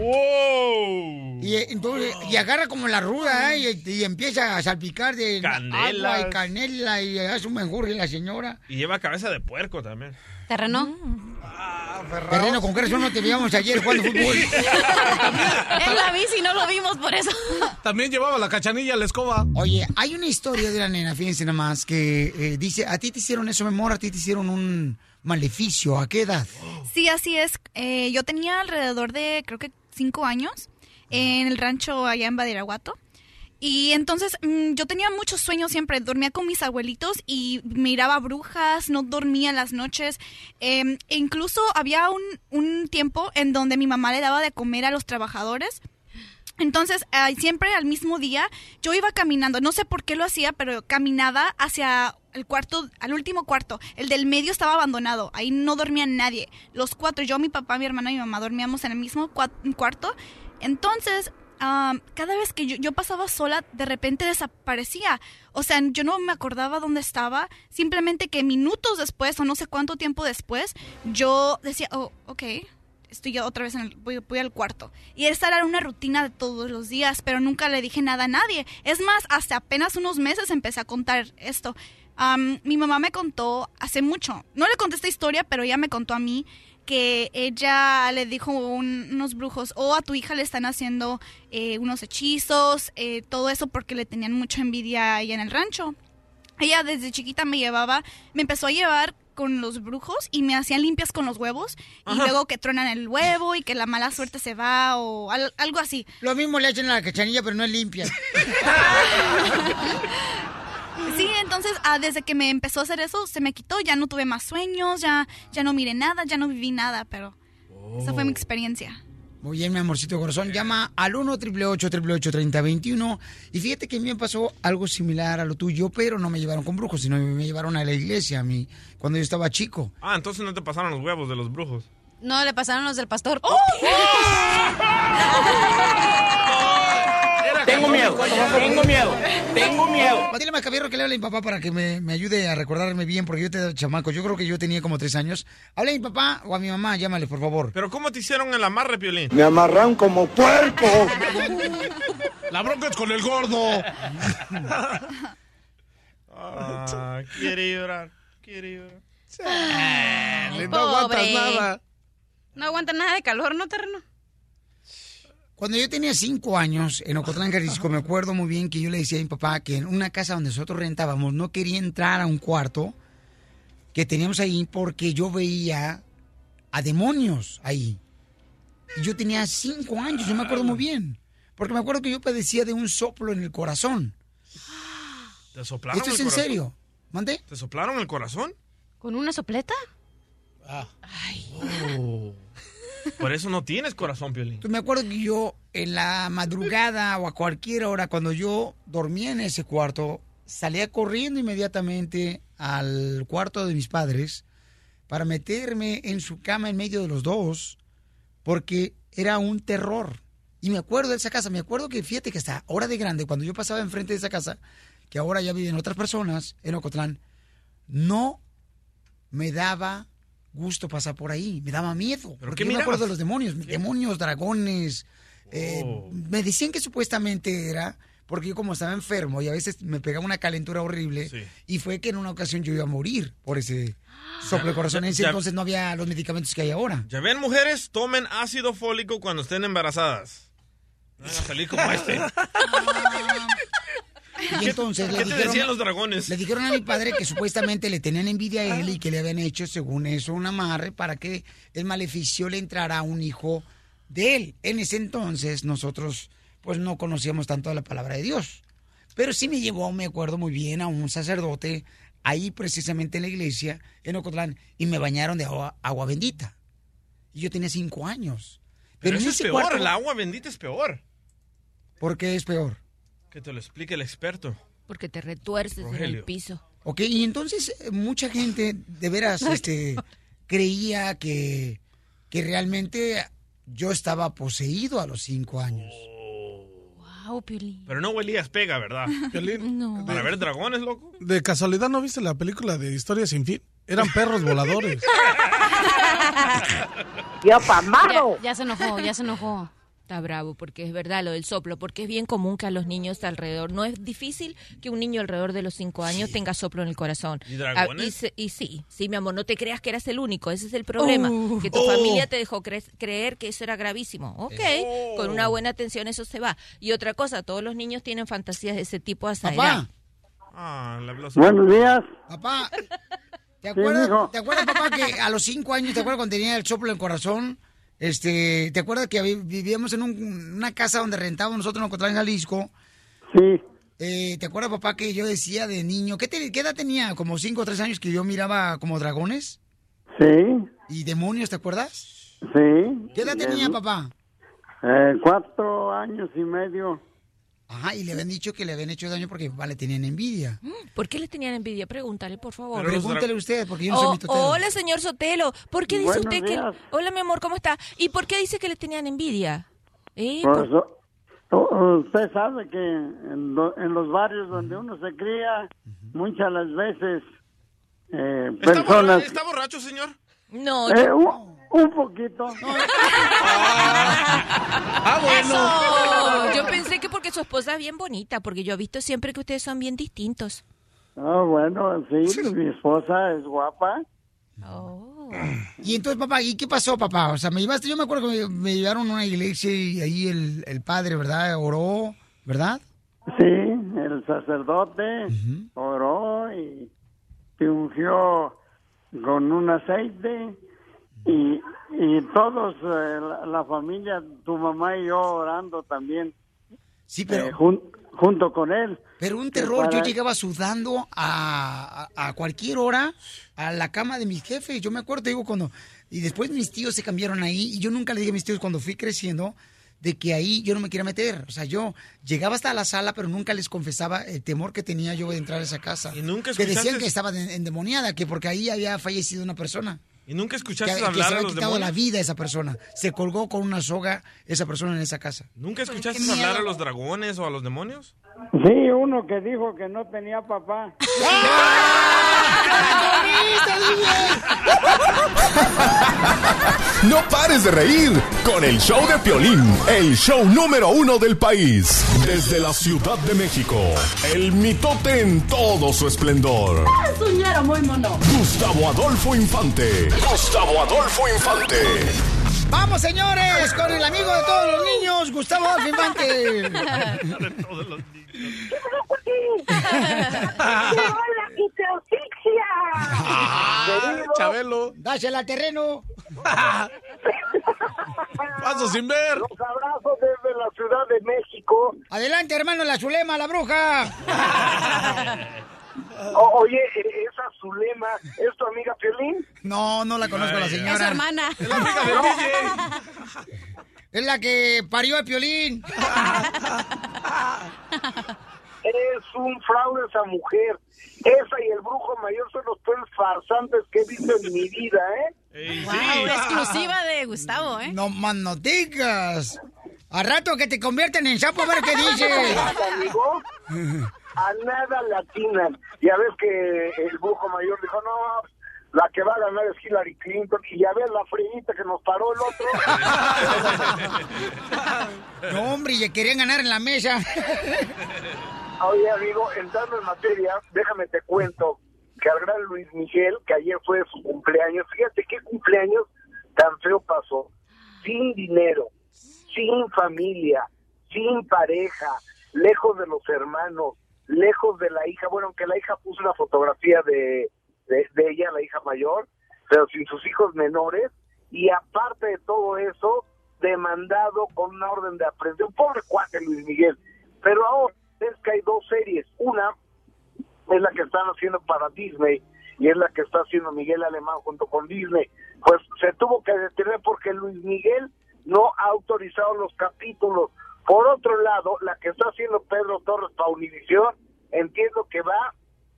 Speaker 2: Y eh, entonces, y agarra como la ruda, ¿eh? Y, y empieza a salpicar de
Speaker 3: Canela.
Speaker 2: agua y canela y hace un menjurje la señora.
Speaker 3: Y lleva cabeza de puerco también.
Speaker 5: ¿Terreno?
Speaker 2: Terreno con eso no te veíamos ayer jugando fútbol.
Speaker 5: [laughs] En la bici no lo vimos por eso.
Speaker 2: También llevaba la cachanilla la escoba. Oye, hay una historia de la nena, fíjense nada más, que eh, dice, a ti te hicieron eso, mi amor, a ti te hicieron un maleficio, ¿a qué edad?
Speaker 25: Sí, así es. Eh, yo tenía alrededor de, creo que cinco años, en el rancho allá en Badiraguato. Y entonces mm, yo tenía muchos sueños siempre. Dormía con mis abuelitos y miraba brujas, no dormía en las noches. Eh, e incluso había un, un tiempo en donde mi mamá le daba de comer a los trabajadores. Entonces, ah, siempre al mismo día, yo iba caminando, no sé por qué lo hacía, pero caminaba hacia el cuarto, al último cuarto. El del medio estaba abandonado, ahí no dormía nadie. Los cuatro, yo, mi papá, mi hermana y mi mamá dormíamos en el mismo cua- cuarto. Entonces, ah, cada vez que yo, yo pasaba sola, de repente desaparecía. O sea, yo no me acordaba dónde estaba, simplemente que minutos después o no sé cuánto tiempo después, yo decía, oh, ok, estoy ya otra vez en el, voy, voy al cuarto. Y esa era una rutina de todos los días, pero nunca le dije nada a nadie. Es más, hasta apenas unos meses empecé a contar esto. Am, mi mamá me contó hace mucho, no le conté esta historia, pero ella me contó a mí que ella le dijo a un- unos brujos, oh, a tu hija le están haciendo eh, unos hechizos, eh, todo eso porque le tenían mucha envidia ahí en el rancho. Ella desde chiquita me llevaba, me empezó a llevar con los brujos y me hacían limpias con los huevos y
Speaker 2: Ajá.
Speaker 25: luego que tronan el huevo y que la mala suerte se va o al- algo así.
Speaker 2: Lo mismo le hacen a la cachanilla, pero no es
Speaker 25: [laughs]
Speaker 2: limpia.
Speaker 25: Sí, entonces ah, desde que me empezó a hacer eso se me quitó, ya no tuve más sueños, ya, ya no miré nada, ya no viví nada, pero esa
Speaker 2: Oh.
Speaker 25: fue mi experiencia.
Speaker 2: Muy bien, mi amorcito corazón. Llama al 1 888 3021 Y fíjate que a mí me pasó algo similar a lo tuyo, pero no me llevaron con brujos, sino me llevaron a la iglesia a mí cuando yo estaba chico.
Speaker 3: Ah, entonces no te pasaron los huevos de los brujos.
Speaker 5: No, le pasaron los del pastor. ¡Oh!
Speaker 4: Tengo miedo, tengo miedo, tengo miedo.
Speaker 2: Va, Dile más que le hable a mi papá para que me, me ayude a recordarme bien, porque yo te chamaco. Yo creo que yo tenía como tres años. Habla a mi papá o a mi mamá, llámale, por favor.
Speaker 3: Pero ¿cómo te hicieron el amarre, Piolín?
Speaker 2: Me amarran como
Speaker 3: [laughs]
Speaker 2: puerco.
Speaker 8: La bronca es con el gordo.
Speaker 3: Ah, quiere llorar, quiere llorar.
Speaker 5: Ay,
Speaker 3: no aguantas
Speaker 5: pobre.
Speaker 3: nada.
Speaker 5: No aguanta nada de calor, ¿no, terreno?
Speaker 2: Cuando yo tenía cinco años en Ocotlán, Jalisco, me acuerdo muy bien que yo le decía a mi papá que en una casa donde nosotros rentábamos no quería entrar a un cuarto que teníamos ahí porque yo veía a demonios ahí. Y yo tenía cinco años, yo me acuerdo muy bien. Porque me acuerdo que yo padecía de un soplo en el corazón.
Speaker 3: ¿Te soplaron
Speaker 2: ¿Esto es
Speaker 3: el
Speaker 2: en
Speaker 3: corazón?
Speaker 2: serio? ¿Mande?
Speaker 3: ¿Te soplaron el corazón?
Speaker 5: ¿Con una sopleta?
Speaker 2: Ah.
Speaker 3: Oh. Por eso no tienes corazón, Piolín.
Speaker 2: Tú Pues me acuerdo que yo en la madrugada o a cualquier hora cuando yo dormía en ese cuarto, salía corriendo inmediatamente al cuarto de mis padres para meterme en su cama en medio de los dos porque era un terror. Y me acuerdo de esa casa, me acuerdo que fíjate que hasta ahora de grande, cuando yo pasaba enfrente de esa casa, que ahora ya viven otras personas en Ocotlán, no me daba gusto pasar por ahí, me daba miedo. porque
Speaker 3: qué
Speaker 2: yo me acuerdo
Speaker 3: mirabas?
Speaker 2: de los demonios, demonios, dragones. eh,
Speaker 3: Oh.
Speaker 2: me decían que supuestamente era porque yo como estaba enfermo y a veces me pegaba una calentura horrible y fue que en una ocasión yo iba a morir por ese soplo de corazón. En ese
Speaker 3: Ah. Ya- ya-
Speaker 2: entonces no había los medicamentos que hay ahora.
Speaker 3: Ya ven, mujeres, tomen ácido fólico cuando estén embarazadas. No van a salir como
Speaker 2: [laughs]
Speaker 3: este.
Speaker 2: Y entonces
Speaker 3: ¿Qué
Speaker 2: le
Speaker 3: te
Speaker 2: dijeron,
Speaker 3: decían los dragones?
Speaker 2: Le dijeron a mi padre que supuestamente le tenían envidia a él
Speaker 3: Ah.
Speaker 2: y que le habían hecho, según eso, un amarre para que el maleficio le entrara a un hijo de él. En ese entonces nosotros pues no conocíamos tanto la palabra de Dios. Pero sí me llevó, me acuerdo muy bien, a un sacerdote ahí precisamente en la iglesia, en Ocotlán, y me bañaron de agua, agua bendita. Y yo tenía cinco años.
Speaker 3: Pero,
Speaker 2: en
Speaker 3: eso es
Speaker 2: ese
Speaker 3: peor,
Speaker 2: cuarto-
Speaker 3: el agua bendita es peor.
Speaker 2: ¿Por qué es peor?
Speaker 3: Que te lo explique el experto.
Speaker 1: Porque te retuerces en el
Speaker 3: Rogelio.
Speaker 1: piso.
Speaker 2: Ok, y entonces eh, mucha gente de veras este, creía que, que realmente yo estaba poseído a los cinco años.
Speaker 5: Ah, oh,
Speaker 1: Wow, Piolín.
Speaker 3: Pero no huelías pega,
Speaker 2: [laughs]
Speaker 3: ¿verdad?
Speaker 1: No.
Speaker 3: Para ver dragones, loco.
Speaker 8: De casualidad, ¿no viste la película de Historia sin fin? Eran perros voladores.
Speaker 1: Yo
Speaker 5: pamado.
Speaker 1: Ya, ya se enojó, ya se enojó. Está bravo, porque es verdad lo del soplo, porque es bien común que a los niños alrededor, no es difícil que un niño alrededor de los cinco años tenga soplo en el corazón.
Speaker 6: ¿Y dragones?
Speaker 1: Ah, y, se- y sí, sí, mi amor, no te creas que eras el único, ese es el problema,
Speaker 6: Uh.
Speaker 1: que tu
Speaker 6: Oh.
Speaker 1: familia te dejó cre- creer que eso era gravísimo. Ok, con una buena atención eso se va. Y otra cosa, todos los niños tienen fantasías de ese tipo hasta
Speaker 6: Papá.
Speaker 1: edad.
Speaker 3: Ah, le habló su-
Speaker 17: Buenos días.
Speaker 2: Papá, ¿te
Speaker 17: Sí,
Speaker 2: acuerdas,
Speaker 17: mijo.
Speaker 2: ¿te acuerdas, papá, que a los cinco años, ¿te acuerdas cuando tenía el soplo en el corazón? Este, ¿Te acuerdas que vi- vivíamos en un- una casa donde rentábamos nosotros en Ocotlán, Jalisco? Eh,
Speaker 17: Sí.
Speaker 2: ¿Te acuerdas, papá, que yo decía de niño, ¿qué, te- qué edad tenía? ¿Como cinco o tres años que yo miraba como dragones?
Speaker 17: Sí,
Speaker 2: ¿Y demonios, te acuerdas?
Speaker 17: sí.
Speaker 2: ¿Qué edad tenía, papá?
Speaker 17: Eh, cuatro años y medio.
Speaker 2: Ajá, y le habían dicho que le habían hecho daño porque papá le tenían envidia.
Speaker 1: ¿Por qué les tenían envidia? Pregúntale, por favor.
Speaker 2: Pregúntele usted, porque yo no soy
Speaker 1: Oh,
Speaker 2: mi totero.
Speaker 1: Hola, señor Sotelo. ¿Por qué dice
Speaker 17: Buenos
Speaker 1: usted que...
Speaker 17: días.
Speaker 1: Hola, mi amor, ¿cómo está? ¿Y por qué dice que le tenían envidia? Eh,
Speaker 17: Por
Speaker 1: por-
Speaker 17: eso, u- usted sabe que en, lo- en los barrios donde uno se cría, muchas las veces eh,
Speaker 3: ¿Está, borra-
Speaker 17: personas...
Speaker 3: está borracho, señor?
Speaker 1: No,
Speaker 17: Eh, un, un poquito. [laughs]
Speaker 1: [laughs] ¡Ah,
Speaker 17: bueno.
Speaker 1: Yo pensé que porque su esposa es bien bonita, porque yo he visto siempre que ustedes son bien distintos.
Speaker 17: Ah, bueno, sí, mi esposa es guapa.
Speaker 2: Y entonces, papá, ¿y qué pasó, papá? O sea, me llevaste, yo me acuerdo que me, me llevaron a una iglesia y ahí el, el padre, ¿verdad? Oró, ¿verdad?
Speaker 17: Sí, el sacerdote oró y te ungió con un aceite y, y todos, eh, la, la familia, tu mamá y yo orando también. eh,
Speaker 2: Sí, pero-
Speaker 17: junto con él.
Speaker 2: Pero un Terror, yo
Speaker 17: Para-
Speaker 2: llegaba sudando a, a- a cualquier hora a la cama de mis jefes. Yo me acuerdo, te digo, cuando... Y después mis tíos se cambiaron ahí y yo nunca le dije a mis tíos cuando fui creciendo de que ahí yo no me quería meter. O sea, yo llegaba hasta la sala, pero nunca les confesaba el temor que tenía yo de entrar a esa casa. Y nunca Que decían
Speaker 3: escuchaste-
Speaker 2: que estaba de- endemoniada, que porque ahí había fallecido una persona.
Speaker 3: ¿Y nunca
Speaker 2: que,
Speaker 3: escuchaste
Speaker 2: que
Speaker 3: hablar
Speaker 2: se
Speaker 3: a
Speaker 2: había
Speaker 3: los
Speaker 2: quitado la
Speaker 3: demonios?
Speaker 2: vida esa persona. Se colgó con una soga esa persona en esa casa.
Speaker 3: ¿Nunca escuchaste
Speaker 17: qué
Speaker 3: hablar a
Speaker 17: miedo.
Speaker 3: los dragones o a los demonios?
Speaker 17: Sí, uno que dijo que no tenía papá.
Speaker 7: No pares de reír con el show de Piolín, el show número uno del país. Desde la Ciudad de México, el mitote en todo su esplendor.
Speaker 20: Es un muy mono.
Speaker 7: Gustavo Adolfo Infante. Gustavo Adolfo Infante.
Speaker 2: Vamos, señores, con el amigo de todos los niños, Gustavo Alfimante.
Speaker 20: ¡Hola,
Speaker 17: Ah,
Speaker 8: Chabelo.
Speaker 2: Dásela terreno.
Speaker 8: Paso sin ver.
Speaker 2: Los abrazos desde la Ciudad de México. Adelante, hermano, la Zulema, la bruja.
Speaker 17: O- oye, e- esa Zulema, ¿es tu amiga Piolín?
Speaker 2: No, no la conozco a la
Speaker 17: Ay,
Speaker 2: señora.
Speaker 17: es su hermana.
Speaker 2: Es
Speaker 17: la amiga del
Speaker 2: Es la que parió a Piolín.
Speaker 17: Es un fraude esa mujer. Esa y el brujo mayor son los peores farsantes que he visto en mi vida, ¿eh?
Speaker 5: Wow, exclusiva de Gustavo, ¿eh?
Speaker 2: No más noticas. A rato que te convierten en sapo, a ver qué
Speaker 17: [laughs]
Speaker 2: dices.
Speaker 17: Amigo, a nada latinan. Ya ves que el brujo mayor dijo, no, la que va a ganar es Hillary Clinton. Y ya ves la freñita que nos paró el otro.
Speaker 2: No, hombre, y querían ganar en la mesa.
Speaker 17: Oye, amigo, entrando en materia, déjame te cuento que al gran Luis Miguel, que ayer fue su cumpleaños, fíjate qué cumpleaños tan feo pasó. Sin dinero, sin familia, sin pareja, lejos de los hermanos, lejos de la hija. Bueno, aunque la hija puso una fotografía de, de, de ella, la hija mayor, pero sin sus hijos menores. Y aparte de todo eso, demandado con una orden de aprehensión. Pobre cuate Luis Miguel. Pero ahora es que hay dos series. Una es la que están haciendo para Disney y es la que está haciendo Miguel Alemán junto con Disney. Pues se tuvo que detener porque Luis Miguel no ha autorizado los capítulos. Por otro lado, la que está haciendo Pedro Torres para Univisión, entiendo que va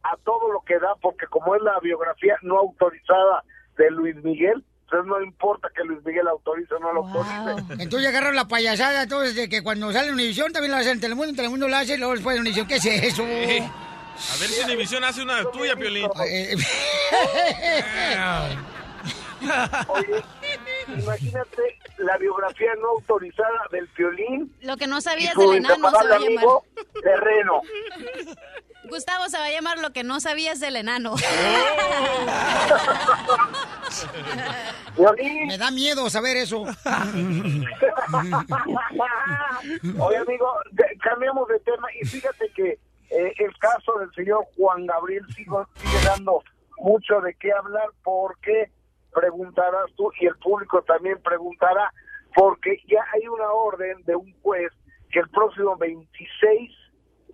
Speaker 17: a todo lo que da porque como es la biografía no autorizada de Luis Miguel, entonces no importa que Luis Miguel autorice o no lo autorice.
Speaker 2: Entonces agarraron la payasada, entonces, de que cuando sale Univisión también la hacen en Telemundo, en Telemundo la hace y luego después en Univisión. ¿Qué es eso?
Speaker 3: Eh, a ver si Univision hace una tuya, Piolín.
Speaker 2: eh.
Speaker 17: Oye, imagínate la biografía no autorizada del violín.
Speaker 5: Lo que no sabías
Speaker 17: su
Speaker 5: del enano se va a
Speaker 17: incomparable
Speaker 5: llamar.
Speaker 17: amigo Terreno.
Speaker 5: [laughs] Gustavo se va a llamar lo que no sabías del enano.
Speaker 2: Me da miedo saber eso.
Speaker 17: [laughs] Oye, amigo, de- cambiamos de tema y fíjate que eh, el caso del señor Juan Gabriel sigo- sigue dando mucho de qué hablar porque preguntarás tú y el público también preguntará porque ya hay una orden de un juez que el próximo 26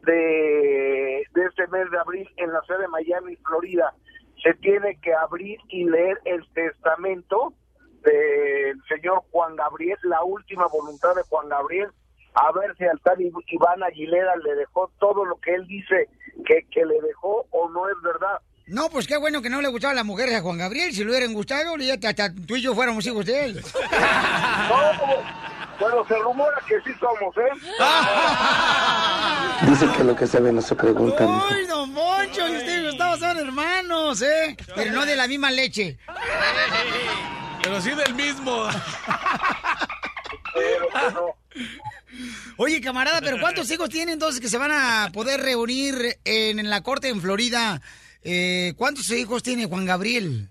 Speaker 17: de, de este mes de abril en la ciudad de Miami, Florida, se tiene que abrir y leer el testamento del señor Juan Gabriel, la última voluntad de Juan Gabriel, a ver si al tal Ib- Iván Aguilera le dejó todo lo que él dice que, que le dejó o no es verdad.
Speaker 2: No, pues qué bueno que no le gustaban las mujeres a Juan Gabriel. Si le hubieran gustado, olvídate, hasta tú y yo fuéramos hijos de él.
Speaker 17: Bueno, se rumora que sí somos, ¿eh?
Speaker 14: Dicen que lo que se ve no se pregunta. mijo.
Speaker 2: ¡Ay, don Moncho! que Ustedes y Gustavo son hermanos, ¿eh? Pero no de la misma leche.
Speaker 8: [laughs] Pero sí del mismo.
Speaker 2: Oye, camarada, ¿pero cuántos hijos tienen entonces que se van a poder reunir en, en la corte en Florida? Eh, ¿Cuántos hijos tiene Juan Gabriel?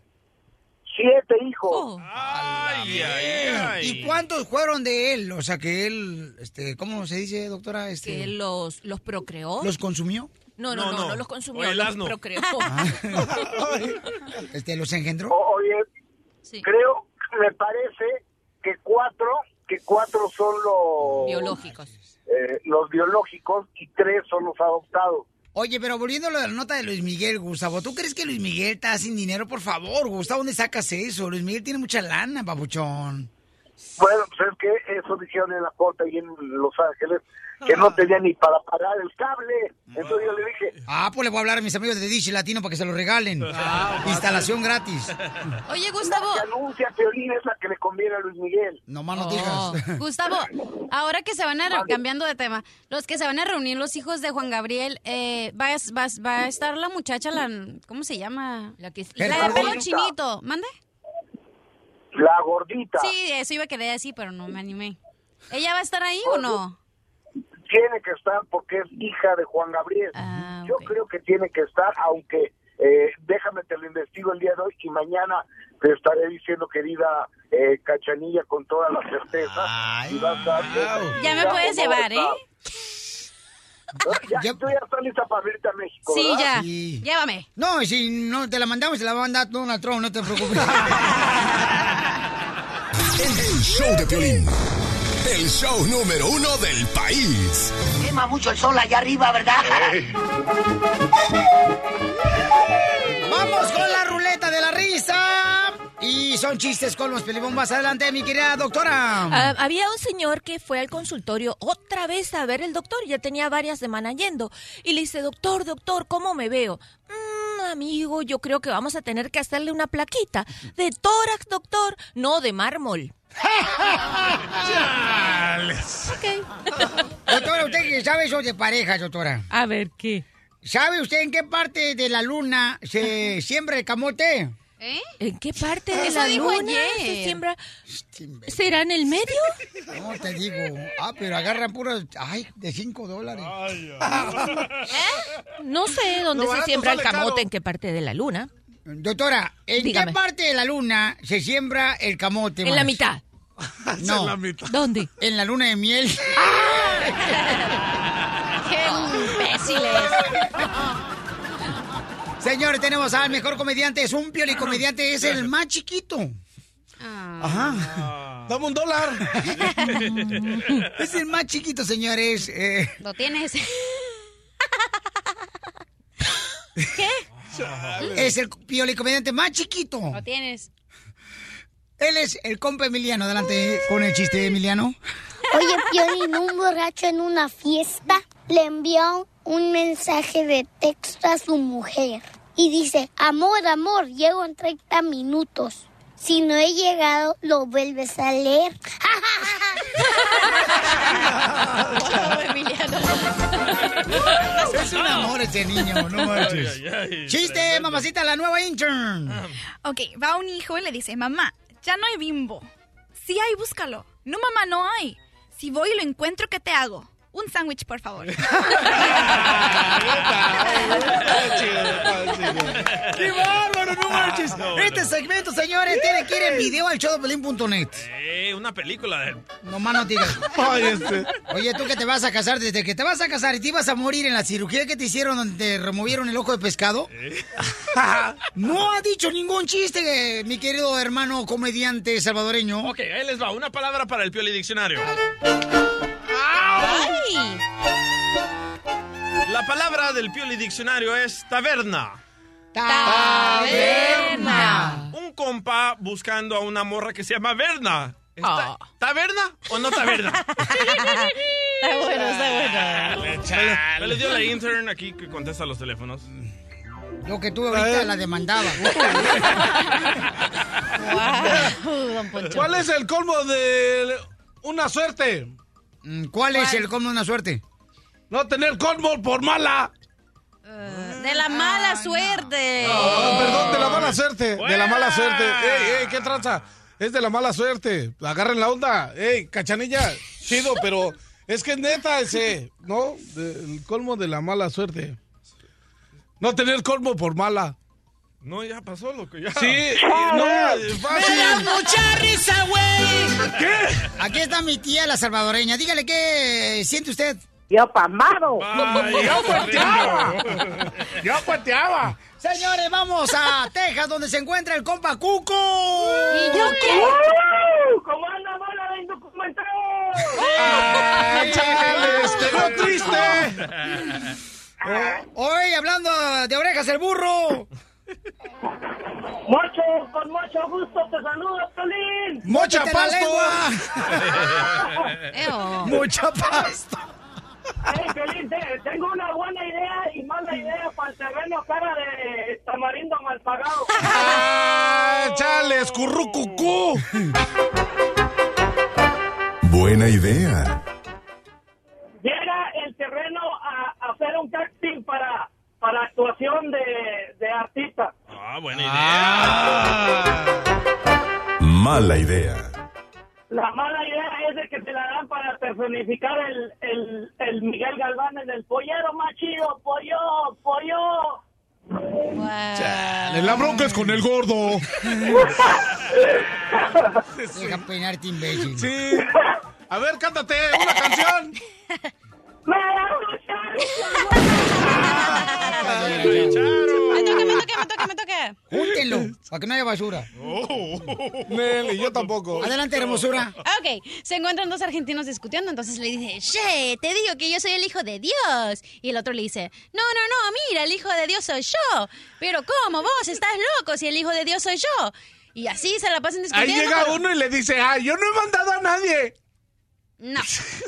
Speaker 17: Siete hijos.
Speaker 1: Oh.
Speaker 3: Ay, ay, ay.
Speaker 2: Eh, [laughs] ¿Y cuántos fueron de él? O sea, que él, este, ¿cómo se dice, doctora? Este,
Speaker 1: Que los, los procreó.
Speaker 2: ¿Los consumió?
Speaker 1: No, no, no, no, los
Speaker 2: Oye,
Speaker 1: consumió,
Speaker 2: el
Speaker 1: los
Speaker 2: asno.
Speaker 1: procreó. [laughs]
Speaker 2: [laughs] Este, ¿Los engendró?
Speaker 17: Oye, creo, me parece que cuatro, que cuatro son los
Speaker 1: Biológicos.
Speaker 17: eh, los biológicos y tres son los adoptados.
Speaker 2: Oye, pero volviendo a lo de la nota de Luis Miguel, Gustavo, ¿tú crees que Luis Miguel está sin dinero? Por favor, Gustavo, ¿dónde sacas eso? Luis Miguel tiene mucha lana, babuchón.
Speaker 17: Bueno, pues es que eso dijeron en la corte y en Los Ángeles que no tenía ni para pagar el cable. Entonces yo le dije,
Speaker 2: Ah, pues le voy a hablar a mis amigos de Dish Latino para que se lo regalen. Instalación gratis.
Speaker 5: Oye, Gustavo.
Speaker 17: La que anuncia Piolín es la que le conviene a Luis Miguel.
Speaker 2: No más no [laughs]
Speaker 5: Oh,
Speaker 2: digas.
Speaker 5: Gustavo, ahora que se van a, re- cambiando de tema, los que se van a reunir los hijos de Juan Gabriel, eh, va, a, va a- va a estar la muchacha, la, ¿cómo se llama? La que de
Speaker 17: El
Speaker 5: pelo
Speaker 17: gordita.
Speaker 5: chinito, ¿mande?
Speaker 17: la gordita
Speaker 5: Sí, eso iba a querer así, pero no me animé. ¿Ella va a estar ahí o no?
Speaker 17: tiene que estar porque es hija de Juan Gabriel.
Speaker 5: Ah,
Speaker 17: Yo creo que tiene que estar, aunque eh, déjame te lo investigo el día de hoy y mañana
Speaker 11: te estaré diciendo, querida eh, Cachanilla, con toda la certeza. y vas a-
Speaker 5: Ya me puedes
Speaker 11: como
Speaker 5: llevar,
Speaker 11: está.
Speaker 5: ¿eh?
Speaker 11: ¿No? Ya, Tú ya estás lista para irte a México,
Speaker 5: Sí, ya.
Speaker 11: ¿verdad?
Speaker 5: Llévame.
Speaker 2: No, y si no te la mandamos, se la va a mandar Donald Trump, no te preocupes.
Speaker 7: El show de Piolín. El show número uno del país.
Speaker 18: Quema mucho el sol allá arriba, ¿verdad?
Speaker 2: Vamos con la ruleta de la risa. Y son chistes con los pelibombas. Adelante, mi querida doctora.
Speaker 1: Ah, había un señor que fue al consultorio otra vez a ver el doctor, ya tenía varias semanas yendo, y le dice, doctor, doctor, ¿cómo me veo? "Mm, amigo, yo creo que vamos a tener que hacerle una plaquita de tórax, doctor, no de mármol.
Speaker 2: Doctora, usted que sabe eso de parejas, doctora.
Speaker 1: A ver, ¿qué?
Speaker 2: ¿Sabe usted en qué parte de la luna se siembra el camote?
Speaker 5: ¿Eh?
Speaker 1: ¿En qué parte de
Speaker 2: Eso
Speaker 1: la
Speaker 2: dijo
Speaker 1: luna
Speaker 2: ayer.
Speaker 1: se siembra? ¿Será en el medio?
Speaker 2: No, te digo. Ah, pero agarran puros, ay, de 5 dólares. [laughs]
Speaker 1: No sé dónde se
Speaker 2: Lo barato
Speaker 1: siembra el
Speaker 2: sale
Speaker 1: camote, [laughs]
Speaker 2: caro.
Speaker 1: en qué parte de la luna.
Speaker 2: Doctora, ¿en
Speaker 1: Dígame.
Speaker 2: qué parte de la luna se siembra el camote?
Speaker 1: En la
Speaker 2: [laughs]
Speaker 1: mitad.
Speaker 2: No.
Speaker 1: En la ¿Dónde?
Speaker 2: En la luna de
Speaker 1: [laughs]
Speaker 2: miel.
Speaker 5: ¡Qué
Speaker 25: [laughs]
Speaker 5: imbéciles!
Speaker 2: Señores, tenemos al mejor comediante. Es un pioli comediante, es el más chiquito. Ajá. Dame un dólar. [laughs] es el más chiquito, señores. Eh,
Speaker 5: Lo [laughs] tienes.
Speaker 2: es el pioli comediante más chiquito.
Speaker 5: Lo tienes.
Speaker 2: Él es el compa Emiliano. Adelante con el chiste, Emiliano.
Speaker 15: Oye, Piolín, un borracho en una fiesta le envió un mensaje de texto a su mujer y dice, amor, amor, llego en 30 minutos. Si no he llegado, lo vuelves a leer.
Speaker 2: es un amor este niño, no manches. Chiste, mamacita, la nueva intern.
Speaker 25: Ah. Ok, va un hijo y le dice, mamá, ya no hay bimbo. Sí hay, búscalo. No, mamá, no hay. Si voy y lo encuentro, ¿qué te hago? Un sándwich, por favor.
Speaker 2: ¡Qué bárbaro, no manches! este segmento, señores, tiene que ir en video al showdepelín.net.
Speaker 3: Eh, una película de él.
Speaker 2: Nomás no digas.
Speaker 3: [laughs] Ay, este.
Speaker 2: Oye, tú que te vas a casar, desde que te vas a casar y te ibas a morir en la cirugía que te hicieron donde te removieron el ojo de [laughs] pescado. No ha dicho ningún chiste, eh, mi querido hermano comediante salvadoreño.
Speaker 3: Ok, ahí les va. Una palabra para el Pioli Diccionario. La palabra del Pioli Diccionario es taberna.
Speaker 6: Taberna.
Speaker 3: Un compa buscando a una morra que se llama Verna. ¿Está-
Speaker 17: Ah.
Speaker 3: ¿Taberna o no
Speaker 6: [laughs]
Speaker 3: taberna?
Speaker 17: [laughs]
Speaker 6: Está bueno, está
Speaker 3: bueno. le dio la intern aquí que contesta los teléfonos.
Speaker 2: Yo que tú ahorita la
Speaker 8: [laughs]
Speaker 2: demandaba.
Speaker 8: ¿Cuál es el colmo de una suerte?
Speaker 2: Mm, ¿Cuál, es el colmo de una suerte?
Speaker 8: No tener colmo por mala.
Speaker 5: De la mala suerte.
Speaker 8: Ah, perdón, de
Speaker 5: [laughs]
Speaker 8: la mala suerte. De la mala suerte. Ey, ey, ¿qué tranza? Es de la mala suerte. Agarren la onda. Ey, cachanilla. Chido, pero es que neta ese, ¿no? De- el colmo de la mala suerte. No tener colmo por mala.
Speaker 3: No, ya pasó, loco, ya.
Speaker 8: Sí, no, fácil.
Speaker 2: mucha risa, güey! ¿Qué? Aquí está mi tía, la salvadoreña. Dígale qué siente usted. Yo pamado.
Speaker 6: yo
Speaker 2: pateaba. Yo pateaba. Señores, vamos a Texas, donde se encuentra el compa Cuco. ¿Y yo qué?
Speaker 6: ¿Cómo anda, mala de indocumentado?
Speaker 2: chales, te veo
Speaker 6: triste!
Speaker 2: Hoy hablando de orejas el burro.
Speaker 6: Mucho, con mucho gusto te saludo, Tolín.
Speaker 2: Mocha
Speaker 6: Quítate
Speaker 2: pasto.
Speaker 6: la lengua.
Speaker 2: Mucha pasto.
Speaker 6: Ay, Tolín, te- tengo una buena idea y mala idea para el terreno cara de tamarindo mal pagado.
Speaker 8: Ah, chales, currucucú.
Speaker 7: Buena idea.
Speaker 6: Llega el terreno a, a hacer un casting para, para actuación de, de artista.
Speaker 3: Ah, buena idea.
Speaker 7: Mala idea.
Speaker 6: La mala idea es de que te la dan para personificar el, el, el Miguel Galván en el pollero más chido, pollo, pollo.
Speaker 8: La bronca es con el gordo.
Speaker 2: Deja peinarte, imbécil.
Speaker 8: Sí. A ver, cántate una canción.
Speaker 5: Me toca, me toca, me toca, me toca.
Speaker 2: Júntenlo,
Speaker 8: [laughs]
Speaker 2: para que no haya basura.
Speaker 8: Nelly, yo tampoco.
Speaker 2: Adelante, hermosura.
Speaker 5: Ok, se encuentran dos argentinos discutiendo, entonces le dice, che, te digo que yo soy el hijo de Dios. Y el otro le dice, no, no, no, mira, el hijo de Dios soy yo. Pero ¿cómo? Vos estás loco si el hijo de Dios soy yo. Y así se la pasan
Speaker 8: Ahí
Speaker 5: discutiendo.
Speaker 8: llega
Speaker 5: pero-
Speaker 8: uno y le dice, ah, yo no he mandado a nadie.
Speaker 3: [laughs]
Speaker 5: No.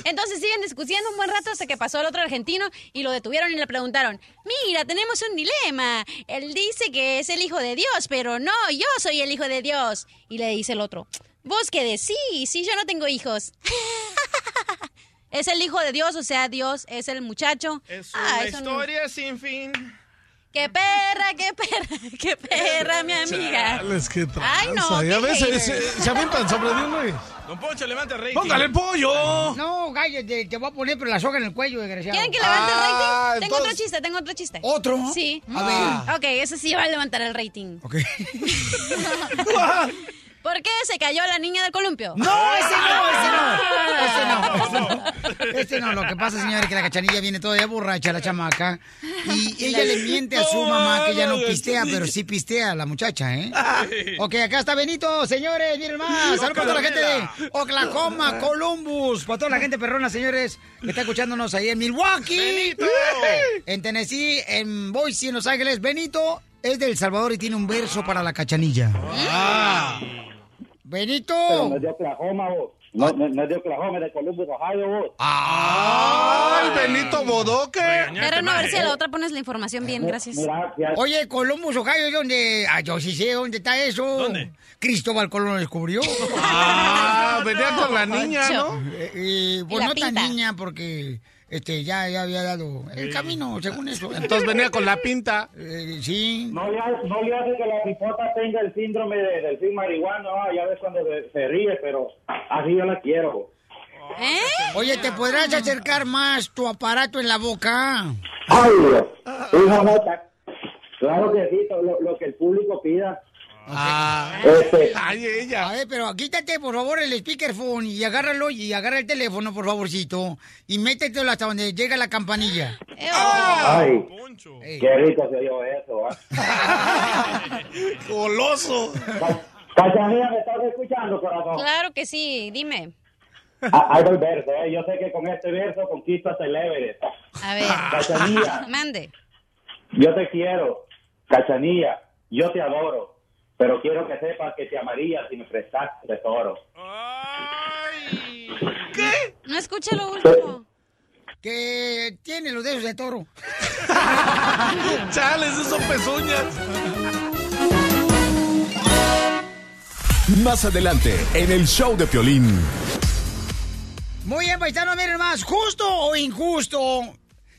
Speaker 5: Entonces siguen discutiendo un buen rato hasta que pasó el otro argentino y lo detuvieron y le preguntaron, mira, tenemos un dilema. Él dice que es el hijo de Dios, pero no, yo soy el hijo de Dios. Y le dice el otro, vos qué decís, si yo no tengo hijos. [laughs] es el hijo de Dios, o sea, Dios es el muchacho.
Speaker 3: Es
Speaker 5: Ah,
Speaker 3: una
Speaker 5: eso no-
Speaker 3: historia sin fin.
Speaker 5: Qué perra, qué perra, [laughs] qué perra, mi amiga.
Speaker 8: Chales, qué
Speaker 5: Ay, no,
Speaker 8: tranza. Ya
Speaker 5: qué
Speaker 8: ves, se,
Speaker 5: haters.
Speaker 8: se, se avientan sobre de uno y...
Speaker 3: [laughs] Don Poncho, levanta el rey.
Speaker 8: ¡Póngale el pollo!
Speaker 2: No, gallo, te, te voy a poner pero la soga en el cuello, desgraciado.
Speaker 5: ¿Quieren que levante el rating?
Speaker 2: Ah,
Speaker 5: tengo
Speaker 2: entonces-
Speaker 5: otro chiste, tengo otro chiste.
Speaker 2: ¿Otro?
Speaker 5: Sí. Ah.
Speaker 2: A ver.
Speaker 5: Ok, eso sí va a levantar el rating.
Speaker 2: Ok.
Speaker 5: [laughs] ¿Por qué se cayó la niña del columpio?
Speaker 2: No, ese no, ese no. Ese no, ese no. Este no, lo que pasa, señores, que la cachanilla viene toda borracha, la chamaca. Y [laughs] ella le miente a su mamá que ya no pistea, pero sí pistea la muchacha, ¿eh? Ok, acá está Benito, señores, miren más. Saludos para toda la gente de Oklahoma, [laughs] Columbus, para toda la gente perrona, señores, que está escuchándonos ahí en Milwaukee. [laughs] En Tennessee, en Boise, en Los Ángeles. Benito es de El Salvador y tiene un verso para la cachanilla. Benito.
Speaker 21: Ah. Pero no es de Oklahoma, vos. No, no, no es de Oklahoma, es de Columbus, Ohio, vos.
Speaker 2: Ah.
Speaker 8: ¡Ay, Benito Bodoque!
Speaker 5: Pero no, a ver si a la otra pones la información bien, gracias.
Speaker 2: Oye, Columbus, Ohio, ¿es donde? Ah, yo sí sé dónde está eso. ¿Dónde? Cristóbal Colón lo descubrió. [laughs]
Speaker 8: Ah, venía con la niña, ¿no?
Speaker 2: Eh, eh, pues
Speaker 8: Y la
Speaker 2: no tan
Speaker 8: pinta.
Speaker 2: niña porque este ya, ya había dado el camino, según
Speaker 8: [laughs]
Speaker 2: eso.
Speaker 8: Entonces venía con la pinta.
Speaker 2: Eh, sí.
Speaker 21: No le, ha- no le hace que la pipota tenga el síndrome de- del fin marihuano. ah, ya ves cuando se, se ríe, pero así yo la quiero. vos.
Speaker 2: Oye, ¿te podrás acercar más tu aparato en la boca?
Speaker 21: ¡Ay, Dios! Hija nota. Claro que sí, lo, lo que el público pida. Este,
Speaker 8: Ay, ella.
Speaker 2: A ver, pero quítate, por favor, el speakerphone y agárralo y agarra el teléfono, por favorcito. Y métetelo hasta donde llega la campanilla.
Speaker 21: ¡Ay! ¡Qué rico se oyó eso! ¿ah?
Speaker 8: ¡Goloso!
Speaker 21: Cachanilla, ¿me estás escuchando, corazón?
Speaker 5: Claro que sí, dime.
Speaker 21: Ah, Ahí va el verso, ¿eh? Yo sé que con este verso conquistas el Everest.
Speaker 5: A [laughs] ver.
Speaker 21: Cachanilla.
Speaker 5: Mande.
Speaker 21: Yo te quiero, Cachanilla, yo te adoro, pero quiero que sepas que te amaría si me prestaste tesoro.
Speaker 5: No escucha lo último.
Speaker 2: Que tiene los dedos de toro.
Speaker 8: ¡Chales, esos son pezuñas!
Speaker 7: Más adelante, en el show de Piolín.
Speaker 2: Muy bien, paisanos, miren más, justo o injusto.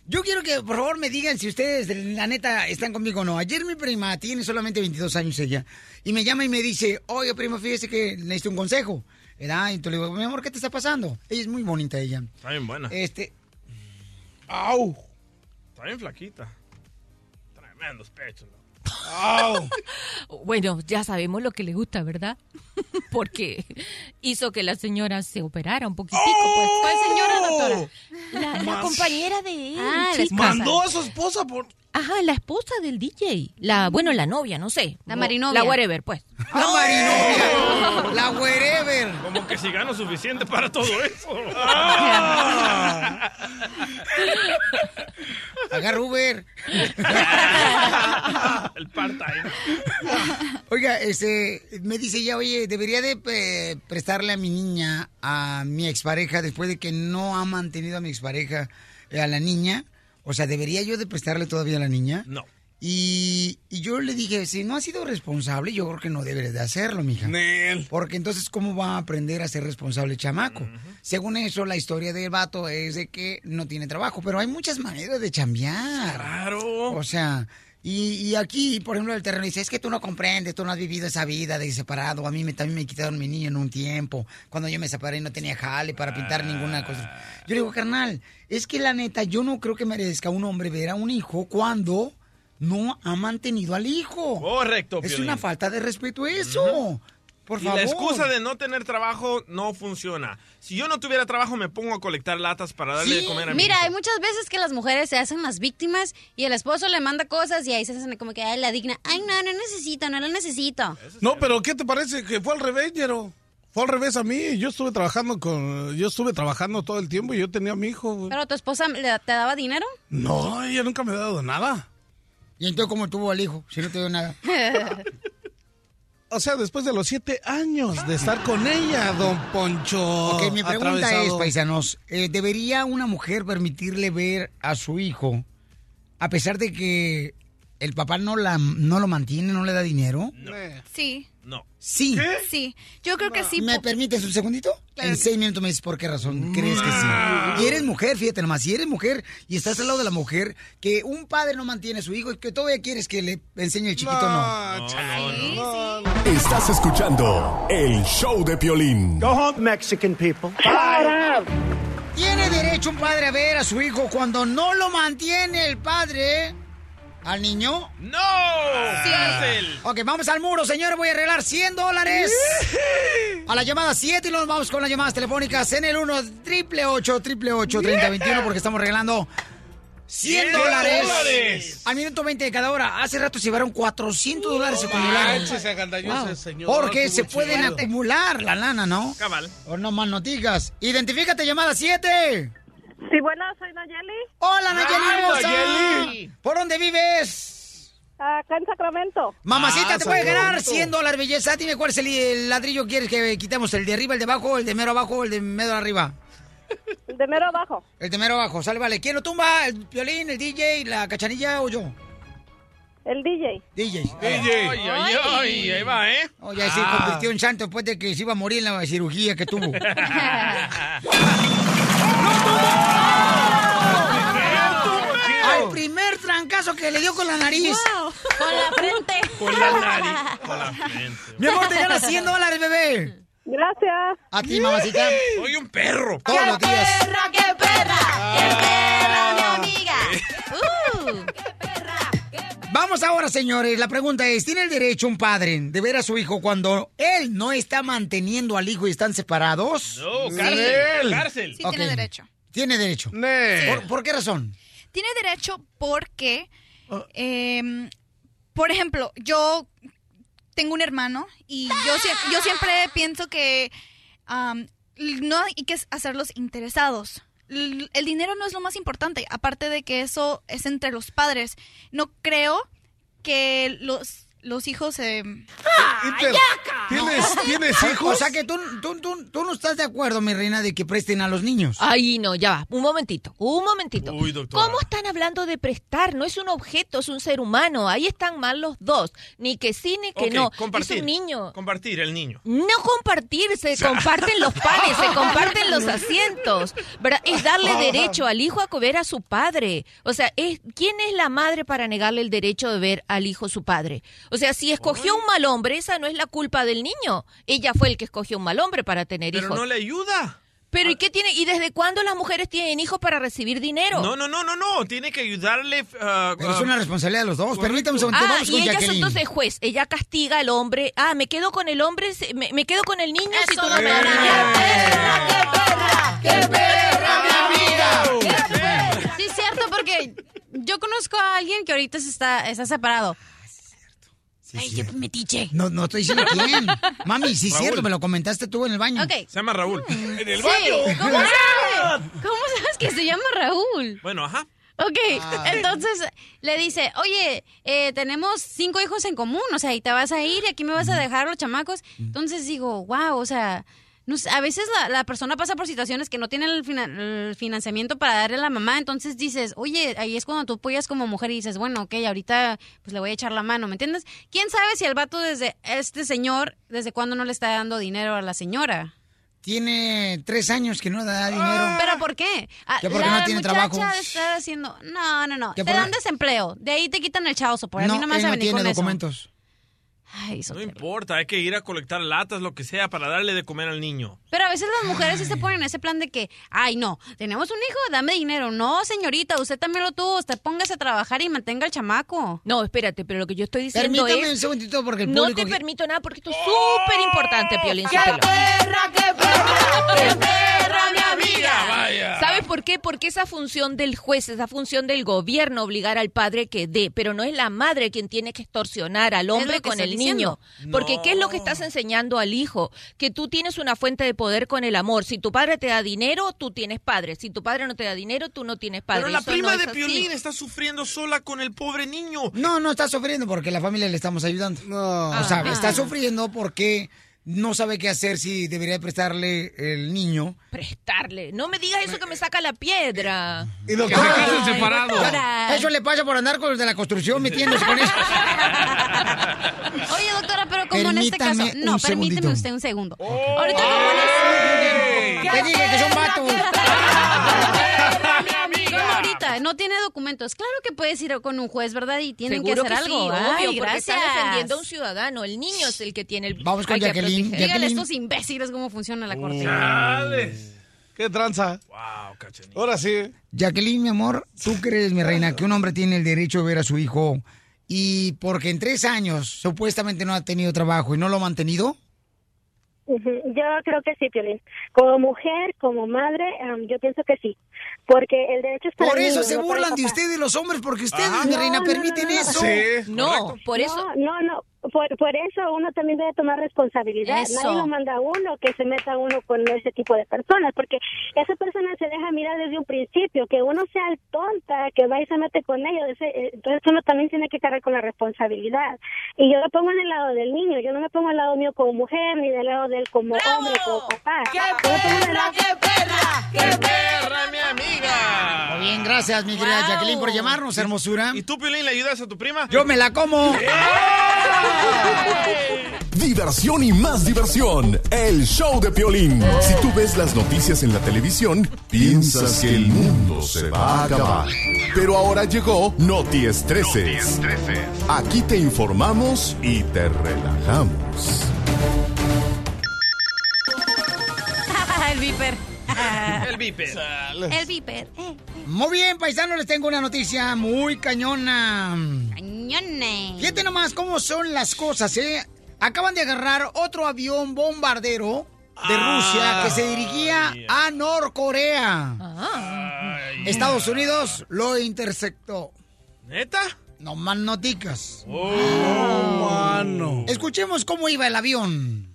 Speaker 2: Yo quiero que por favor me digan si ustedes, la neta, están conmigo o no. Ayer mi prima tiene solamente 22 años ella y me llama y me dice, oye prima, fíjese que necesito un consejo. ¿Verdad? Y entonces le digo, mi amor, ¿qué te está pasando? Ella es muy bonita ella.
Speaker 3: Está bien buena.
Speaker 2: Este,
Speaker 8: ¡Au!
Speaker 3: Está bien flaquita. Tremendos pechos.
Speaker 1: Bueno, ya sabemos lo que le gusta, ¿verdad? [laughs] Porque hizo que la señora se operara un poquitico. Pues.
Speaker 5: ¿Cuál señora, doctora?
Speaker 1: La, la
Speaker 5: Mas-
Speaker 1: compañera de él.
Speaker 5: Ah, la
Speaker 1: chica.
Speaker 5: esposa. Mandó
Speaker 8: a su esposa por...
Speaker 1: Ajá, la esposa del DJ. La, bueno, la novia, no sé.
Speaker 5: La
Speaker 1: O-
Speaker 5: marinovia.
Speaker 1: La whatever, pues.
Speaker 2: La marinovia. La wherever.
Speaker 3: Como que si gano suficiente para todo [laughs] eso. Ah.
Speaker 2: agarra Uber.
Speaker 3: El part-time.
Speaker 2: Oiga, este, me dice ella, oye, debería de eh, prestarle a mi niña, a mi expareja, después de que no ha mantenido a mi expareja, eh, a la niña. O sea, ¿debería yo de prestarle todavía a la niña?
Speaker 3: No.
Speaker 2: Y, y yo le dije, si no has sido responsable, yo creo que no deberes de hacerlo, mija. Porque entonces, ¿cómo va a aprender a ser responsable el chamaco? Según eso, la historia del vato es de que no tiene trabajo, pero hay muchas maneras de chambear.
Speaker 3: Claro.
Speaker 2: O sea, y, y aquí, por ejemplo, el terreno dice, es que tú no comprendes, tú no has vivido esa vida de separado. A mí me, también me quitaron mi niño en un tiempo. Cuando yo me separé no tenía jale para pintar ninguna cosa.
Speaker 3: Ah.
Speaker 2: Yo le digo, carnal, es que la neta, yo no creo que merezca un hombre ver a un hijo cuando no ha mantenido al hijo.
Speaker 3: Correcto,
Speaker 2: Es
Speaker 3: Piolín.
Speaker 2: una falta de respeto eso. Por
Speaker 3: y
Speaker 2: favor.
Speaker 3: la excusa de no tener trabajo no funciona. Si yo no tuviera trabajo, me pongo a colectar latas para darle de comer a mi
Speaker 5: Mira,
Speaker 3: hijo.
Speaker 5: hay muchas veces que las mujeres se hacen las víctimas y el esposo le manda cosas y ahí se hacen como que ay, la digna. Ay, no, no necesito, no lo necesito.
Speaker 8: No, pero ¿qué te parece? Que fue al revés, Ñero. Fue al revés a mí. Yo estuve trabajando con. Yo estuve trabajando todo el tiempo y yo tenía a mi hijo, güey.
Speaker 5: Pero tu esposa le- te daba dinero.
Speaker 8: No, ella nunca me ha dado nada.
Speaker 2: ¿Y entonces cómo tuvo al hijo si no te dio nada?
Speaker 8: O sea, después de los siete años de estar con ella, don Poncho.
Speaker 2: Ok, mi pregunta
Speaker 8: atravesado.
Speaker 2: es, paisanos, eh, ¿debería una mujer permitirle ver a su hijo a pesar de que el papá no, la, no lo mantiene, no le da dinero?
Speaker 25: [laughs] Sí.
Speaker 3: No.
Speaker 2: Sí.
Speaker 25: Sí. Yo creo que sí.
Speaker 2: ¿Me
Speaker 25: po-
Speaker 2: permites un segundito? En seis minutos me dices por qué razón crees que sí. Y eres mujer, fíjate nomás, si eres mujer y estás al lado de la mujer, que un padre no mantiene a su hijo y que todavía quieres que le enseñe el chiquito, no.
Speaker 7: Estás escuchando el show de Piolín.
Speaker 12: Go home, Mexican people.
Speaker 2: ¿Tiene derecho un padre a ver a su hijo cuando no lo mantiene el padre al niño? Ah.
Speaker 3: ¡No!
Speaker 6: ¡Cárcel!
Speaker 2: Ok, vamos al muro, señores. Voy a arreglar 100 dólares. A la llamada 7 y nos vamos con las llamadas telefónicas en el 1 888 888 3021 porque estamos regalando 100
Speaker 6: 100
Speaker 2: dólares
Speaker 6: dólares.
Speaker 2: al minuto 20 de cada hora. Hace rato se llevaron 400 dólares acumulados.
Speaker 8: Manches, Ah, agandalló
Speaker 2: Wow.
Speaker 8: ese señor.
Speaker 2: Porque
Speaker 8: Estuvo
Speaker 2: se pueden
Speaker 8: chido.
Speaker 2: acumular la lana, ¿no?
Speaker 3: Cabal.
Speaker 2: O no más noticas. Identifícate, llamada 7.
Speaker 9: Sí, bueno, soy Nayeli.
Speaker 2: Hola, Nayeli
Speaker 9: Ay,
Speaker 2: hermosa.
Speaker 9: Nayeli.
Speaker 2: ¿Por dónde vives?
Speaker 9: Acá en Sacramento.
Speaker 3: Ah,
Speaker 2: Mamacita, te puedes ganar 100 dólares, belleza. Dime cuál es el, el ladrillo que quieres que quitemos, el de arriba, el de abajo, el de mero abajo, o el de mero arriba.
Speaker 9: El de mero abajo.
Speaker 2: El de mero abajo, sale, vale. ¿Quién lo tumba? ¿El violín, el DJ, la cachanilla o yo?
Speaker 9: El DJ.
Speaker 2: DJ.
Speaker 3: DJ. Ay, ay, ay, ahí va, ¿eh?
Speaker 2: Oye, Oh, se
Speaker 3: Ah.
Speaker 2: convirtió en santo después de que se iba a morir en la cirugía que
Speaker 3: [laughs]
Speaker 2: tuvo. Al primer trancazo que le dio con la nariz.
Speaker 9: Con la frente.
Speaker 3: [laughs] Con la nariz. Con la frente.
Speaker 2: Mi amor, te ganas 100 dólares, bebé.
Speaker 9: Gracias.
Speaker 2: A ti, mamacita.
Speaker 3: Soy un perro.
Speaker 2: Todos los días.
Speaker 5: perra, qué perra! ¡Qué perra, mi amiga! Uh.
Speaker 2: Vamos ahora, señores. La pregunta es, ¿tiene el derecho un padre de ver a su hijo cuando él no está manteniendo al hijo y están separados?
Speaker 3: No, cárcel, Sí. cárcel.
Speaker 25: Sí, tiene
Speaker 2: Ok.
Speaker 25: derecho.
Speaker 2: Tiene derecho. ¿Por, por qué razón?
Speaker 25: Tiene derecho porque,
Speaker 2: Ah.
Speaker 25: em, por ejemplo, yo tengo un hermano y yo, sie- yo siempre pienso que am, no hay que hacerlos interesados. L- El dinero no es lo más importante, aparte de que eso es entre los padres. No creo que los, los hijos... em,
Speaker 2: ¿Tienes, hijos? O sea que tú, tú- tú- tú no estás de acuerdo, mi reina, de que presten a los niños.
Speaker 1: Ay, no, ya va. Un momentito, un momentito.
Speaker 2: Uy, doctora.
Speaker 1: ¿Cómo están hablando de prestar? No es un objeto, es un ser humano. Ahí están mal los dos. Ni que sí, ni que
Speaker 3: Ok,
Speaker 1: no.
Speaker 3: compartir.
Speaker 1: Es un niño.
Speaker 3: Compartir, el niño.
Speaker 1: No compartir, se comparten los panes,
Speaker 3: [laughs]
Speaker 1: se comparten los asientos. ¿verdad? Es darle derecho al hijo a ver a su padre. O sea, es, ¿quién es la madre para negarle el derecho de ver al hijo su padre? O sea, si escogió un mal hombre, esa no es la culpa del niño. Ella fue el que escogió un mal hombre para tener
Speaker 3: Pero
Speaker 1: hijos.
Speaker 3: no le ayuda. Ah.
Speaker 1: Pero ¿y qué tiene? ¿Y desde cuándo las mujeres tienen hijos para recibir dinero?
Speaker 3: No, no, no, no, no. Tiene que ayudarle. uh,
Speaker 2: Pero es una responsabilidad de los dos. Permítame un segundo.
Speaker 1: Ah,
Speaker 2: Vamos
Speaker 1: y
Speaker 2: con
Speaker 1: ella es
Speaker 2: Jacqueline.
Speaker 1: entonces juez. Ella castiga al hombre. Ah, me quedo con el hombre, si- me, me quedo con el niño si tú no me das
Speaker 5: Sí, es cierto, porque yo conozco a alguien que ahorita se está, está separado. Ay, qué metiche.
Speaker 2: No, no estoy diciendo quién. Mami, sí es
Speaker 5: Raúl.
Speaker 2: cierto, me lo comentaste tú en el baño.
Speaker 5: Ok. Mm.
Speaker 3: Se llama Raúl.
Speaker 2: En
Speaker 5: Sí, ¿Cómo sabes? ¿Cómo sabes que se llama Raúl?
Speaker 3: Bueno, ajá.
Speaker 5: Ok,
Speaker 3: Ah.
Speaker 5: entonces le dice, oye, eh, tenemos cinco hijos en común, o sea, y te vas a ir y aquí me vas a dejar los chamacos. Entonces digo, wow, o sea, no sé, a veces la, la persona pasa por situaciones que no tienen el, fina- el financiamiento para darle a la mamá, entonces dices, oye, ahí es cuando tú apoyas como mujer y dices, bueno, ok, ahorita pues le voy a echar la mano, ¿me entiendes? ¿Quién sabe si el vato desde este señor, desde cuándo no le está dando dinero a la señora?
Speaker 2: Tiene tres años que no da
Speaker 3: Ah.
Speaker 2: dinero.
Speaker 5: ¿Pero por qué? Ah,
Speaker 2: Que porque
Speaker 5: la
Speaker 2: no tiene
Speaker 5: muchacha
Speaker 2: trabajo.
Speaker 5: está haciendo... No, no, no.
Speaker 2: Que
Speaker 5: Te
Speaker 2: por-
Speaker 5: dan desempleo. De ahí te quitan el chavo por pues, A mí no me vas
Speaker 2: él
Speaker 5: a
Speaker 2: no
Speaker 5: venir
Speaker 2: tiene
Speaker 5: con eso.
Speaker 2: documentos.
Speaker 3: no importa, hay que ir a colectar latas, lo que sea, para darle de comer al niño.
Speaker 5: Pero a veces las mujeres sí se ponen en ese plan de que, ay, no, tenemos un hijo, dame dinero. No, señorita, usted también lo tuvo, usted póngase a trabajar y mantenga al chamaco.
Speaker 1: No, espérate, pero lo que yo estoy diciendo
Speaker 5: Permítame
Speaker 1: es-
Speaker 5: un segundito porque el
Speaker 1: No
Speaker 5: público
Speaker 1: te
Speaker 5: que-
Speaker 1: permito nada porque esto es súper importante, Piolín.
Speaker 6: ¡Qué
Speaker 1: Sotelo.
Speaker 6: perra, qué perra, qué perra, mi amiga!
Speaker 1: Vaya. ¿Sabes por qué? Porque esa función del juez, esa función del gobierno obligar al padre que dé, pero no es la madre quien tiene que extorsionar al hombre
Speaker 5: lo que
Speaker 1: con
Speaker 5: estoy
Speaker 1: el niño.
Speaker 5: diciendo.
Speaker 1: Porque ¿qué es lo que estás enseñando al hijo? Que tú tienes una fuente de poder con el amor. Si tu padre te da dinero, tú tienes padre. Si tu padre no te da dinero, tú no tienes padre.
Speaker 3: Pero la
Speaker 1: Eso
Speaker 3: prima
Speaker 1: no es
Speaker 3: de
Speaker 1: así.
Speaker 3: Piolín está sufriendo sola con el pobre niño.
Speaker 2: No, no está sufriendo porque la familia le estamos ayudando.
Speaker 3: Ah.
Speaker 2: O sea, está sufriendo porque no sabe qué hacer si debería prestarle el niño.
Speaker 1: Prestarle. No me digas eso que me saca la piedra.
Speaker 2: Y
Speaker 1: doctor- Que se casen separados.
Speaker 2: Eso le pasa por andar con los de la construcción metiéndose con
Speaker 3: [laughs]
Speaker 2: eso.
Speaker 5: Oye, doctora, pero como en
Speaker 2: Permítame
Speaker 5: este caso. No,
Speaker 2: un
Speaker 5: permíteme
Speaker 2: segundito.
Speaker 5: usted un segundo.
Speaker 3: Oh.
Speaker 5: Ahorita como en este-
Speaker 6: Te dije que
Speaker 5: [laughs]
Speaker 6: son vatos.
Speaker 5: Como ahorita, no tiene documentos. Claro que puedes ir con un juez, ¿verdad? Y tienen
Speaker 1: Seguro
Speaker 5: que hacer
Speaker 1: sí,
Speaker 5: algo. Ay,
Speaker 1: obvio, porque
Speaker 5: gracias.
Speaker 1: Está defendiendo a un ciudadano. El niño es el que tiene el.
Speaker 2: Vamos con
Speaker 1: hay que
Speaker 2: Jacqueline.
Speaker 1: proteger.
Speaker 5: Dígale a estos imbéciles cómo funciona la corte.
Speaker 8: ¿Qué tranza?
Speaker 3: Wow, cachanilla.
Speaker 8: Ahora sí.
Speaker 2: Jacqueline, mi amor, ¿tú crees, mi reina, que un hombre tiene el derecho de ver a su hijo y porque en tres años supuestamente no ha tenido trabajo y no lo ha mantenido?
Speaker 19: Ujú, Yo creo que sí, Piolín. Como mujer, como madre, em, yo pienso que sí. Porque el derecho es para
Speaker 2: Por
Speaker 19: el
Speaker 2: eso
Speaker 19: niño,
Speaker 2: se
Speaker 19: no para el
Speaker 2: burlan de
Speaker 19: papá.
Speaker 2: ustedes los hombres, porque ustedes, mi reina,
Speaker 19: No, no,
Speaker 2: permiten
Speaker 19: no, no,
Speaker 2: eso.
Speaker 19: No,
Speaker 1: por
Speaker 19: eso. No, no, por, por eso uno también debe tomar responsabilidad.
Speaker 1: Eso.
Speaker 19: Nadie lo manda a uno que se meta uno con ese tipo de personas, porque esa persona se deja mirar desde un principio, que uno sea el tonta, que va y se mete con ellos. ese- eh, Entonces uno también tiene que cargar con la responsabilidad. Y yo lo pongo en el lado del niño, yo no me pongo al lado mío como mujer, ni del lado de él como hombre, como papá. Yo me pongo en el lado-
Speaker 3: ¡Qué perra, mi amiga!
Speaker 2: Muy bien, gracias, mi querida Jacqueline, por llamarnos, hermosura.
Speaker 3: ¿Y tú, Piolín, le ayudas a tu prima?
Speaker 2: Yo me la como.
Speaker 7: Diversión y más diversión. El show de Piolín. Si tú ves las noticias en la televisión, piensas que el mundo se va a acabar. Pero ahora llegó Noties 13. Aquí te informamos y te relajamos.
Speaker 5: [laughs] el viper.
Speaker 3: El viper.
Speaker 5: El viper. Eh,
Speaker 2: Muy bien, paisanos, les tengo una noticia muy cañona.
Speaker 5: ñone.
Speaker 2: Fíjate nomás cómo son las cosas, ¿eh? Acaban de agarrar otro avión bombardero de Rusia
Speaker 6: Ah,
Speaker 2: que se dirigía a Norcorea. Estados Unidos lo interceptó.
Speaker 3: ¿Neta?
Speaker 2: No más noticas.
Speaker 3: Oh,
Speaker 2: mano. Escuchemos cómo iba el avión.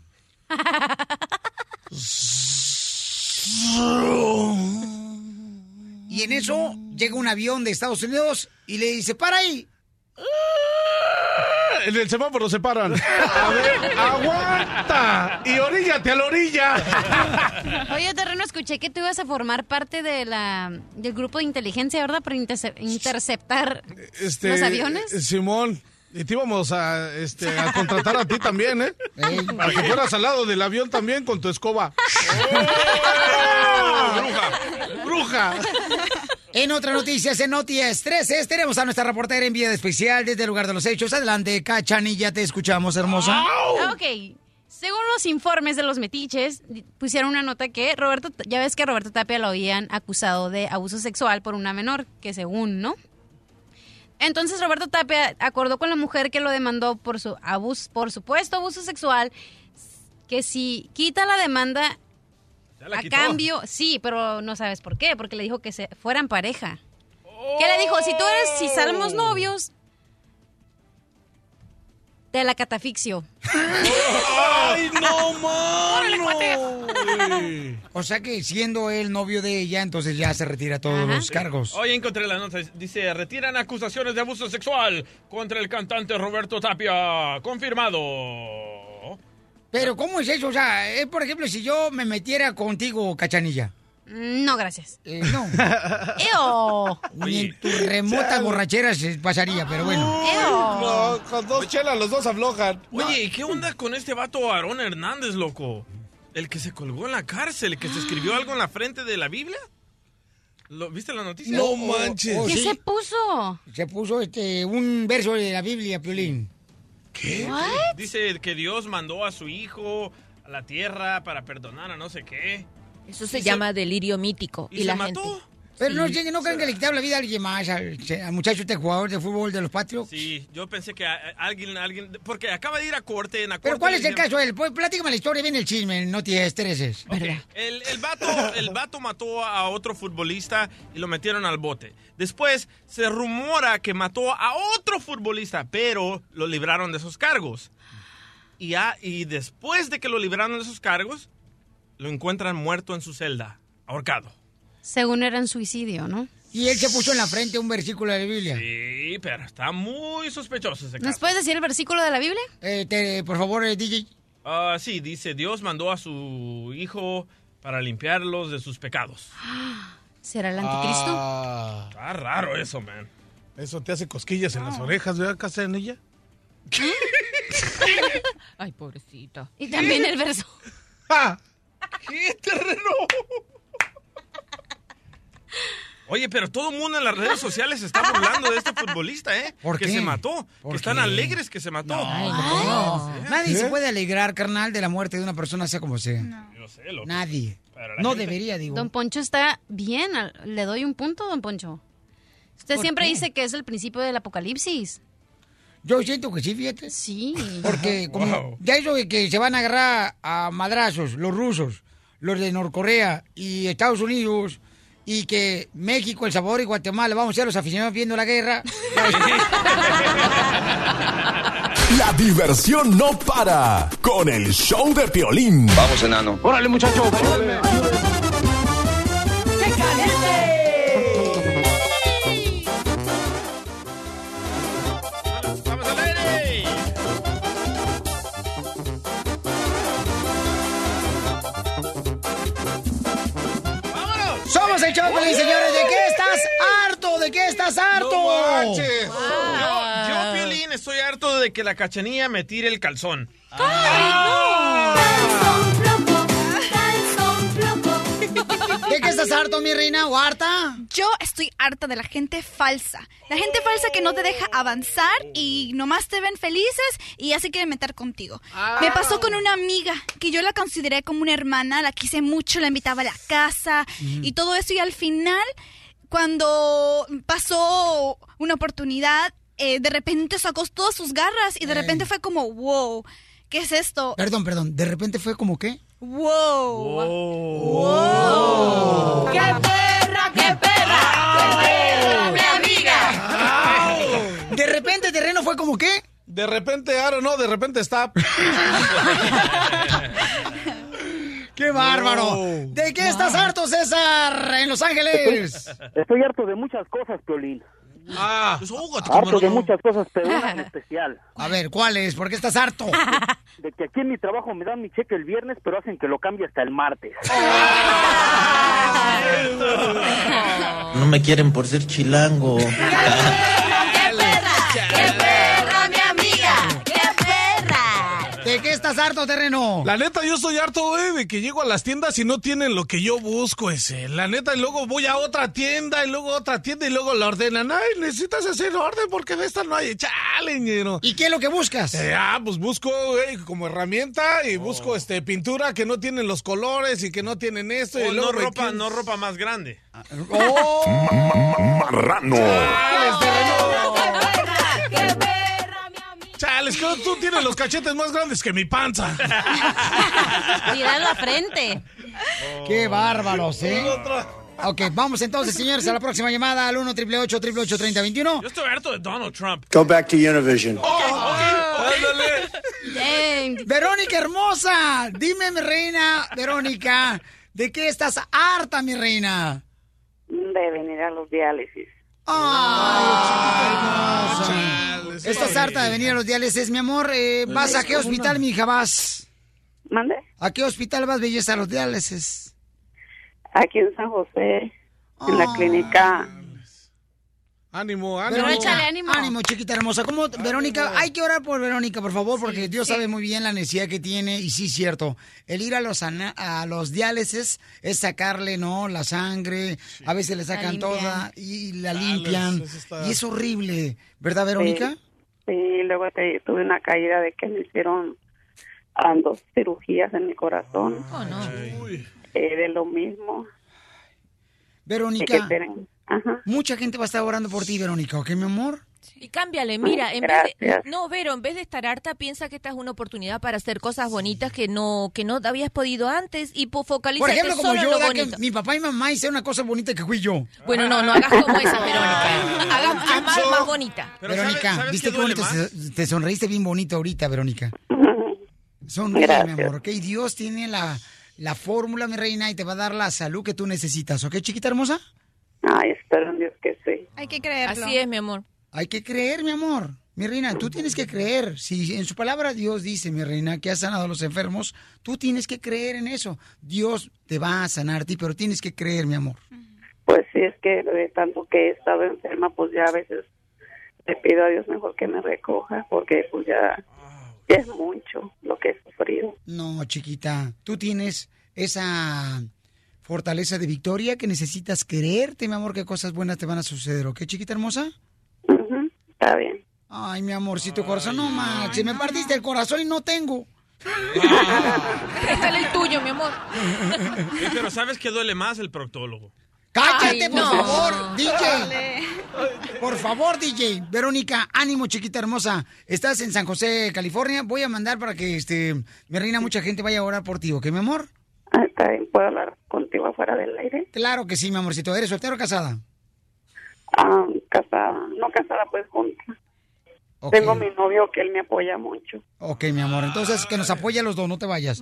Speaker 2: Y en eso llega un avión de Estados Unidos y le dice, para ahí.
Speaker 8: En el semáforo se paran. A ver, aguanta. Y oríllate a la orilla.
Speaker 5: [laughs] Oye, Terreno, escuché que tú ibas a formar parte de la, del grupo de inteligencia, ¿verdad? Para interce- interceptar
Speaker 8: Este,
Speaker 5: los aviones.
Speaker 8: Simón. Y te íbamos a, este, a contratar a ti también, ¿eh? Para que fueras al lado del avión también con tu escoba.
Speaker 2: ¡Bruja! En otra noticia, en Noties 13, tenemos a nuestra reportera en vía especial desde el lugar de los hechos. Adelante, Cachanilla, te escuchamos, hermosa.
Speaker 5: Ah, Ok. Según los informes de los metiches, di- pusieron una nota que Roberto, ya ves que a Roberto Tapia lo habían acusado de abuso sexual por una menor, que según, ¿no? Entonces Roberto Tapia acordó con la mujer que lo demandó por su abuso, por supuesto abuso sexual, que si quita la demanda a cambio, sí, pero no sabes por qué, porque le dijo que se fueran pareja. Que le dijo, si tú eres, si salemos
Speaker 3: [laughs]
Speaker 5: novios, te la catafixio.
Speaker 2: ¡Ay,
Speaker 6: no,
Speaker 2: [laughs] O sea que siendo el novio de ella, entonces ya se retira todos los cargos.
Speaker 3: Hoy encontré la nota. Dice, retiran acusaciones de abuso sexual contra el cantante Roberto Tapia. Confirmado.
Speaker 2: Pero ¿cómo es eso? O sea, es, por ejemplo, si yo me metiera contigo, Cachanilla.
Speaker 5: No, gracias.
Speaker 2: Eh, no.
Speaker 5: ¡Eo!
Speaker 2: Ni en tu remota borrachera se pasaría, pero bueno.
Speaker 8: No, con dos chelas los dos aflojan.
Speaker 3: Oye, ¿y qué onda con este vato Aarón Hernández, loco? El que se colgó en la cárcel, el que se escribió algo en la frente de la Biblia. ¿Lo, ¿Viste la noticia?
Speaker 2: No manches. Oh,
Speaker 5: ¿Qué
Speaker 2: sí.
Speaker 5: se puso?
Speaker 2: Se puso este un verso de la Biblia, Piolín.
Speaker 3: ¿Qué? Dice que Dios mandó a su hijo a la tierra para perdonar a no sé qué.
Speaker 1: Eso se llama delirio mítico. ¿Y,
Speaker 3: ¿Y se
Speaker 1: la
Speaker 3: mató?
Speaker 1: gente?
Speaker 2: Pero no,
Speaker 1: Sí.
Speaker 2: llegue- no creen que le quitaron la vida a alguien más, al, al muchacho este jugador de fútbol de los Patriots.
Speaker 3: Sí, yo pensé que a- a- alguien, alguien, porque acaba de ir a corte en la
Speaker 2: Pero
Speaker 3: corte
Speaker 2: ¿cuál
Speaker 3: le
Speaker 2: es el
Speaker 3: dijeron-
Speaker 2: caso de él? Pues platícame la historia, viene el chisme, no te estreses.
Speaker 1: Eh,
Speaker 3: El, el vato, el vato mató a otro futbolista y lo metieron al bote. Después se rumora que mató a otro futbolista, pero lo libraron de esos cargos. Y, a- y después de que lo libraron de esos cargos, lo encuentran muerto en su celda, ahorcado.
Speaker 5: [laughs] Según eran suicidio, ¿no?
Speaker 2: Y él se puso en la frente un versículo de la Biblia.
Speaker 3: Sí, pero está muy sospechoso ese
Speaker 5: ¿Nos
Speaker 3: caso.
Speaker 5: puedes decir el versículo de la Biblia?
Speaker 2: Eh, por favor, DJ.
Speaker 3: Ah, sí, dice, Dios mandó a su hijo para limpiarlos de
Speaker 5: [gasps]
Speaker 3: sus pecados.
Speaker 5: ¿Será el anticristo?
Speaker 8: Ah.
Speaker 3: Está raro eso, man.
Speaker 8: Eso te hace cosquillas
Speaker 5: Ah.
Speaker 8: en las orejas, ¿verdad, Casanilla?
Speaker 1: Ay, pobrecita.
Speaker 5: Y también el verso.
Speaker 3: Ah, ¡Qué terreno! Oye, pero todo el mundo en las redes sociales se está burlando de este futbolista, ¿eh?
Speaker 2: ¿Por
Speaker 3: que
Speaker 2: qué?
Speaker 3: se mató. Que están
Speaker 2: qué?
Speaker 3: alegres que se mató.
Speaker 1: oh.
Speaker 2: Oh. Nadie
Speaker 3: ¿Eh?
Speaker 2: se puede alegrar, carnal, de la muerte de una persona, sea como sea.
Speaker 3: Yo sé, loco.
Speaker 2: Nadie.
Speaker 3: Pero la
Speaker 2: No
Speaker 3: gente-
Speaker 2: debería, digo.
Speaker 5: Don Poncho está bien. al- Le doy un punto, don Poncho. Usted
Speaker 2: ¿Por
Speaker 5: siempre
Speaker 2: qué?
Speaker 5: dice que es el principio del apocalipsis.
Speaker 2: Yo siento que sí, fíjate.
Speaker 5: Sí.
Speaker 2: Porque como ya eso de que se van a agarrar a madrazos los rusos, los de Norcorea y Estados Unidos, y que México, El Salvador y Guatemala vamos a ser los aficionados viendo la guerra.
Speaker 7: La diversión no para con el show de Piolín. Vamos, enano. Órale, muchacho.
Speaker 6: ¡Qué caliente!
Speaker 2: Somos el show, de Piolín, señores. ¿De qué estás harto? ¿De qué estás harto?
Speaker 3: manches. Yo, yo,
Speaker 6: Ah.
Speaker 3: Piolín, estoy harto de que la cachanilla me tire el
Speaker 2: [laughs]
Speaker 3: calzón.
Speaker 2: [laughs] ¿De qué estás harto, mi reina o harta?
Speaker 25: Yo estoy harta de la gente falsa. La gente falsa que no te deja avanzar y nomás te ven felices y ya se quieren meter contigo. Me pasó con una amiga que yo la consideré como una hermana, la quise mucho, la invitaba a la casa y todo eso y al final cuando pasó una oportunidad, eh, de repente sacó todas sus garras y de repente fue como, wow, ¿qué es esto?
Speaker 2: Perdón, perdón. ¿De repente fue como qué?
Speaker 25: Wow.
Speaker 6: ¡Qué perra, qué perra! ¡Qué perra, mi amiga!
Speaker 2: ¿De repente terreno fue como qué?
Speaker 8: De repente, Aro, no, de repente
Speaker 2: [laughs]
Speaker 8: está.
Speaker 2: ¡Qué bárbaro! ¿De qué estás harto, César, en Los
Speaker 17: [laughs]
Speaker 2: Ángeles?
Speaker 4: Estoy harto de muchas cosas, Piolín.
Speaker 3: Ah,
Speaker 4: Harto de muchas cosas,
Speaker 5: [laughs]
Speaker 4: pero una en especial.
Speaker 2: A ver, ¿cuál es? ¿Por qué estás harto?
Speaker 4: [laughs] De que aquí en mi trabajo me dan mi cheque el viernes, pero hacen que lo cambie hasta el martes.
Speaker 5: Ah.
Speaker 22: No me quieren por ser chilango.
Speaker 6: ¡Qué perra, mi amiga!
Speaker 2: ¿De qué estás harto, terreno?
Speaker 8: La neta, yo estoy harto, güey, de que llego a las tiendas y no tienen lo que yo busco ese. La neta, y luego voy a otra tienda, y luego a otra tienda, y luego la ordenan. Ay, necesitas hacer orden porque de esta no hay. Chale, ñero.
Speaker 2: ¿Y qué es lo que buscas?
Speaker 8: ah, pues busco, güey, como herramienta
Speaker 3: Oh.
Speaker 8: y busco este pintura que no tienen los colores y que no tienen esto.
Speaker 3: Oh,
Speaker 8: y luego
Speaker 3: no
Speaker 8: me
Speaker 3: ropa,
Speaker 8: quedo- Ah,
Speaker 3: no ropa más grande.
Speaker 2: [laughs]
Speaker 8: Oh.
Speaker 7: Marrano.
Speaker 8: Chales, que tú tienes los cachetes más grandes que
Speaker 3: [laughs]
Speaker 8: mi panza.
Speaker 5: Tirar la frente.
Speaker 4: Oh.
Speaker 2: ¡Qué bárbaros, eh! Ok, vamos entonces, señores, a la próxima llamada al 1 888 3021
Speaker 3: Yo estoy harto de Donald Trump.
Speaker 14: Go back to Univision.
Speaker 2: Verónica hermosa, dime, mi reina, Verónica, ¿de qué estás harta, mi reina?
Speaker 23: De venir a los diálisis.
Speaker 2: Estás harta de venir a los diálisis, mi amor. eh, ¿Vas a qué hospital, mi hija, vas?
Speaker 23: ¿Mande?
Speaker 2: ¿A qué hospital vas, belleza, a los diálisis?
Speaker 23: Aquí en San José, en
Speaker 2: Ah.
Speaker 23: la clínica.
Speaker 8: Ánimo, ánimo.
Speaker 2: Verónica, Ah, ánimo. chiquita hermosa. ¿Cómo, Verónica? Hay que orar por Verónica, por favor, porque Dios sabe muy bien la necesidad que tiene. Y sí, cierto, el ir a los, ana- a los diálisis es sacarle, ¿no? La sangre, a veces le
Speaker 23: La
Speaker 2: sacan
Speaker 23: limpian.
Speaker 2: toda y la limpian.
Speaker 23: eso está-
Speaker 2: Y es horrible, ¿verdad, Verónica?
Speaker 23: Sí.
Speaker 26: eh, Sí, luego te- tuve una caída de que me hicieron ah, dos cirugías en mi corazón.
Speaker 2: Ah.
Speaker 26: Eh, de lo mismo. De
Speaker 2: Verónica,
Speaker 26: que tienen-
Speaker 2: mucha gente va a estar orando por ti, Verónica, ¿ok, mi amor?
Speaker 1: Y cámbiale, mira, en vez
Speaker 2: Gracias.
Speaker 1: de, no, Vero, en vez de estar harta, piensa que esta es una oportunidad para hacer cosas bonitas que no que no habías podido antes y po-
Speaker 2: Por
Speaker 1: focalízate
Speaker 2: ejemplo, como
Speaker 1: solo en
Speaker 2: yo,
Speaker 1: lo
Speaker 2: ¿verdad? que
Speaker 1: bonito.
Speaker 2: mi papá y mamá hicieron una cosa bonita que fui yo.
Speaker 1: Bueno, no, no hagas como esa,
Speaker 2: [laughs]
Speaker 1: Verónica. Haga haz más, más bonita.
Speaker 2: Verónica, ¿viste qué bonito? se- Te sonreíste bien bonito ahorita,
Speaker 26: [laughs]
Speaker 2: Verónica. Sonríe, mi amor, ¿ok? Dios tiene la, la fórmula, mi reina, y te va a dar la salud que tú necesitas, ¿ok, chiquita hermosa?
Speaker 26: Ay, espero en Dios que sí.
Speaker 27: Hay que creerlo.
Speaker 1: Así es, mi amor.
Speaker 2: Hay que creer, mi amor. Mi reina, tú tienes que creer. Si en su palabra Dios dice, mi reina, que ha sanado a los enfermos, tú tienes que creer en eso. Dios te va a sanar a ti, pero tienes que creer, mi amor.
Speaker 26: Pues sí, es que de tanto que he estado enferma, pues ya a veces le pido a Dios mejor que me recoja, porque pues ya, ya es mucho lo que he sufrido.
Speaker 2: No, chiquita, tú tienes esa fortaleza de victoria que necesitas creerte, mi amor, que cosas buenas te van a suceder, ¿ok, chiquita hermosa?
Speaker 26: Está bien.
Speaker 2: Ay, mi amorcito corazón, no manches, me partiste el corazón y no tengo.
Speaker 1: Préstale el tuyo, mi amor.
Speaker 3: Eh, pero ¿sabes qué duele más el proctólogo?
Speaker 2: Cállate,
Speaker 1: Ay,
Speaker 2: por
Speaker 1: no.
Speaker 2: favor, DJ.
Speaker 1: Dale.
Speaker 2: Por favor, DJ. Verónica, ánimo, chiquita hermosa. Estás en San José, California. Voy a mandar para que, este, mi reina, mucha gente vaya a orar por ti, ¿ok, mi amor?
Speaker 26: Ah, Está bien, ¿puedo hablar contigo afuera del aire?
Speaker 2: Claro que sí, mi amorcito. ¿Eres soltero o casada?
Speaker 26: Ah, casada, no casada, pues junta.
Speaker 2: Ok.
Speaker 26: Tengo mi novio que él me apoya mucho.
Speaker 2: Ok, mi amor. Entonces, que nos apoye a los dos, no te vayas.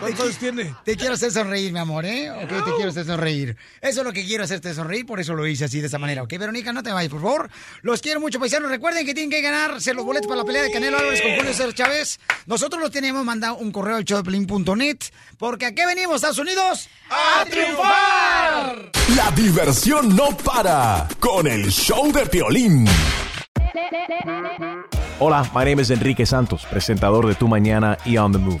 Speaker 2: ¿Cuántos tiene? Te quiero hacer sonreír, mi amor, ¿eh? Ok, te quiero hacer sonreír. Eso es lo que quiero hacerte sonreír, por eso lo hice así, de esa manera, ¿ok? Verónica, no te vayas, por favor. Los quiero mucho, paisanos. Recuerden que tienen que ganarse los boletos para la pelea de Canelo Álvarez con Julio César Chávez. Nosotros los tenemos mandado un correo al showdeplin.net, porque aquí venimos, Estados Unidos, a triunfar.
Speaker 7: La diversión no para con el show de Piolín.
Speaker 16: Hola, my name is Enrique Santos, presentador de Tu Mañana y On the Move.